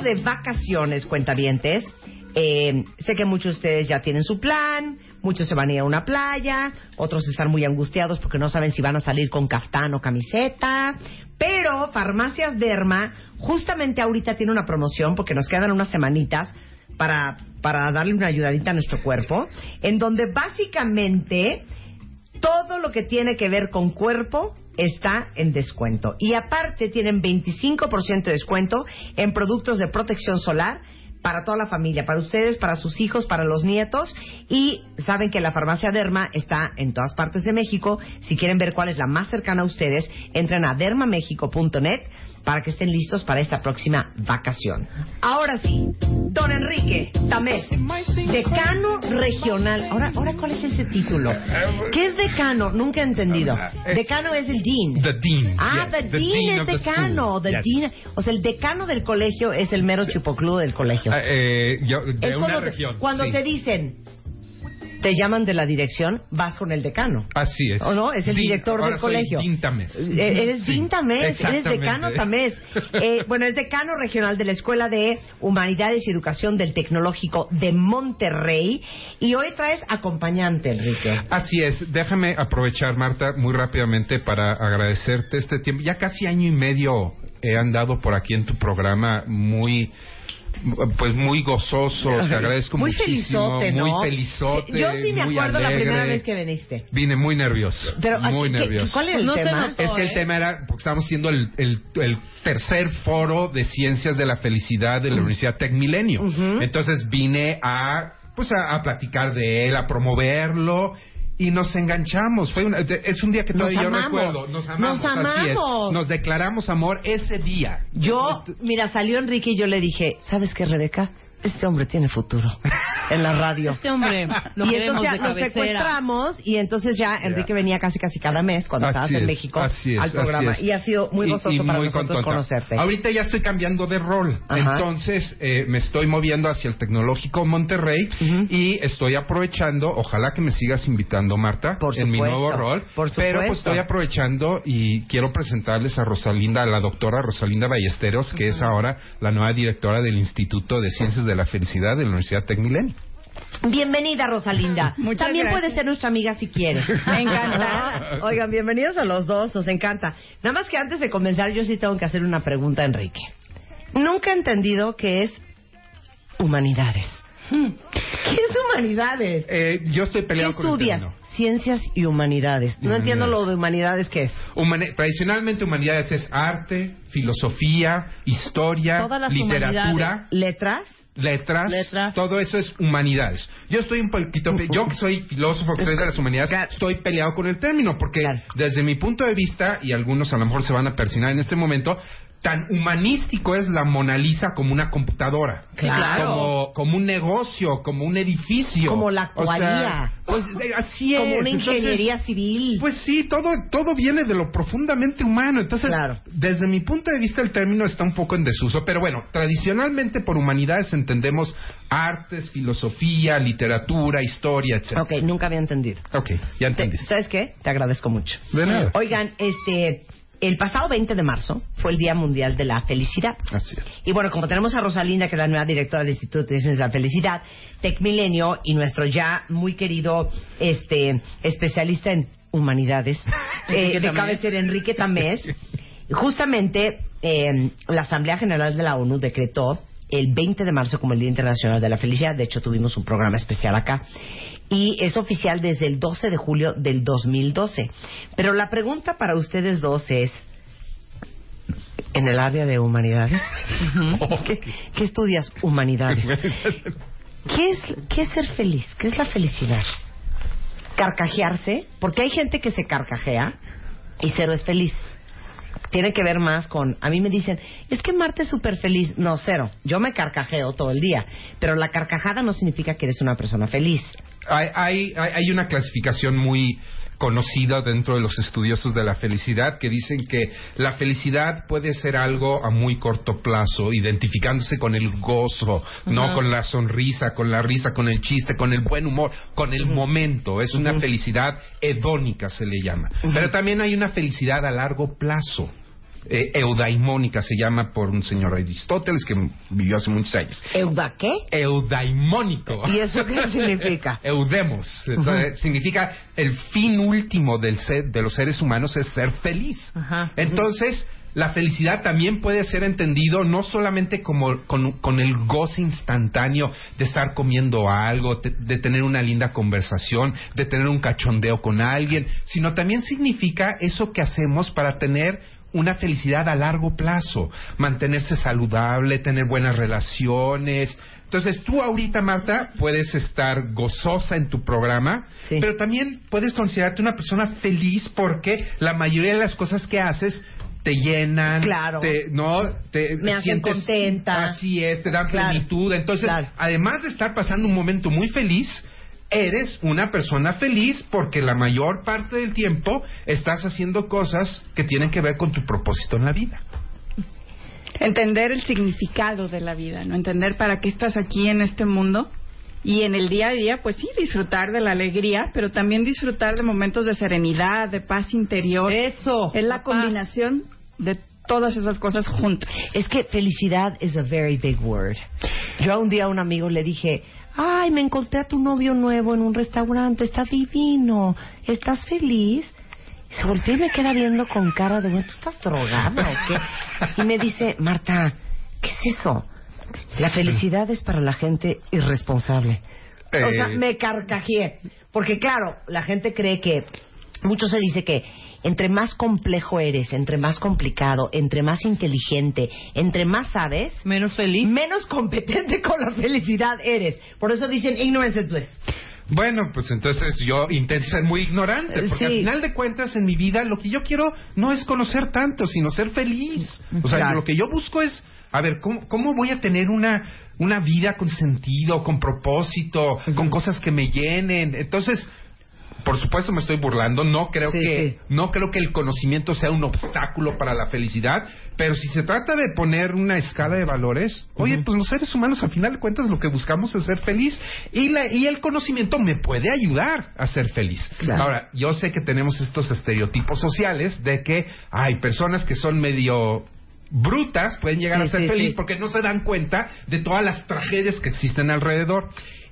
de vacaciones, cuentavientes, eh, sé que muchos de ustedes ya tienen su plan, muchos se van a ir a una playa, otros están muy angustiados porque no saben si van a salir con caftán o camiseta, pero Farmacias Derma justamente ahorita tiene una promoción porque nos quedan unas semanitas para, para darle una ayudadita a nuestro cuerpo, en donde básicamente todo lo que tiene que ver con cuerpo está en descuento. Y aparte tienen 25% de descuento en productos de protección solar para toda la familia, para ustedes, para sus hijos, para los nietos. Y saben que la farmacia Derma está en todas partes de México. Si quieren ver cuál es la más cercana a ustedes, entren a dermamexico.net para que estén listos para esta próxima vacación. Ahora sí, don Enrique Tamés, decano regional. Ahora, ahora ¿cuál es ese título? ¿Qué es decano? Nunca he entendido. Decano es el dean. The dean. Ah, yes, the, dean, es of the decano. school, The yes. dean, o sea, el decano del colegio es el mero chupocludo del colegio. Ah, eh, yo- de Es una cuando, te- región. cuando sí. te dicen, te llaman de la dirección, vas con el decano. Así es. ¿O no? Es el Dean, director ahora del soy colegio. Dean Tamés. Eh, Eres Sí, Dean Tamés, eres exactamente. decano Tamés. <laughs> Eh, bueno, es decano regional de la Escuela de Humanidades y Educación del Tecnológico de Monterrey. Y hoy traes acompañante, Enrique. Así es. Déjame aprovechar, Marta, muy rápidamente para agradecerte este tiempo. Ya casi año y medio he andado por aquí en tu programa muy pues muy gozoso, te agradezco muy muchísimo, felizote, ¿no? muy felizote, Sí, Yo sí me muy acuerdo la primera alegre. vez que viniste. Vine muy nervioso. Pero, ¿a muy qué- nervioso. cuál era el No se tema? notó, es que ¿eh? el tema era, porque estábamos haciendo el, el- el tercer foro de ciencias de la felicidad de la Universidad Tech Milenio. Entonces vine a, pues a, a platicar de él, a promoverlo. Y nos enganchamos. Fue una- de- es un día que Nos todavía amamos. yo recuerdo. Nos amamos. Nos así es. amamos. Nos declaramos amor ese día. Yo, mira, salió Enrique y yo le dije, ¿sabes qué, Rebeca? Este hombre <laughs> tiene futuro en la radio. Este hombre, lo y queremos entonces ya de nos cabecera. secuestramos y entonces ya Enrique venía casi casi cada mes cuando Así estabas en es, México así es, al así programa. es. Y ha sido muy Y- gozoso y para muy nosotros contenta. conocerte. Ahorita ya estoy cambiando de rol. Ajá. Entonces eh, me estoy moviendo hacia el Tecnológico Monterrey y estoy aprovechando, ojalá que me sigas invitando, Marta, en mi supuesto, nuevo rol. por pero pues supuesto. estoy aprovechando y quiero presentarles a Rosalinda, a la doctora Rosalinda Ballesteros, que es ahora la nueva directora del Instituto de Ciencias de la Felicidad de la Universidad Tech Milenio. Bienvenida, Rosalinda. Muchas También gracias. puede ser nuestra amiga si quiere. Me encanta. <laughs> Oigan, bienvenidos a los dos, nos encanta. Nada más que antes de comenzar, yo sí tengo que hacer una pregunta a Enrique. Nunca he entendido qué es humanidades. ¿Qué es humanidades? Eh, yo estoy peleado ¿Qué con este el estudias? término. Ciencias y humanidades. No entiendo lo de humanidades qué es. Humani- tradicionalmente humanidades es arte, filosofía, historia, literatura. ¿Letras? letras, todo eso es humanidades. Yo estoy un poquito, pe- yo que soy filósofo, que soy de las humanidades, estoy peleado con el término, porque desde mi punto de vista, y algunos a lo mejor se van a persinar en este momento, tan humanístico es la Mona Lisa como una computadora. Sí, claro. Como, como un negocio, como un edificio. Como la O sea, actuaría. pues, eh, así es. Como una Entonces, ingeniería civil. Pues sí, todo, todo viene de lo profundamente humano. Entonces, desde mi punto de vista, el término está un poco en desuso. Pero bueno, tradicionalmente por humanidades entendemos artes, filosofía, literatura, historia, etc. Ok, nunca había entendido. Ok, ya entendiste. ¿Sabes qué? Te agradezco mucho. De nada. Oigan, este, el pasado 20 de marzo fue el Día Mundial de la Felicidad. Así es. Y bueno, como tenemos a Rosalinda, que es la nueva directora del Instituto de Ciencias de la Felicidad, Tecmilenio y nuestro ya muy querido este especialista en humanidades, Enrique eh, de Tamés. cabecera Enrique Tamés, justamente eh, la Asamblea General de la ONU decretó el 20 de marzo como el Día Internacional de la Felicidad. De hecho, tuvimos un programa especial acá. Y es oficial desde el 12 de julio del 2012. Pero la pregunta para ustedes dos es, en el área de humanidades. ¿Qué, qué estudias? Humanidades. ¿Qué es, ¿Qué es ser feliz? ¿Qué es la felicidad? Carcajearse, porque hay gente que se carcajea y cero es feliz. Tiene que ver más con, a mí me dicen, es que Marta es súper feliz. No, cero. Yo me carcajeo todo el día, pero la carcajada no significa que eres una persona feliz. hay, hay, hay- hay una clasificación muy conocida dentro de los estudiosos de la felicidad que dicen que la felicidad puede ser algo a muy corto plazo, identificándose con el gozo, no Ajá. con la sonrisa, con la risa, con el chiste, con el buen humor, con el momento. Es una felicidad hedónica, se le llama. Pero también hay una felicidad a largo plazo. eh, eudaimónica se llama por un señor Aristóteles que vivió hace muchos años. ¿Euda qué? Eudaimónico. ¿Y eso qué significa? Eudemos. Entonces, Significa el fin último del ser, de los seres humanos es ser feliz. Entonces, la felicidad también puede ser entendido no solamente como con, con el goce instantáneo de estar comiendo algo, te- de tener una linda conversación, de tener un cachondeo con alguien, sino también significa eso que hacemos para tener una felicidad a largo plazo, mantenerse saludable, tener buenas relaciones. Entonces tú ahorita, Marta, puedes estar gozosa en tu programa, pero también puedes considerarte una persona feliz porque la mayoría de las cosas que haces te llenan, Claro. te, no, te Me hacen sientes- contenta. Así es, te dan Claro. plenitud. Entonces, además de estar pasando un momento muy feliz, eres una persona feliz porque la mayor parte del tiempo estás haciendo cosas que tienen que ver con tu propósito en la vida. Entender el significado de la vida, ¿no? Entender para qué estás aquí en este mundo. Y en el día a día, pues sí, disfrutar de la alegría, pero también disfrutar de momentos de serenidad, de paz interior. Eso. Es la combinación de todas esas cosas juntas. Es que felicidad is a very big word. Yo un día a un amigo le dije, ay, me encontré a tu novio nuevo en un restaurante, está divino, ¿estás feliz? Y se volteó y me queda viendo con cara de, "Güey, ¿tú estás drogada o qué? Y me dice, Marta, ¿qué es eso? La felicidad es para la gente irresponsable. O sea, Eh. me carcajeé. Porque claro, la gente cree que, mucho se dice que entre más complejo eres, entre más complicado, entre más inteligente, entre más sabes, menos feliz, menos competente <laughs> con la felicidad eres. Por eso dicen ignorance is bliss. Bueno, pues entonces yo intento ser muy ignorante, porque al final de cuentas en mi vida lo que yo quiero no es conocer tanto, sino ser feliz. O sea, Claro. lo que yo busco es, a ver, ¿cómo, cómo voy a tener una, una vida con sentido, con propósito, con cosas que me llenen? Entonces, por supuesto me estoy burlando, no creo que no creo que el conocimiento sea un obstáculo para la felicidad, pero si se trata de poner una escala de valores, oye, pues los seres humanos al final de cuentas lo que buscamos es ser feliz y la y el conocimiento me puede ayudar a ser feliz. Ahora, yo sé que tenemos estos estereotipos sociales de que hay personas que son medio brutas pueden llegar Sí, a ser sí, feliz sí. porque no se dan cuenta de todas las tragedias que existen alrededor.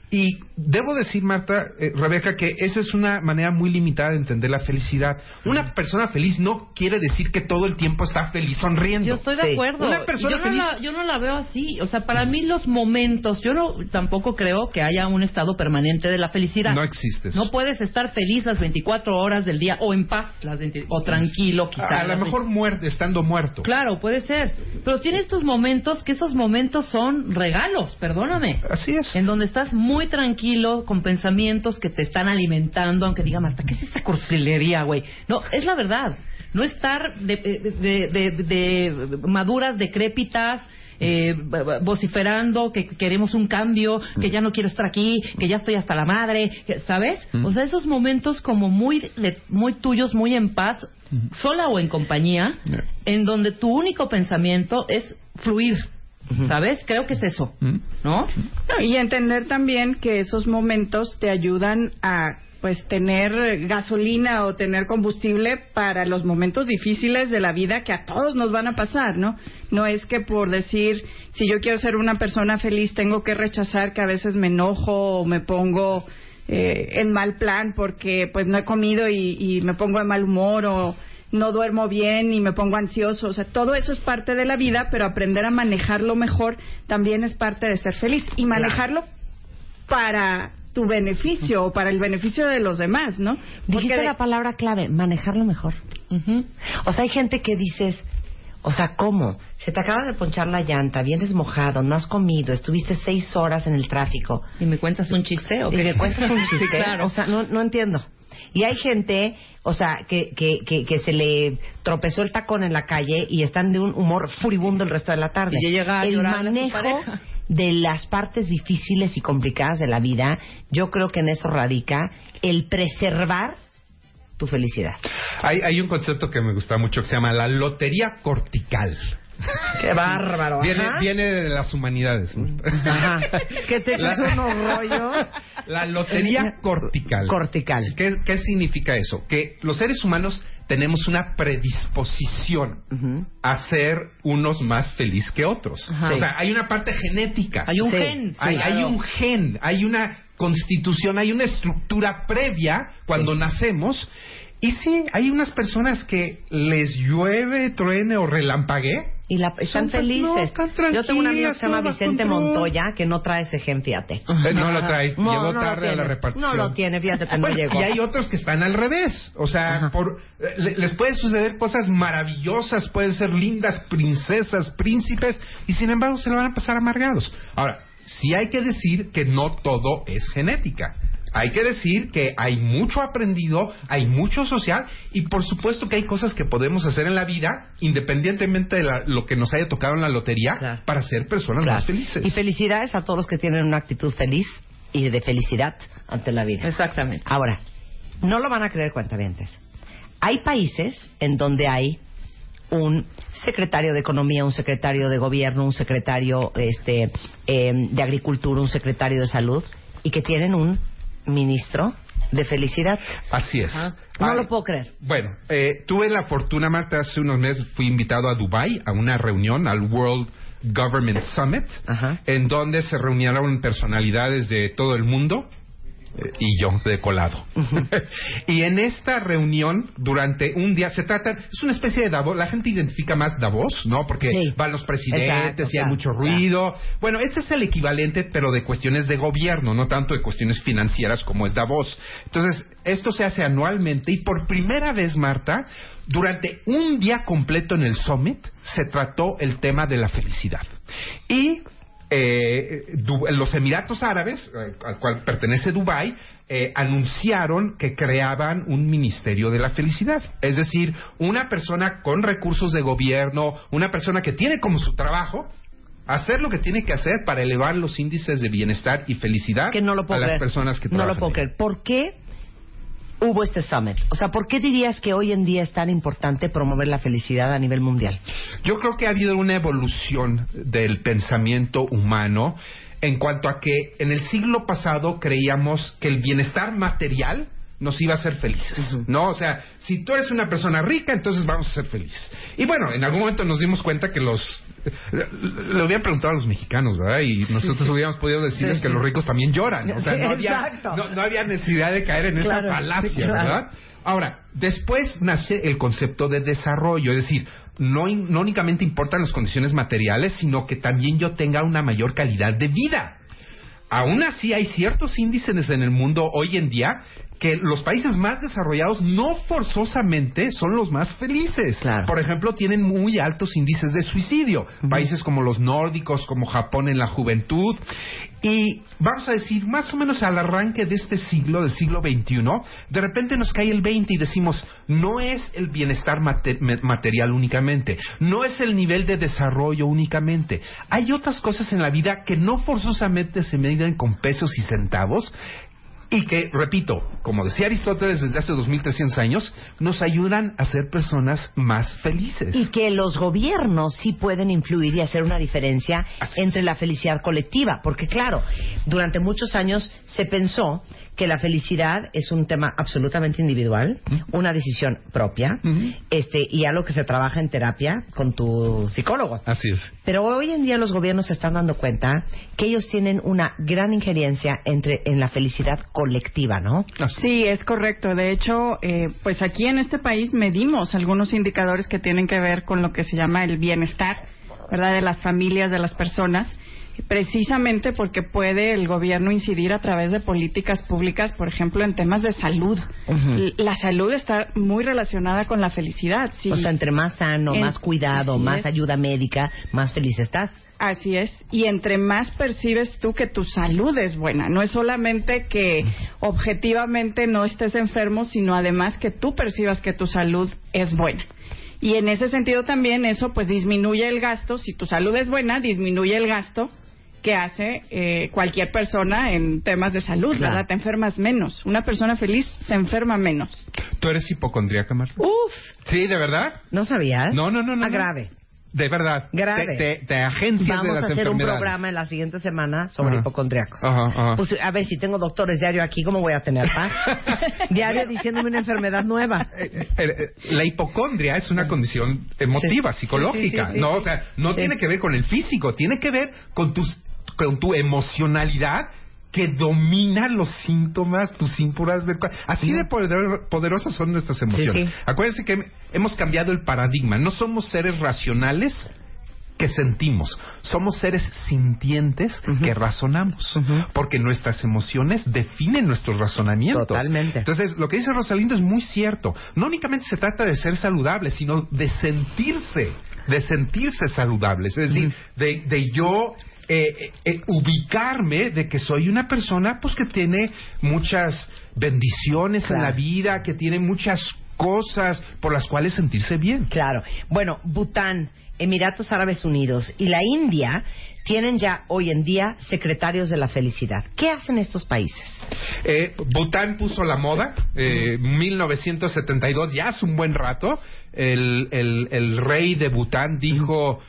Y debo decir, Marta, eh, Rebeca, que esa es una manera muy limitada de entender la felicidad. Una persona feliz no quiere decir que todo el tiempo está feliz sonriendo. Yo estoy de acuerdo. Mm, Una persona yo, no feliz... la, yo no la veo así. O sea, para mí los momentos, yo no tampoco creo que haya un estado permanente de la felicidad. No existe eso. No puedes estar feliz las 24 horas del día o en paz las 20 o tranquilo quizás. A lo mejor muerte, estando muerto. Claro, puede ser. Pero tienes tus momentos que esos momentos son regalos, perdóname. Así es. En donde estás muy tranquilo, con pensamientos que te están alimentando, aunque diga Marta, ¿qué es esa cursilería, güey? No, es la verdad. no estar de, eh, de- de- de- de maduras, decrépitas. eh, b- b- vociferando que queremos un cambio, que ya no quiero estar aquí, que ya estoy hasta la madre, que- ¿sabes? Mm. O sea, esos momentos como muy de- muy tuyos, muy en paz, Mm. sola o en compañía, en donde tu único pensamiento es fluir, ¿sabes? Creo que es eso, Mm. ¿no? No, y entender también que esos momentos te ayudan a pues tener eh, gasolina o tener combustible para los momentos difíciles de la vida que a todos nos van a pasar, ¿no? No es que por decir, si yo quiero ser una persona feliz, tengo que rechazar que a veces me enojo o me pongo eh, en mal plan porque pues no he comido y, y me pongo de mal humor o no duermo bien y me pongo ansioso. O sea, todo eso es parte de la vida, pero aprender a manejarlo mejor también es parte de ser feliz y manejarlo para tu beneficio o para el beneficio de los demás, ¿no? Dijiste la palabra clave, manejarlo mejor. O sea, hay gente que dices, o sea, ¿cómo? Se te acaba de ponchar la llanta, vienes mojado, no has comido, estuviste seis horas en el tráfico. ¿Y me cuentas un chiste o Y qué? le <laughs> <laughs> cuentas un chiste. Sí, claro. O sea, no, no entiendo. Y hay gente, o sea, que, que, que, que se le tropezó el tacón en la calle y están de un humor furibundo el resto de la tarde. Y ya llega a el llorarle a su manejo pareja. de las partes difíciles y complicadas de la vida, yo creo que en eso radica el preservar tu felicidad. Hay, hay un concepto que me gusta mucho que se llama la lotería cortical. Qué bárbaro. Viene, ajá. viene de las humanidades. ¿no? <laughs> Ajá. Es que te echas La- unos rollos. La lotería cortical. Cortical. ¿Qué, qué significa eso? Que los seres humanos tenemos una predisposición a ser unos más feliz que otros. Ajá. O sea, hay una parte genética. Hay un Sí, gen, sí, Hay, hay claro. un gen, hay una constitución, hay una estructura previa cuando nacemos. Y sí, hay unas personas que les llueve, truene o relampague. Y la, están Son- no, felices. están Yo tengo un amigo tranquilas, que se llama todo bajo Vicente control. Montoya que no trae ese gen, fíjate. Eh, no lo trae, <laughs> No, llegó no lo tarde a la tiene. repartición. No lo tiene, fíjate que no Bueno, llegó. Y hay otros que están al revés. O sea, por, eh, le- les pueden suceder cosas maravillosas, pueden ser lindas princesas, príncipes, y sin embargo se lo van a pasar amargados. Ahora, sí hay que decir que no todo es genética. Hay que decir que hay mucho aprendido, hay mucho social y por supuesto que hay cosas que podemos hacer en la vida, independientemente de la- lo que nos haya tocado en la lotería, para ser personas Claro. más felices. Y felicidades a todos los que tienen una actitud feliz y de felicidad ante la vida. Exactamente. Ahora, no lo van a creer cuentavientes. Hay países en donde hay un secretario de Economía, un secretario de Gobierno, un secretario este, eh, de Agricultura, un secretario de Salud y que tienen un ministro de felicidad. Así es. No Ay. lo puedo creer. Bueno, eh, tuve la fortuna, Marta, hace unos meses fui invitado a Dubai a una reunión, al World Government Summit, Ah. en donde se reunieron personalidades de todo el mundo eh, y yo de colado. <laughs> y en esta reunión, durante un día, se trata, es una especie de Davos, la gente identifica más Davos, ¿no? Porque van los presidentes Exacto, y hay claro, mucho ruido. Bueno, este es el equivalente, pero de cuestiones de gobierno, no tanto de cuestiones financieras como es Davos. Entonces, esto se hace anualmente y por primera vez, Marta, durante un día completo en el Summit se trató el tema de la felicidad. Y eh, Du- los Emiratos Árabes, eh, al cual pertenece Dubái, eh, anunciaron que creaban un Ministerio de la Felicidad. Es decir, una persona con recursos de gobierno, una persona que tiene como su trabajo hacer lo que tiene que hacer para elevar los índices de bienestar y felicidad que no lo puedo a las creer. personas que no trabajan. lo puedo creer. ¿Por qué hubo este summit? O sea, ¿por qué dirías que hoy en día es tan importante promover la felicidad a nivel mundial? Yo creo que ha habido una evolución del pensamiento humano en cuanto a que en el siglo pasado creíamos que el bienestar material nos iba a hacer felices, ¿no? O sea, si tú eres una persona rica, entonces vamos a ser felices. Y bueno, en algún momento nos dimos cuenta que los... Le hubieran preguntado a los mexicanos, ¿verdad? Y nosotros hubiéramos podido decirles Sí, que sí. los ricos también lloran. O sea, Sí, no había, exacto. no- no había necesidad de caer en Claro, esa falacia, sí, claro. ¿verdad? Ahora, después nace el concepto de desarrollo, es decir, no, in- no únicamente importan las condiciones materiales, sino que también yo tenga una mayor calidad de vida. Aún así, hay ciertos índices en el mundo hoy en día que los países más desarrollados no forzosamente son los más felices. Por ejemplo, tienen muy altos índices de suicidio. Países como los nórdicos, como Japón en la juventud. Y vamos a decir, más o menos al arranque de este siglo, del siglo XXI, de repente nos cae el 20 y decimos, no es el bienestar mate- me- material únicamente, no es el nivel de desarrollo únicamente. Hay otras cosas en la vida que no forzosamente se miden con pesos y centavos, y que, repito, como decía Aristóteles desde hace 2300 años, nos ayudan a ser personas más felices. Y que los gobiernos sí pueden influir y hacer una diferencia entre la felicidad colectiva. Porque, claro, durante muchos años se pensó que la felicidad es un tema absolutamente individual, una decisión propia, este, y algo que se trabaja en terapia con tu psicólogo. Así es. Pero hoy en día los gobiernos se están dando cuenta que ellos tienen una gran injerencia entre, en la felicidad colectiva, ¿no? Sí, es correcto. De hecho, eh, pues aquí en este país medimos algunos indicadores que tienen que ver con lo que se llama el bienestar, ¿verdad? De las familias, de las personas, precisamente porque puede el gobierno incidir a través de políticas públicas, por ejemplo, en temas de salud. L- La salud está muy relacionada con la felicidad. sí. O sea, entre más sano, En- más cuidado, Así más es. ayuda médica, más feliz estás. Así es, y entre más percibes tú que tu salud es buena, no es solamente que objetivamente no estés enfermo, sino además que tú percibas que tu salud es buena. Y en ese sentido también eso pues disminuye el gasto, si tu salud es buena, disminuye el gasto que hace eh, cualquier persona en temas de salud, Claro. ¿verdad? Te enfermas menos. Una persona feliz se enferma menos. ¿Tú eres hipocondríaca, Marta? Uf. Sí, de verdad. No sabías. No, no, no, no. Ah, no. grave. De verdad. Grave. Te, te- te agencias Vamos de las a hacer un enfermedades. programa en la siguiente semana sobre Ajá. hipocondriacos. Ajá, ajá. Pues, a ver, si tengo doctores diario aquí, ¿cómo voy a tener <laughs> paz? diario diciéndome una enfermedad nueva. Eh, eh, la hipocondria es una condición emotiva, Sí, psicológica, sí, sí, sí, ¿no? sí. O sea, no Sí. tiene que ver con el físico, tiene que ver con tus con tu emocionalidad que domina los síntomas, tus síntomas del cua- Así de poder- poderosas son nuestras emociones. Sí, sí. Acuérdense que hemos cambiado el paradigma. No somos seres racionales que sentimos. Somos seres sintientes que razonamos. Porque nuestras emociones definen nuestros razonamientos. Totalmente. Entonces, lo que dice Rosalindo es muy cierto. No únicamente se trata de ser saludables, sino de sentirse, de sentirse saludables. Es decir, de, de yo. eh, eh, ubicarme de que soy una persona pues que tiene muchas bendiciones en la vida, que tiene muchas cosas por las cuales sentirse bien. Claro. Bueno, Bután, Emiratos Árabes Unidos y la India tienen ya hoy en día secretarios de la felicidad. ¿Qué hacen estos países? Eh, Bután puso la moda, eh, 1972, ya hace un buen rato. El, el- el rey de Bután dijo: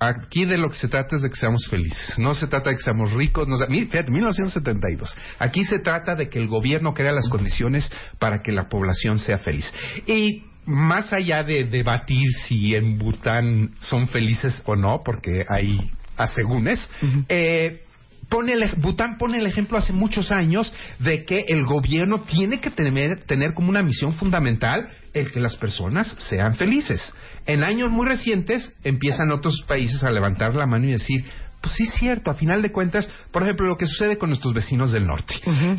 Aquí de lo que se trata es de que seamos felices. No se trata de que seamos ricos. No, se- mi- fíjate, 1972. Aquí se trata de que el gobierno crea las condiciones para que la población sea feliz. Y. Más allá de debatir si en Bután son felices o no, porque hay asegúnes, eh, Pone el, ej- Bután pone el ejemplo hace muchos años de que el gobierno tiene que tener, tener como una misión fundamental el que las personas sean felices. En años muy recientes empiezan otros países a levantar la mano y decir, pues sí es cierto, a final de cuentas, por ejemplo, lo que sucede con nuestros vecinos del norte,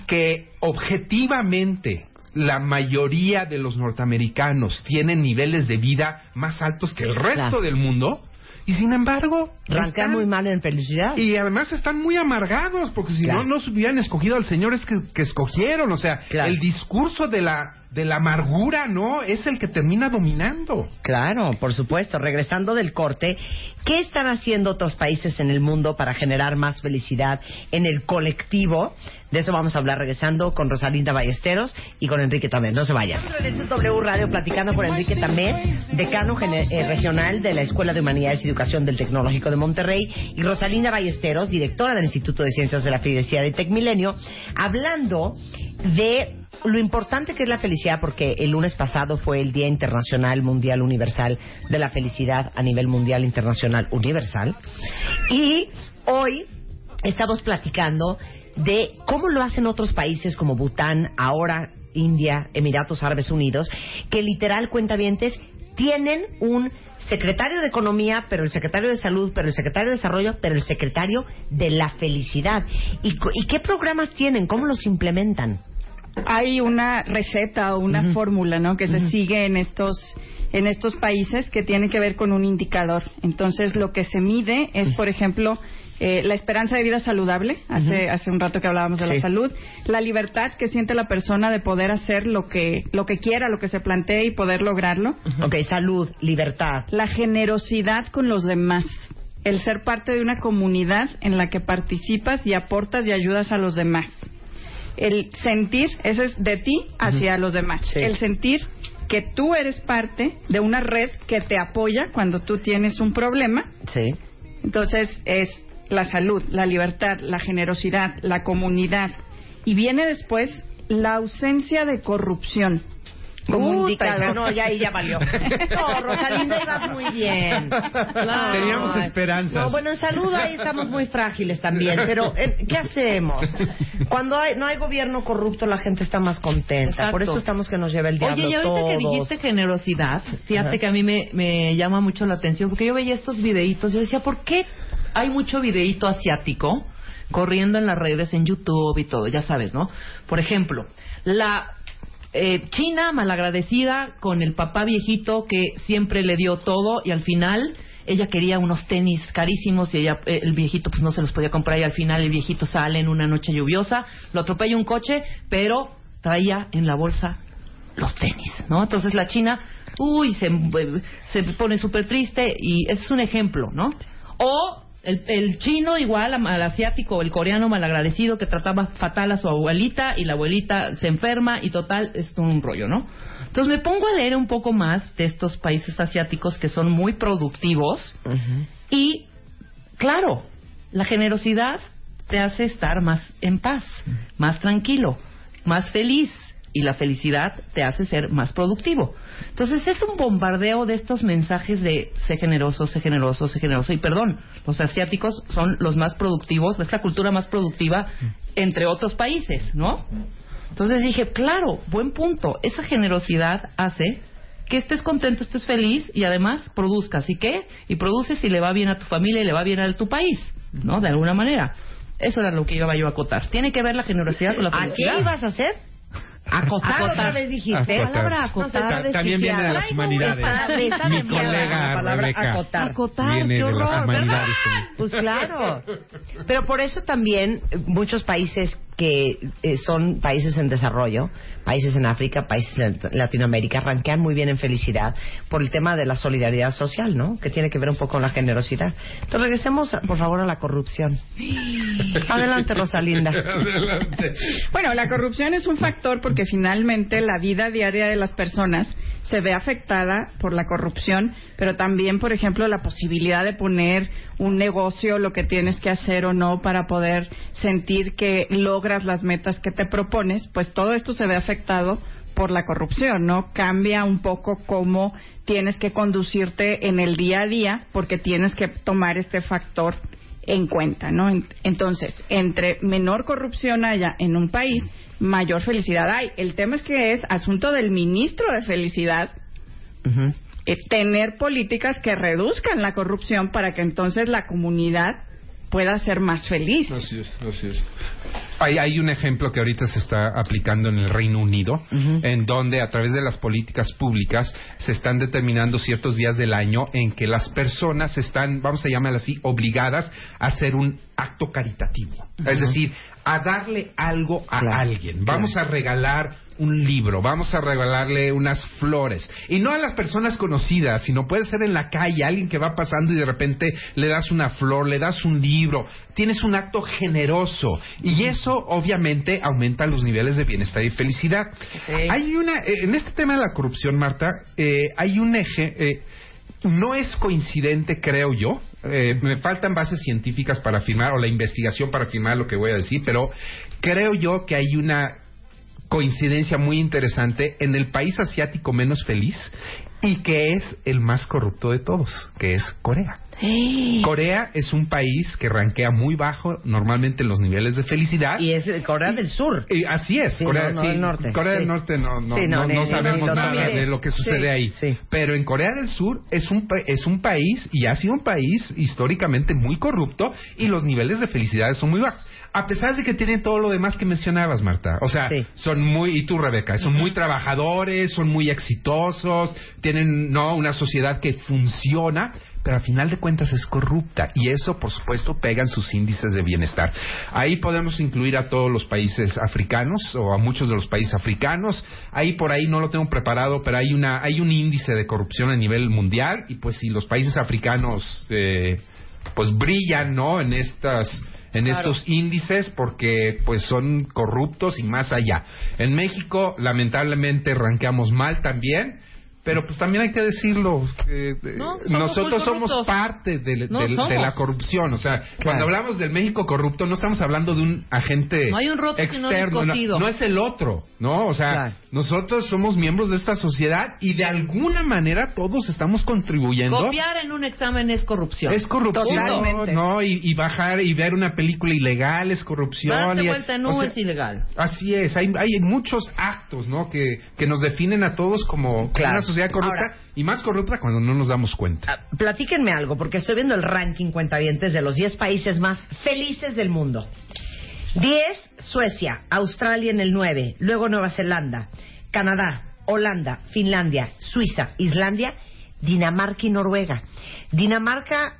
que objetivamente la mayoría de los norteamericanos tienen niveles de vida más altos que el resto Claro. del mundo y sin embargo Ranquean muy mal en felicidad. y además están muy amargados, porque si Claro. no, no hubieran escogido al señor es que, que escogieron. O sea, el discurso de la, de la amargura, ¿no? Es el que termina dominando. Claro, por supuesto. Regresando del corte, ¿qué están haciendo otros países en el mundo para generar más felicidad en el colectivo? De eso vamos a hablar regresando con Rosalinda Ballesteros y con Enrique Tamés. No se vayan. Regreso W Radio platicando con Enrique Tamés, decano gene- eh, regional de la Escuela de Humanidades y Educación del Tecnológico de Monterrey, y Rosalinda Ballesteros, directora del Instituto de Ciencias de la Felicidad de Tecmilenio, hablando de lo importante que es la felicidad, porque el lunes pasado fue el Día Internacional Mundial Universal de la Felicidad a nivel mundial internacional universal. Y hoy estamos platicando de cómo lo hacen otros países como Bután, ahora India, Emiratos Árabes Unidos, que literal cuentavientes tienen un secretario de Economía, pero el secretario de Salud, pero el secretario de Desarrollo, pero el secretario de la Felicidad. ¿Y, co- y qué programas tienen? ¿Cómo los implementan? hay una receta o una fórmula, ¿no? Que se sigue en estos en estos países que tiene que ver con un indicador. Entonces, lo que se mide es, por ejemplo, eh, la esperanza de vida saludable, hace, Ujú. hace un rato que hablábamos de Sí. la salud, la libertad que siente la persona de poder hacer lo que, lo que quiera, lo que se plantee y poder lograrlo. Ok, salud, libertad. La generosidad con los demás, el ser parte de una comunidad en la que participas y aportas y ayudas a los demás. El sentir, eso es de ti hacia los demás. El sentir que tú eres parte de una red que te apoya cuando tú tienes un problema Sí. entonces es la salud, la libertad, la generosidad, la comunidad. Y viene después la ausencia de corrupción. Como Puta, indicador. No, ya ahí ya <laughs> valió. No, Rosalinda, ibas muy bien. Claro. Teníamos esperanzas. No, bueno, en salud ahí estamos muy frágiles también. Pero, eh, ¿qué hacemos? Cuando hay, no hay gobierno corrupto, la gente está más contenta. Exacto. Por eso estamos que nos lleva el diablo Oye, y ahorita que todos. dijiste generosidad, fíjate Ajá. que a mí me, me llama mucho la atención, porque yo veía estos videitos, yo decía, ¿por qué hay mucho videíto asiático corriendo en las redes, en YouTube y todo? Ya sabes, ¿no? Por ejemplo, la eh, China malagradecida con el papá viejito que siempre le dio todo y al final ella quería unos tenis carísimos y ella eh, el viejito pues no se los podía comprar y al final el viejito sale en una noche lluviosa, lo atropella un coche, pero traía en la bolsa los tenis, ¿no? Entonces la China, uy, se, se pone súper triste y ese es un ejemplo, ¿no? O el, el chino igual am- al asiático, el coreano malagradecido que trataba fatal a su abuelita y la abuelita se enferma y total, es un rollo, ¿no? Entonces me pongo a leer un poco más de estos países asiáticos que son muy productivos y, claro, la generosidad te hace estar más en paz, más tranquilo, más feliz. Y la felicidad te hace ser más productivo. Entonces es un bombardeo de estos mensajes de sé generoso, sé generoso, sé generoso. Y perdón, los asiáticos son los más productivos, es la cultura más productiva entre otros países, ¿no? Entonces dije, claro, buen punto. Esa generosidad hace que estés contento, estés feliz y además produzcas. ¿Y qué? Y produces y le va bien a tu familia y le va bien a tu país, ¿no? De alguna manera. Eso era lo que iba yo a acotar. Tiene que ver la generosidad con la ¿A felicidad. qué ibas a hacer? Acotar, otra vez dijiste. Acotar. Palabra No sé, acotar. Ta- también viene de las humanidades. Mi colega Rebeca acotar. viene qué de las horror, ¿verdad? humanidades. Pues claro. Pero por eso también eh, muchos países que eh, son países en desarrollo, países en África, países en Lat- Latinoamérica, ranquean muy bien en felicidad por el tema de la solidaridad social, ¿no? Que tiene que ver un poco con la generosidad. Entonces regresemos, por favor, a <laughs> la corrupción. Adelante, Rosalinda. Adelante. Bueno, la corrupción es un factor porque finalmente la vida diaria de las personas se ve afectada por la corrupción, pero también, por ejemplo, la posibilidad de poner un negocio, lo que tienes que hacer o no para poder sentir que logras las metas que te propones, pues todo esto se ve afectado por la corrupción, ¿no? Cambia un poco cómo tienes que conducirte en el día a día porque tienes que tomar este factor en cuenta, ¿no? En- Entonces, entre menor corrupción haya en un país, mayor felicidad hay. El tema es que es asunto del ministro de felicidad eh, tener políticas que reduzcan la corrupción para que entonces la comunidad pueda ser más feliz. Así es, así es. Hay, hay un ejemplo que ahorita se está aplicando en el Reino Unido, en donde a través de las políticas públicas se están determinando ciertos días del año en que las personas están, vamos a llamarlas así, obligadas a hacer un acto caritativo. Es decir, a darle algo a alguien. Vamos a regalar un libro, vamos a regalarle unas flores. Y no a las personas conocidas, sino puede ser en la calle, alguien que va pasando y de repente le das una flor, le das un libro, tienes un acto generoso. Y eso obviamente aumenta los niveles de bienestar y felicidad. Hay una, eh, en este tema de la corrupción, Marta, eh, hay un eje... eh, no es coincidente, creo yo. Eh, me faltan bases científicas para afirmar o la investigación para afirmar lo que voy a decir, pero creo yo que hay una coincidencia muy interesante en el país asiático menos feliz y que es el más corrupto de todos, que es Corea. ¡Eh! Corea es un país que rankea muy bajo normalmente en los niveles de felicidad. Y es Corea del Sur. así es, Sí, Corea, no, no, sí, del Norte, Corea sí. del Norte no, no, Sí, no, no- ni- no ni- ni sabemos lo nada mires. de lo que Sí, sucede ahí. Pero en Corea del Sur es un, pa- es un país y ha sido un país históricamente muy corrupto y los niveles de felicidad son muy bajos. A pesar de que tienen todo lo demás que mencionabas, Marta. O sea, son muy, y tú, Rebeca, son muy trabajadores, son muy exitosos, tienen no una sociedad que funciona, pero al final de cuentas es corrupta y eso, por supuesto, pega en sus índices de bienestar. Ahí podemos incluir a todos los países africanos o a muchos de los países africanos. Ahí por ahí no lo tengo preparado, pero hay una hay un índice de corrupción a nivel mundial y pues si los países africanos eh, pues brillan, ¿no? En estas en Claro. estos índices porque pues son corruptos y más allá. En México lamentablemente ranqueamos mal también, pero pues también hay que decirlo, eh, eh, nosotros somos parte del- No, del- de somos. la corrupción, o sea, cuando hablamos del México corrupto no estamos hablando de un agente No hay un roto, sino externo, descosido. no, no es el otro, ¿no? O sea, nosotros somos miembros de esta sociedad y de alguna manera todos estamos contribuyendo. Copiar en un examen es corrupción. Es corrupción, Totalmente. ¿no? Y, y bajar y ver una película ilegal es corrupción. Darse y- vuelta en o U sea, es ilegal. Así es, hay, hay muchos actos, ¿no? Que, que nos definen a todos como Claro. una sociedad corrupta Ahora- y más corrupta cuando no nos damos cuenta. Ah, Platíquenme algo, porque estoy viendo el ranking cuentavientes de los 10 países más felices del mundo. 10, Suecia, Australia en el 9, luego Nueva Zelanda, Canadá, Holanda, Finlandia, Suiza, Islandia, Dinamarca y Noruega. Dinamarca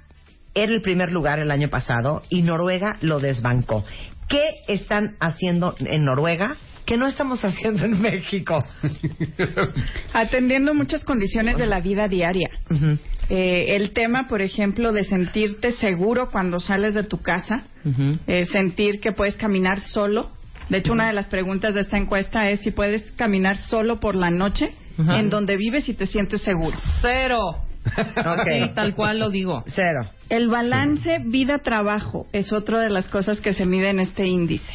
era el primer lugar el año pasado y Noruega lo desbancó. ¿Qué están haciendo en Noruega que no estamos haciendo en México? Atendiendo muchas condiciones de la vida diaria. Eh, el tema, por ejemplo, de sentirte seguro cuando sales de tu casa, eh, sentir que puedes caminar solo. De hecho, una de las preguntas de esta encuesta es si puedes caminar solo por la noche Ujú. en donde vives y te sientes seguro. <laughs> Cero. Ok. Sí, tal cual lo digo. Cero. El balance vida-trabajo es otra de las cosas que se mide en este índice.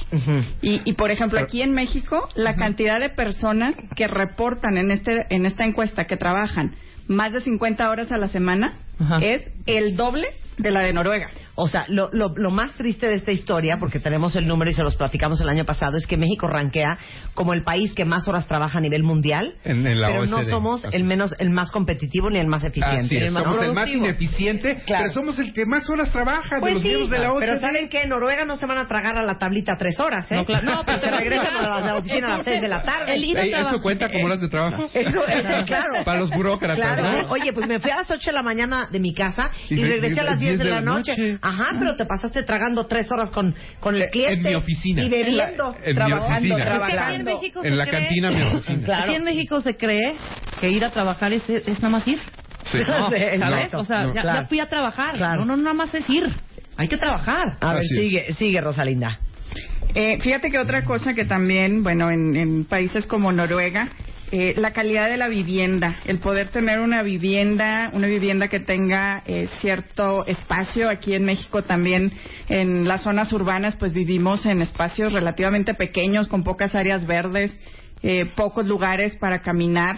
Y, y, por ejemplo, aquí en México, la cantidad de personas que reportan en, este, en esta encuesta que trabajan más de 50 horas a la semana es el doble de la de Noruega. O sea, lo, lo- lo más triste de esta historia, porque tenemos el número y se los platicamos el año pasado, es que México rankea como el país que más horas trabaja a nivel mundial, En, en la pero no OSD. somos Así el menos, el más competitivo ni el más eficiente. Así ni es, el más somos el más productivo. ineficiente, Claro. pero somos el que más horas trabaja de Pues los sí, miembros de la OCDE. pero ¿saben qué? En Noruega no se van a tragar a la tablita tres horas, ¿eh? No, claro. No, pero se te voy a regresan explicar. a la, a la oficina a las seis de la tarde. Ey, eso cuenta como horas de trabajo. <laughs> Eso, eh, claro. Para los burócratas, Claro. ¿no? Oye, pues me fui a las 8 de la mañana de mi casa y, Y re- regresé a las 10 de, la noche. Ajá, pero te pasaste tragando 3 horas con, con el cliente. mi oficina. Y bebiendo. En la- en mi oficina. en México En se la cree- cantina de mi oficina. Aquí en México se cree que ir a trabajar es, es nada más ir. Sí. No, Sí, ¿Sabes? no, o sea, no. ya, Claro. ya fui a trabajar. No, no, nada más es ir. Hay que trabajar. A ver, sigue, sigue, Rosalinda. Eh, fíjate que otra cosa que también, bueno, en, en países como Noruega, eh, la calidad de la vivienda, el poder tener una vivienda, una vivienda que tenga eh, cierto espacio. Aquí en México también, en las zonas urbanas, pues vivimos en espacios relativamente pequeños, con pocas áreas verdes, eh, pocos lugares para caminar.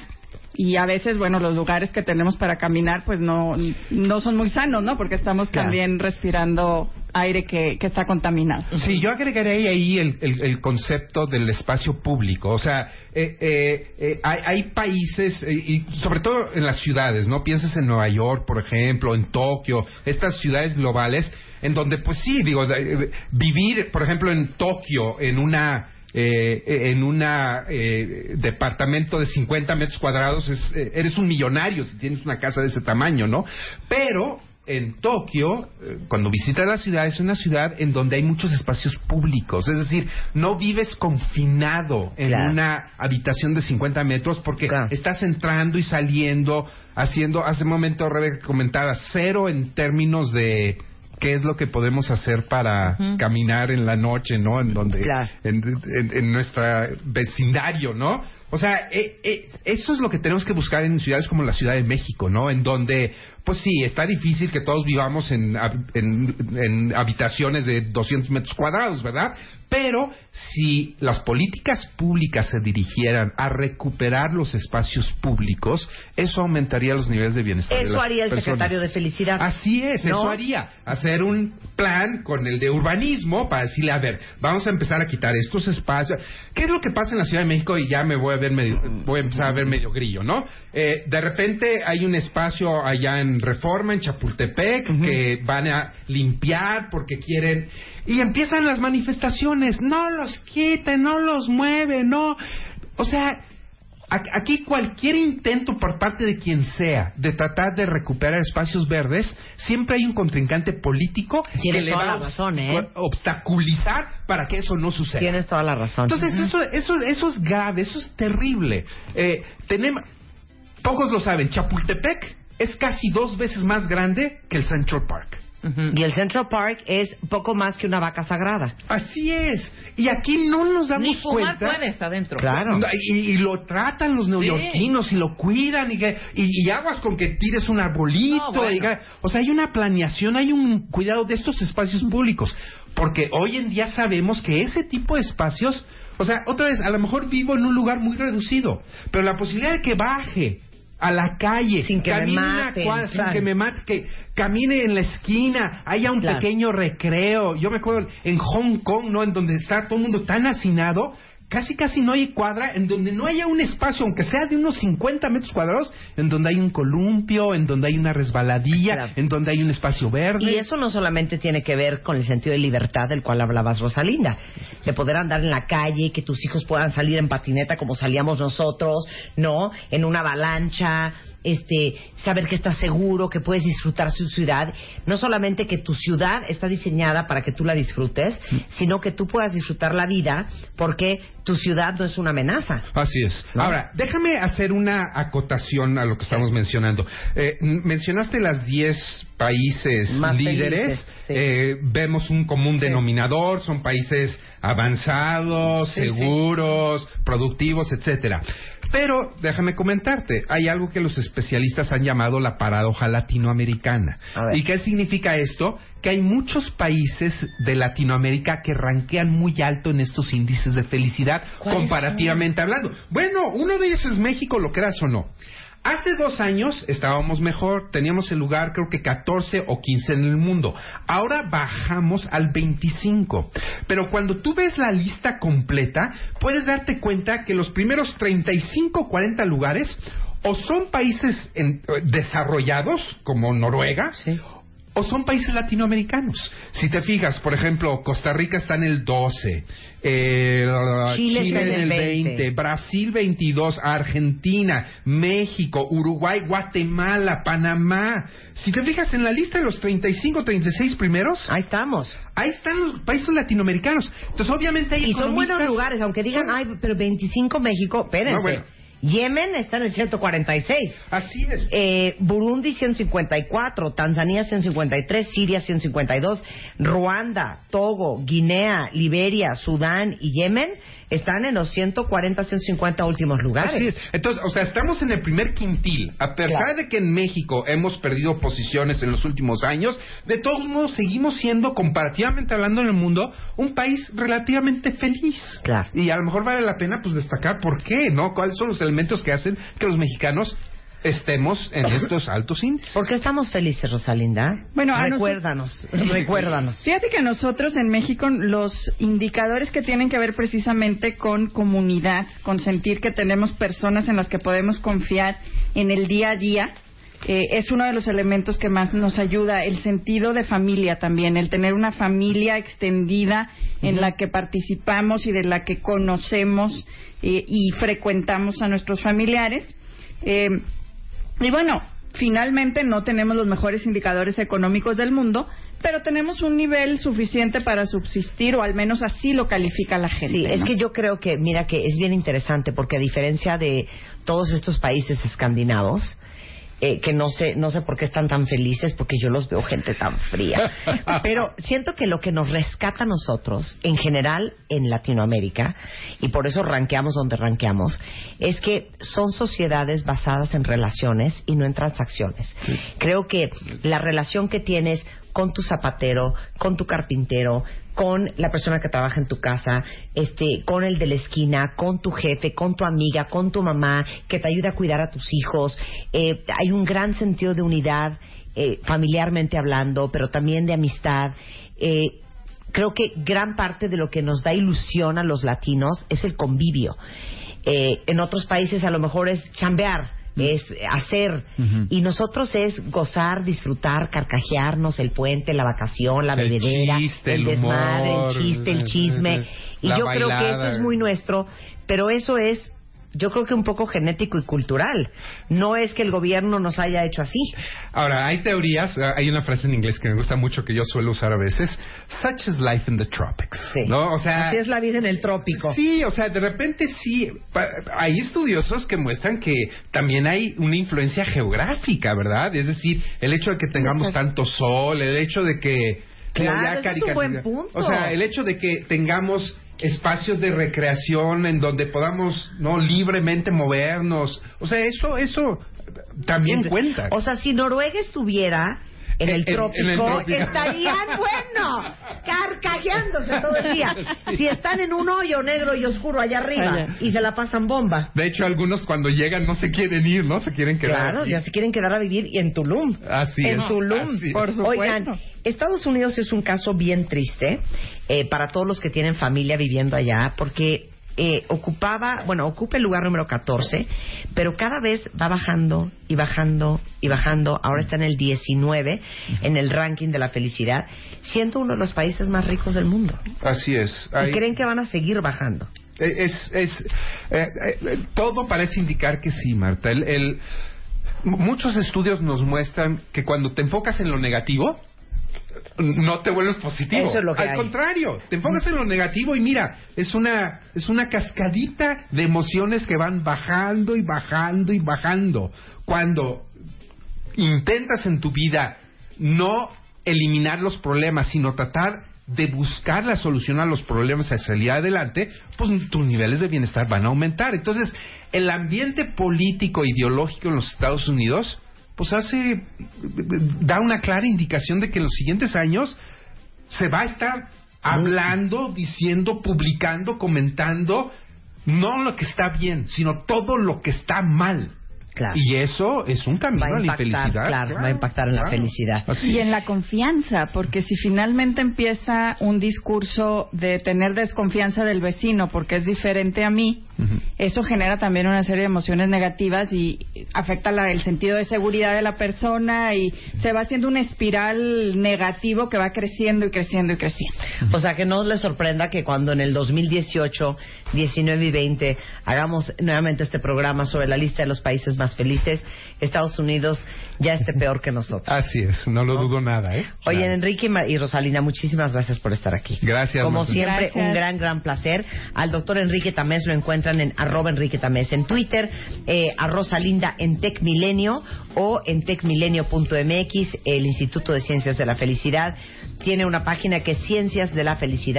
Y a veces, bueno, los lugares que tenemos para caminar, pues no, no son muy sanos, ¿no? Porque estamos también respirando aire que, que está contaminado. Sí, yo agregaré ahí el, el- el concepto del espacio público. O sea, eh, eh, eh, hay, hay países, eh, y sobre todo en las ciudades, ¿no? Piensas en Nueva York, por ejemplo, en Tokio, estas ciudades globales, en donde, pues sí, digo, de- eh, vivir, por ejemplo, en Tokio, en una. eh, eh, en un departamento de 50 metros cuadrados, es, eh, eres un millonario si tienes una casa de ese tamaño, ¿no? Pero en Tokio, eh, cuando visitas la ciudad, es una ciudad en donde hay muchos espacios públicos. Es decir, no vives confinado en Claro. una habitación de 50 metros porque estás entrando y saliendo, haciendo, hace un momento Rebeca comentaba, cero en términos de qué es lo que podemos hacer para caminar en la noche, ¿no? En donde, en, en- en nuestra vecindario, ¿no? O sea, eh, eh, eso es lo que tenemos que buscar en ciudades como la Ciudad de México, ¿no? En donde, pues sí, está difícil que todos vivamos en, hab- en, en habitaciones de 200 metros cuadrados, ¿verdad? Pero si las políticas públicas se dirigieran a recuperar los espacios públicos, eso aumentaría los niveles de bienestar. de Eso las haría el personas. secretario de Felicidad. Así es, ¿No? eso haría. Hacer un plan con el de urbanismo para decirle, a ver, vamos a empezar a quitar estos espacios. ¿Qué es lo que pasa en la Ciudad de México? Y ya me voy a ver medio, voy a empezar a ver medio grillo, ¿no? Eh, de repente hay un espacio allá en Reforma, en Chapultepec, que van a limpiar porque quieren... Y empiezan las manifestaciones, no los quiten, no los mueven, no... O sea, Ac- Aquí cualquier intento por parte de quien sea de tratar de recuperar espacios verdes, siempre hay un contrincante político Tienes que le toda va la razón, ¿eh? a ob- obstaculizar para que eso no suceda. Tienes toda la razón. Entonces, eso, eso, eso es grave, eso es terrible. Eh, tenemos, pocos lo saben, Chapultepec es casi dos veces más grande que el Central Park. Y el Central Park es poco más que una vaca sagrada. Así es. Y aquí no nos damos Ni fumar cuenta. puedes adentro. No, Y, y lo tratan los neoyorquinos y lo cuidan y, que- y- y aguas con que tires un arbolito. No, bueno. y ga- o sea, hay una planeación, hay un cuidado de estos espacios públicos. Porque hoy en día sabemos que ese tipo de espacios, o sea, otra vez, a lo mejor vivo en un lugar muy reducido, pero la posibilidad de que baje a la calle, Sin que me camine una maten, cuadra, sin claro. que me mate, que camine en la esquina, haya un Claro. pequeño recreo. Yo me acuerdo en Hong Kong, ¿no? En donde está todo el mundo tan hacinado, casi casi no hay cuadra, en donde no haya un espacio, aunque sea de unos 50 metros cuadrados, en donde hay un columpio, en donde hay una resbaladilla, en donde hay un espacio verde. Y eso no solamente tiene que ver con el sentido de libertad del cual hablabas, Rosalinda, de poder andar en la calle, que tus hijos puedan salir en patineta como salíamos nosotros, ¿no? En una avalancha, este, saber que estás seguro, que puedes disfrutar su ciudad. No solamente que tu ciudad está diseñada para que tú la disfrutes, sino que tú puedas disfrutar la vida porque tu ciudad no es una amenaza. Así es. Ahora, déjame hacer una acotación a lo que estamos mencionando. Eh, n- mencionaste las 10 países Más líderes. felices, Eh, vemos un común denominador, son países avanzados, seguros, productivos, etcétera. Pero déjame comentarte, hay algo que los especialistas han llamado la paradoja latinoamericana. ¿Y qué significa esto? Que hay muchos países de Latinoamérica que ranquean muy alto en estos índices de felicidad ¿Cuáles comparativamente hablando. Bueno, uno de ellos es México, lo creas o no. Hace dos años estábamos mejor, teníamos el lugar creo que 14 o 15 en el mundo. Ahora bajamos al 25. Pero cuando tú ves la lista completa, puedes darte cuenta que los primeros 35 40 lugares o son países en- eh, desarrollados como Noruega, o son países latinoamericanos. Si te fijas, por ejemplo, Costa Rica está en el 12, eh, Chile Chile, está en el 20. Brasil 22, Argentina, México, Uruguay, Guatemala, Panamá. Si te fijas en la lista de los 35, 36 primeros, ahí estamos. Ahí están los países latinoamericanos. Entonces, obviamente hay Y son economistas- buenos lugares, aunque digan, ay, pero 25 México, espérense. No, bueno. Yemen está en el 146. Así es. eh, Burundi 154, Tanzania 153, Siria 152, Ruanda, Togo, Guinea, Liberia, Sudán y Yemen están en los 140, 150 últimos lugares. Así es. Entonces, o sea, estamos en el primer quintil. A pesar de que en México hemos perdido posiciones en los últimos años, de todos modos seguimos siendo, comparativamente hablando en el mundo, un país relativamente feliz. Claro. Y a lo mejor vale la pena pues destacar por qué, ¿no? ¿Cuáles son los elementos que hacen que los mexicanos estemos en estos altos índices? ¿Por qué estamos felices, Rosalinda? Bueno, a recuérdanos, nosotros- recuérdanos. Fíjate que nosotros en México los indicadores que tienen que ver precisamente con comunidad, con sentir que tenemos personas en las que podemos confiar en el día a día, eh, es uno de los elementos que más nos ayuda. El sentido de familia también, el tener una familia extendida en la que participamos y de la que conocemos eh, y frecuentamos a nuestros familiares. Eh, y bueno, finalmente no tenemos los mejores indicadores económicos del mundo, pero tenemos un nivel suficiente para subsistir, o al menos así lo califica la gente. Sí, es ¿no? que yo creo que, mira, que es bien interesante porque a diferencia de todos estos países escandinavos, eh, que no sé, no sé por qué están tan felices, porque yo los veo gente tan fría. <laughs> Pero siento que lo que nos rescata a nosotros, en general en Latinoamérica, y por eso ranqueamos donde ranqueamos, es que son sociedades basadas en relaciones y no en transacciones. Creo que la relación que tienes con tu zapatero, con tu carpintero, con la persona que trabaja en tu casa, este, con el de la esquina, con tu jefe, con tu amiga, con tu mamá, que te ayuda a cuidar a tus hijos. Eh, hay un gran sentido de unidad, eh, familiarmente hablando, pero también de amistad. Eh, creo que gran parte de lo que nos da ilusión a los latinos es el convivio. Eh, en otros países a lo mejor es chambear, Mm. es hacer. Y nosotros es gozar, disfrutar, carcajearnos, el puente, la vacación, la El bebedera, chiste, el desmadre, humor, eh, el chiste, el chisme. Y la yo creo que eso bailada. es muy nuestro, pero eso es... Yo creo que un poco genético y cultural. No es que el gobierno nos haya hecho así. Ahora, hay teorías, eh, hay una frase en inglés que me gusta mucho que yo suelo usar a veces, such is life in the tropics, ¿no? O sea, así es la vida en el trópico. Sí, o sea, de repente sí, pa- hay estudiosos que muestran que también hay una influencia geográfica, ¿verdad? Es decir, el hecho de que tengamos tanto sol, el hecho de que... Pues Claro, ya ese es un buen punto. O sea, el hecho de que tengamos espacios de recreación en donde podamos no libremente movernos, o sea, eso eso también cuenta. O sea, si Noruega estuviera en el, En- en trópico, el trópico. <laughs> estarían, bueno, carcajeándose todo el día. Si están en un hoyo negro y oscuro allá arriba Allá. y se la pasan bomba. De hecho, algunos cuando llegan no se quieren ir, ¿no? Se quieren quedar. Claro, aquí. ya se quieren quedar a vivir y en Tulum. Así en es, Tulum. así es. Oigan, Estados Unidos es un caso bien triste eh, para todos los que tienen familia viviendo allá, porque eh, ocupaba, bueno, ocupa el lugar número 14, pero cada vez va bajando y bajando y bajando. Ahora está en el 19 en el ranking de la felicidad, siendo uno de los países más ricos del mundo. Así es. Y Ahí- creen que van a seguir bajando. Eh, Es, es, eh, eh, todo parece indicar que sí, Marta. El, el- m- muchos estudios nos muestran que cuando te enfocas en lo negativo, no te vuelves positivo. Eso es lo que Al hay. contrario, te enfocas en lo negativo y mira, es una, es una cascadita de emociones que van bajando y bajando y bajando. Cuando intentas en tu vida no eliminar los problemas, sino tratar de buscar la solución a los problemas y salir adelante, pues tus niveles de bienestar van a aumentar. Entonces, el ambiente político ideológico en los Estados Unidos, pues hace, da una clara indicación de que en los siguientes años se va a estar hablando, diciendo, publicando, comentando, no lo que está bien, sino todo lo que está mal. Claro. Y eso es un camino Va a a impactar, la infelicidad. claro, va a impactar en la felicidad. Así y es. en la confianza, porque si finalmente empieza un discurso de tener desconfianza del vecino porque es diferente a mí, eso genera también una serie de emociones negativas y afecta la, el sentido de seguridad de la persona y se va haciendo una espiral negativo que va creciendo y creciendo y creciendo. O sea, que no les sorprenda que cuando en el 2018, 19 y 20 hagamos nuevamente este programa sobre la lista de los países más felices, Estados Unidos ya esté peor que nosotros. Así es, no lo dudo nada, ¿eh? Oye, Enrique y Ma- y Rosalina, muchísimas gracias por estar aquí. Gracias. Como Marta. siempre, un gran, gran placer. Al doctor Enrique Tamés lo encuentran en arroba Enrique Tamés en Twitter, eh, a Rosalinda en TecMilenio o en tecmilenio.mx, el Instituto de Ciencias de la Felicidad. Tiene una página que es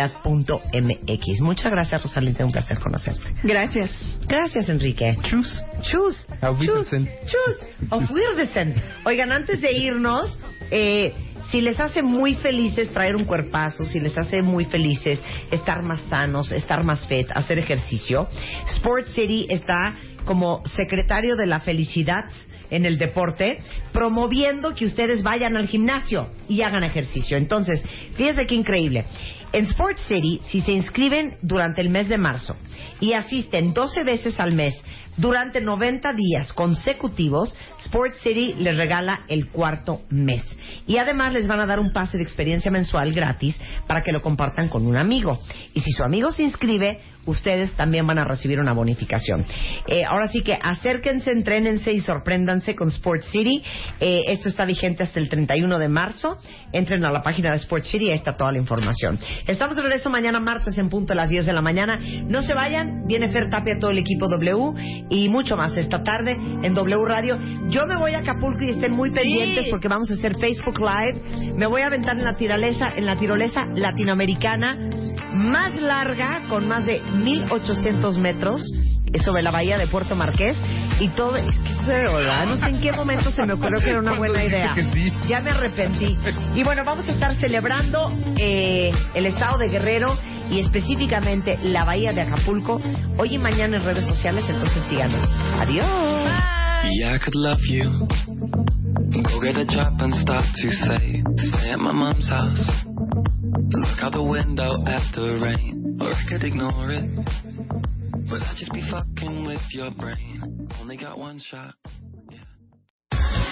cienciasdelafelicidad.mx. Muchas gracias, Rosalinda. Un placer conocerte. Gracias. Gracias, Enrique. Chus. Chus. Auf Wiedersehen. Chus. Auf Wiedersehen. Oigan, antes de irnos, eh, si les hace muy felices traer un cuerpazo, si les hace muy felices estar más sanos, estar más fit, hacer ejercicio, Sport City está como secretario de la felicidad en el deporte, promoviendo que ustedes vayan al gimnasio y hagan ejercicio. Entonces, fíjense qué increíble. En Sport City, si se inscriben durante el mes de marzo y asisten 12 veces al mes durante 90 días consecutivos, Sport City les regala el cuarto mes. Y además les van a dar un pase de experiencia mensual gratis para que lo compartan con un amigo. Y si su amigo se inscribe, ustedes también van a recibir una bonificación. Eh, ahora sí que acérquense, entrénense y sorpréndanse con Sport City. Eh, esto está vigente hasta el 31 de marzo. Entren a la página de Sport City, ahí está toda la información. Estamos de regreso mañana martes en punto a las 10 de la mañana. No se vayan, viene Fer Tapia, todo el equipo W y mucho más esta tarde en W Radio. Yo me voy a Acapulco y estén muy pendientes porque vamos a hacer Facebook Live. Me voy a aventar en la tirolesa, en la tirolesa latinoamericana más larga, con más de 1800 metros, eh, sobre la bahía de Puerto Marqués. Y todo, es que, pero, ¿verdad? no sé en qué momento se me ocurrió que era una buena idea. Ya me arrepentí. Y bueno, vamos a estar celebrando eh, el estado de Guerrero y específicamente la bahía de Acapulco hoy y mañana en redes sociales. Entonces síganos. Adiós. Yeah, I could love you. Go get a job and start to say, stay at my mom's house. Look out the window at the rain, or I could ignore it. But I'd just be fucking with your brain. Only got one shot.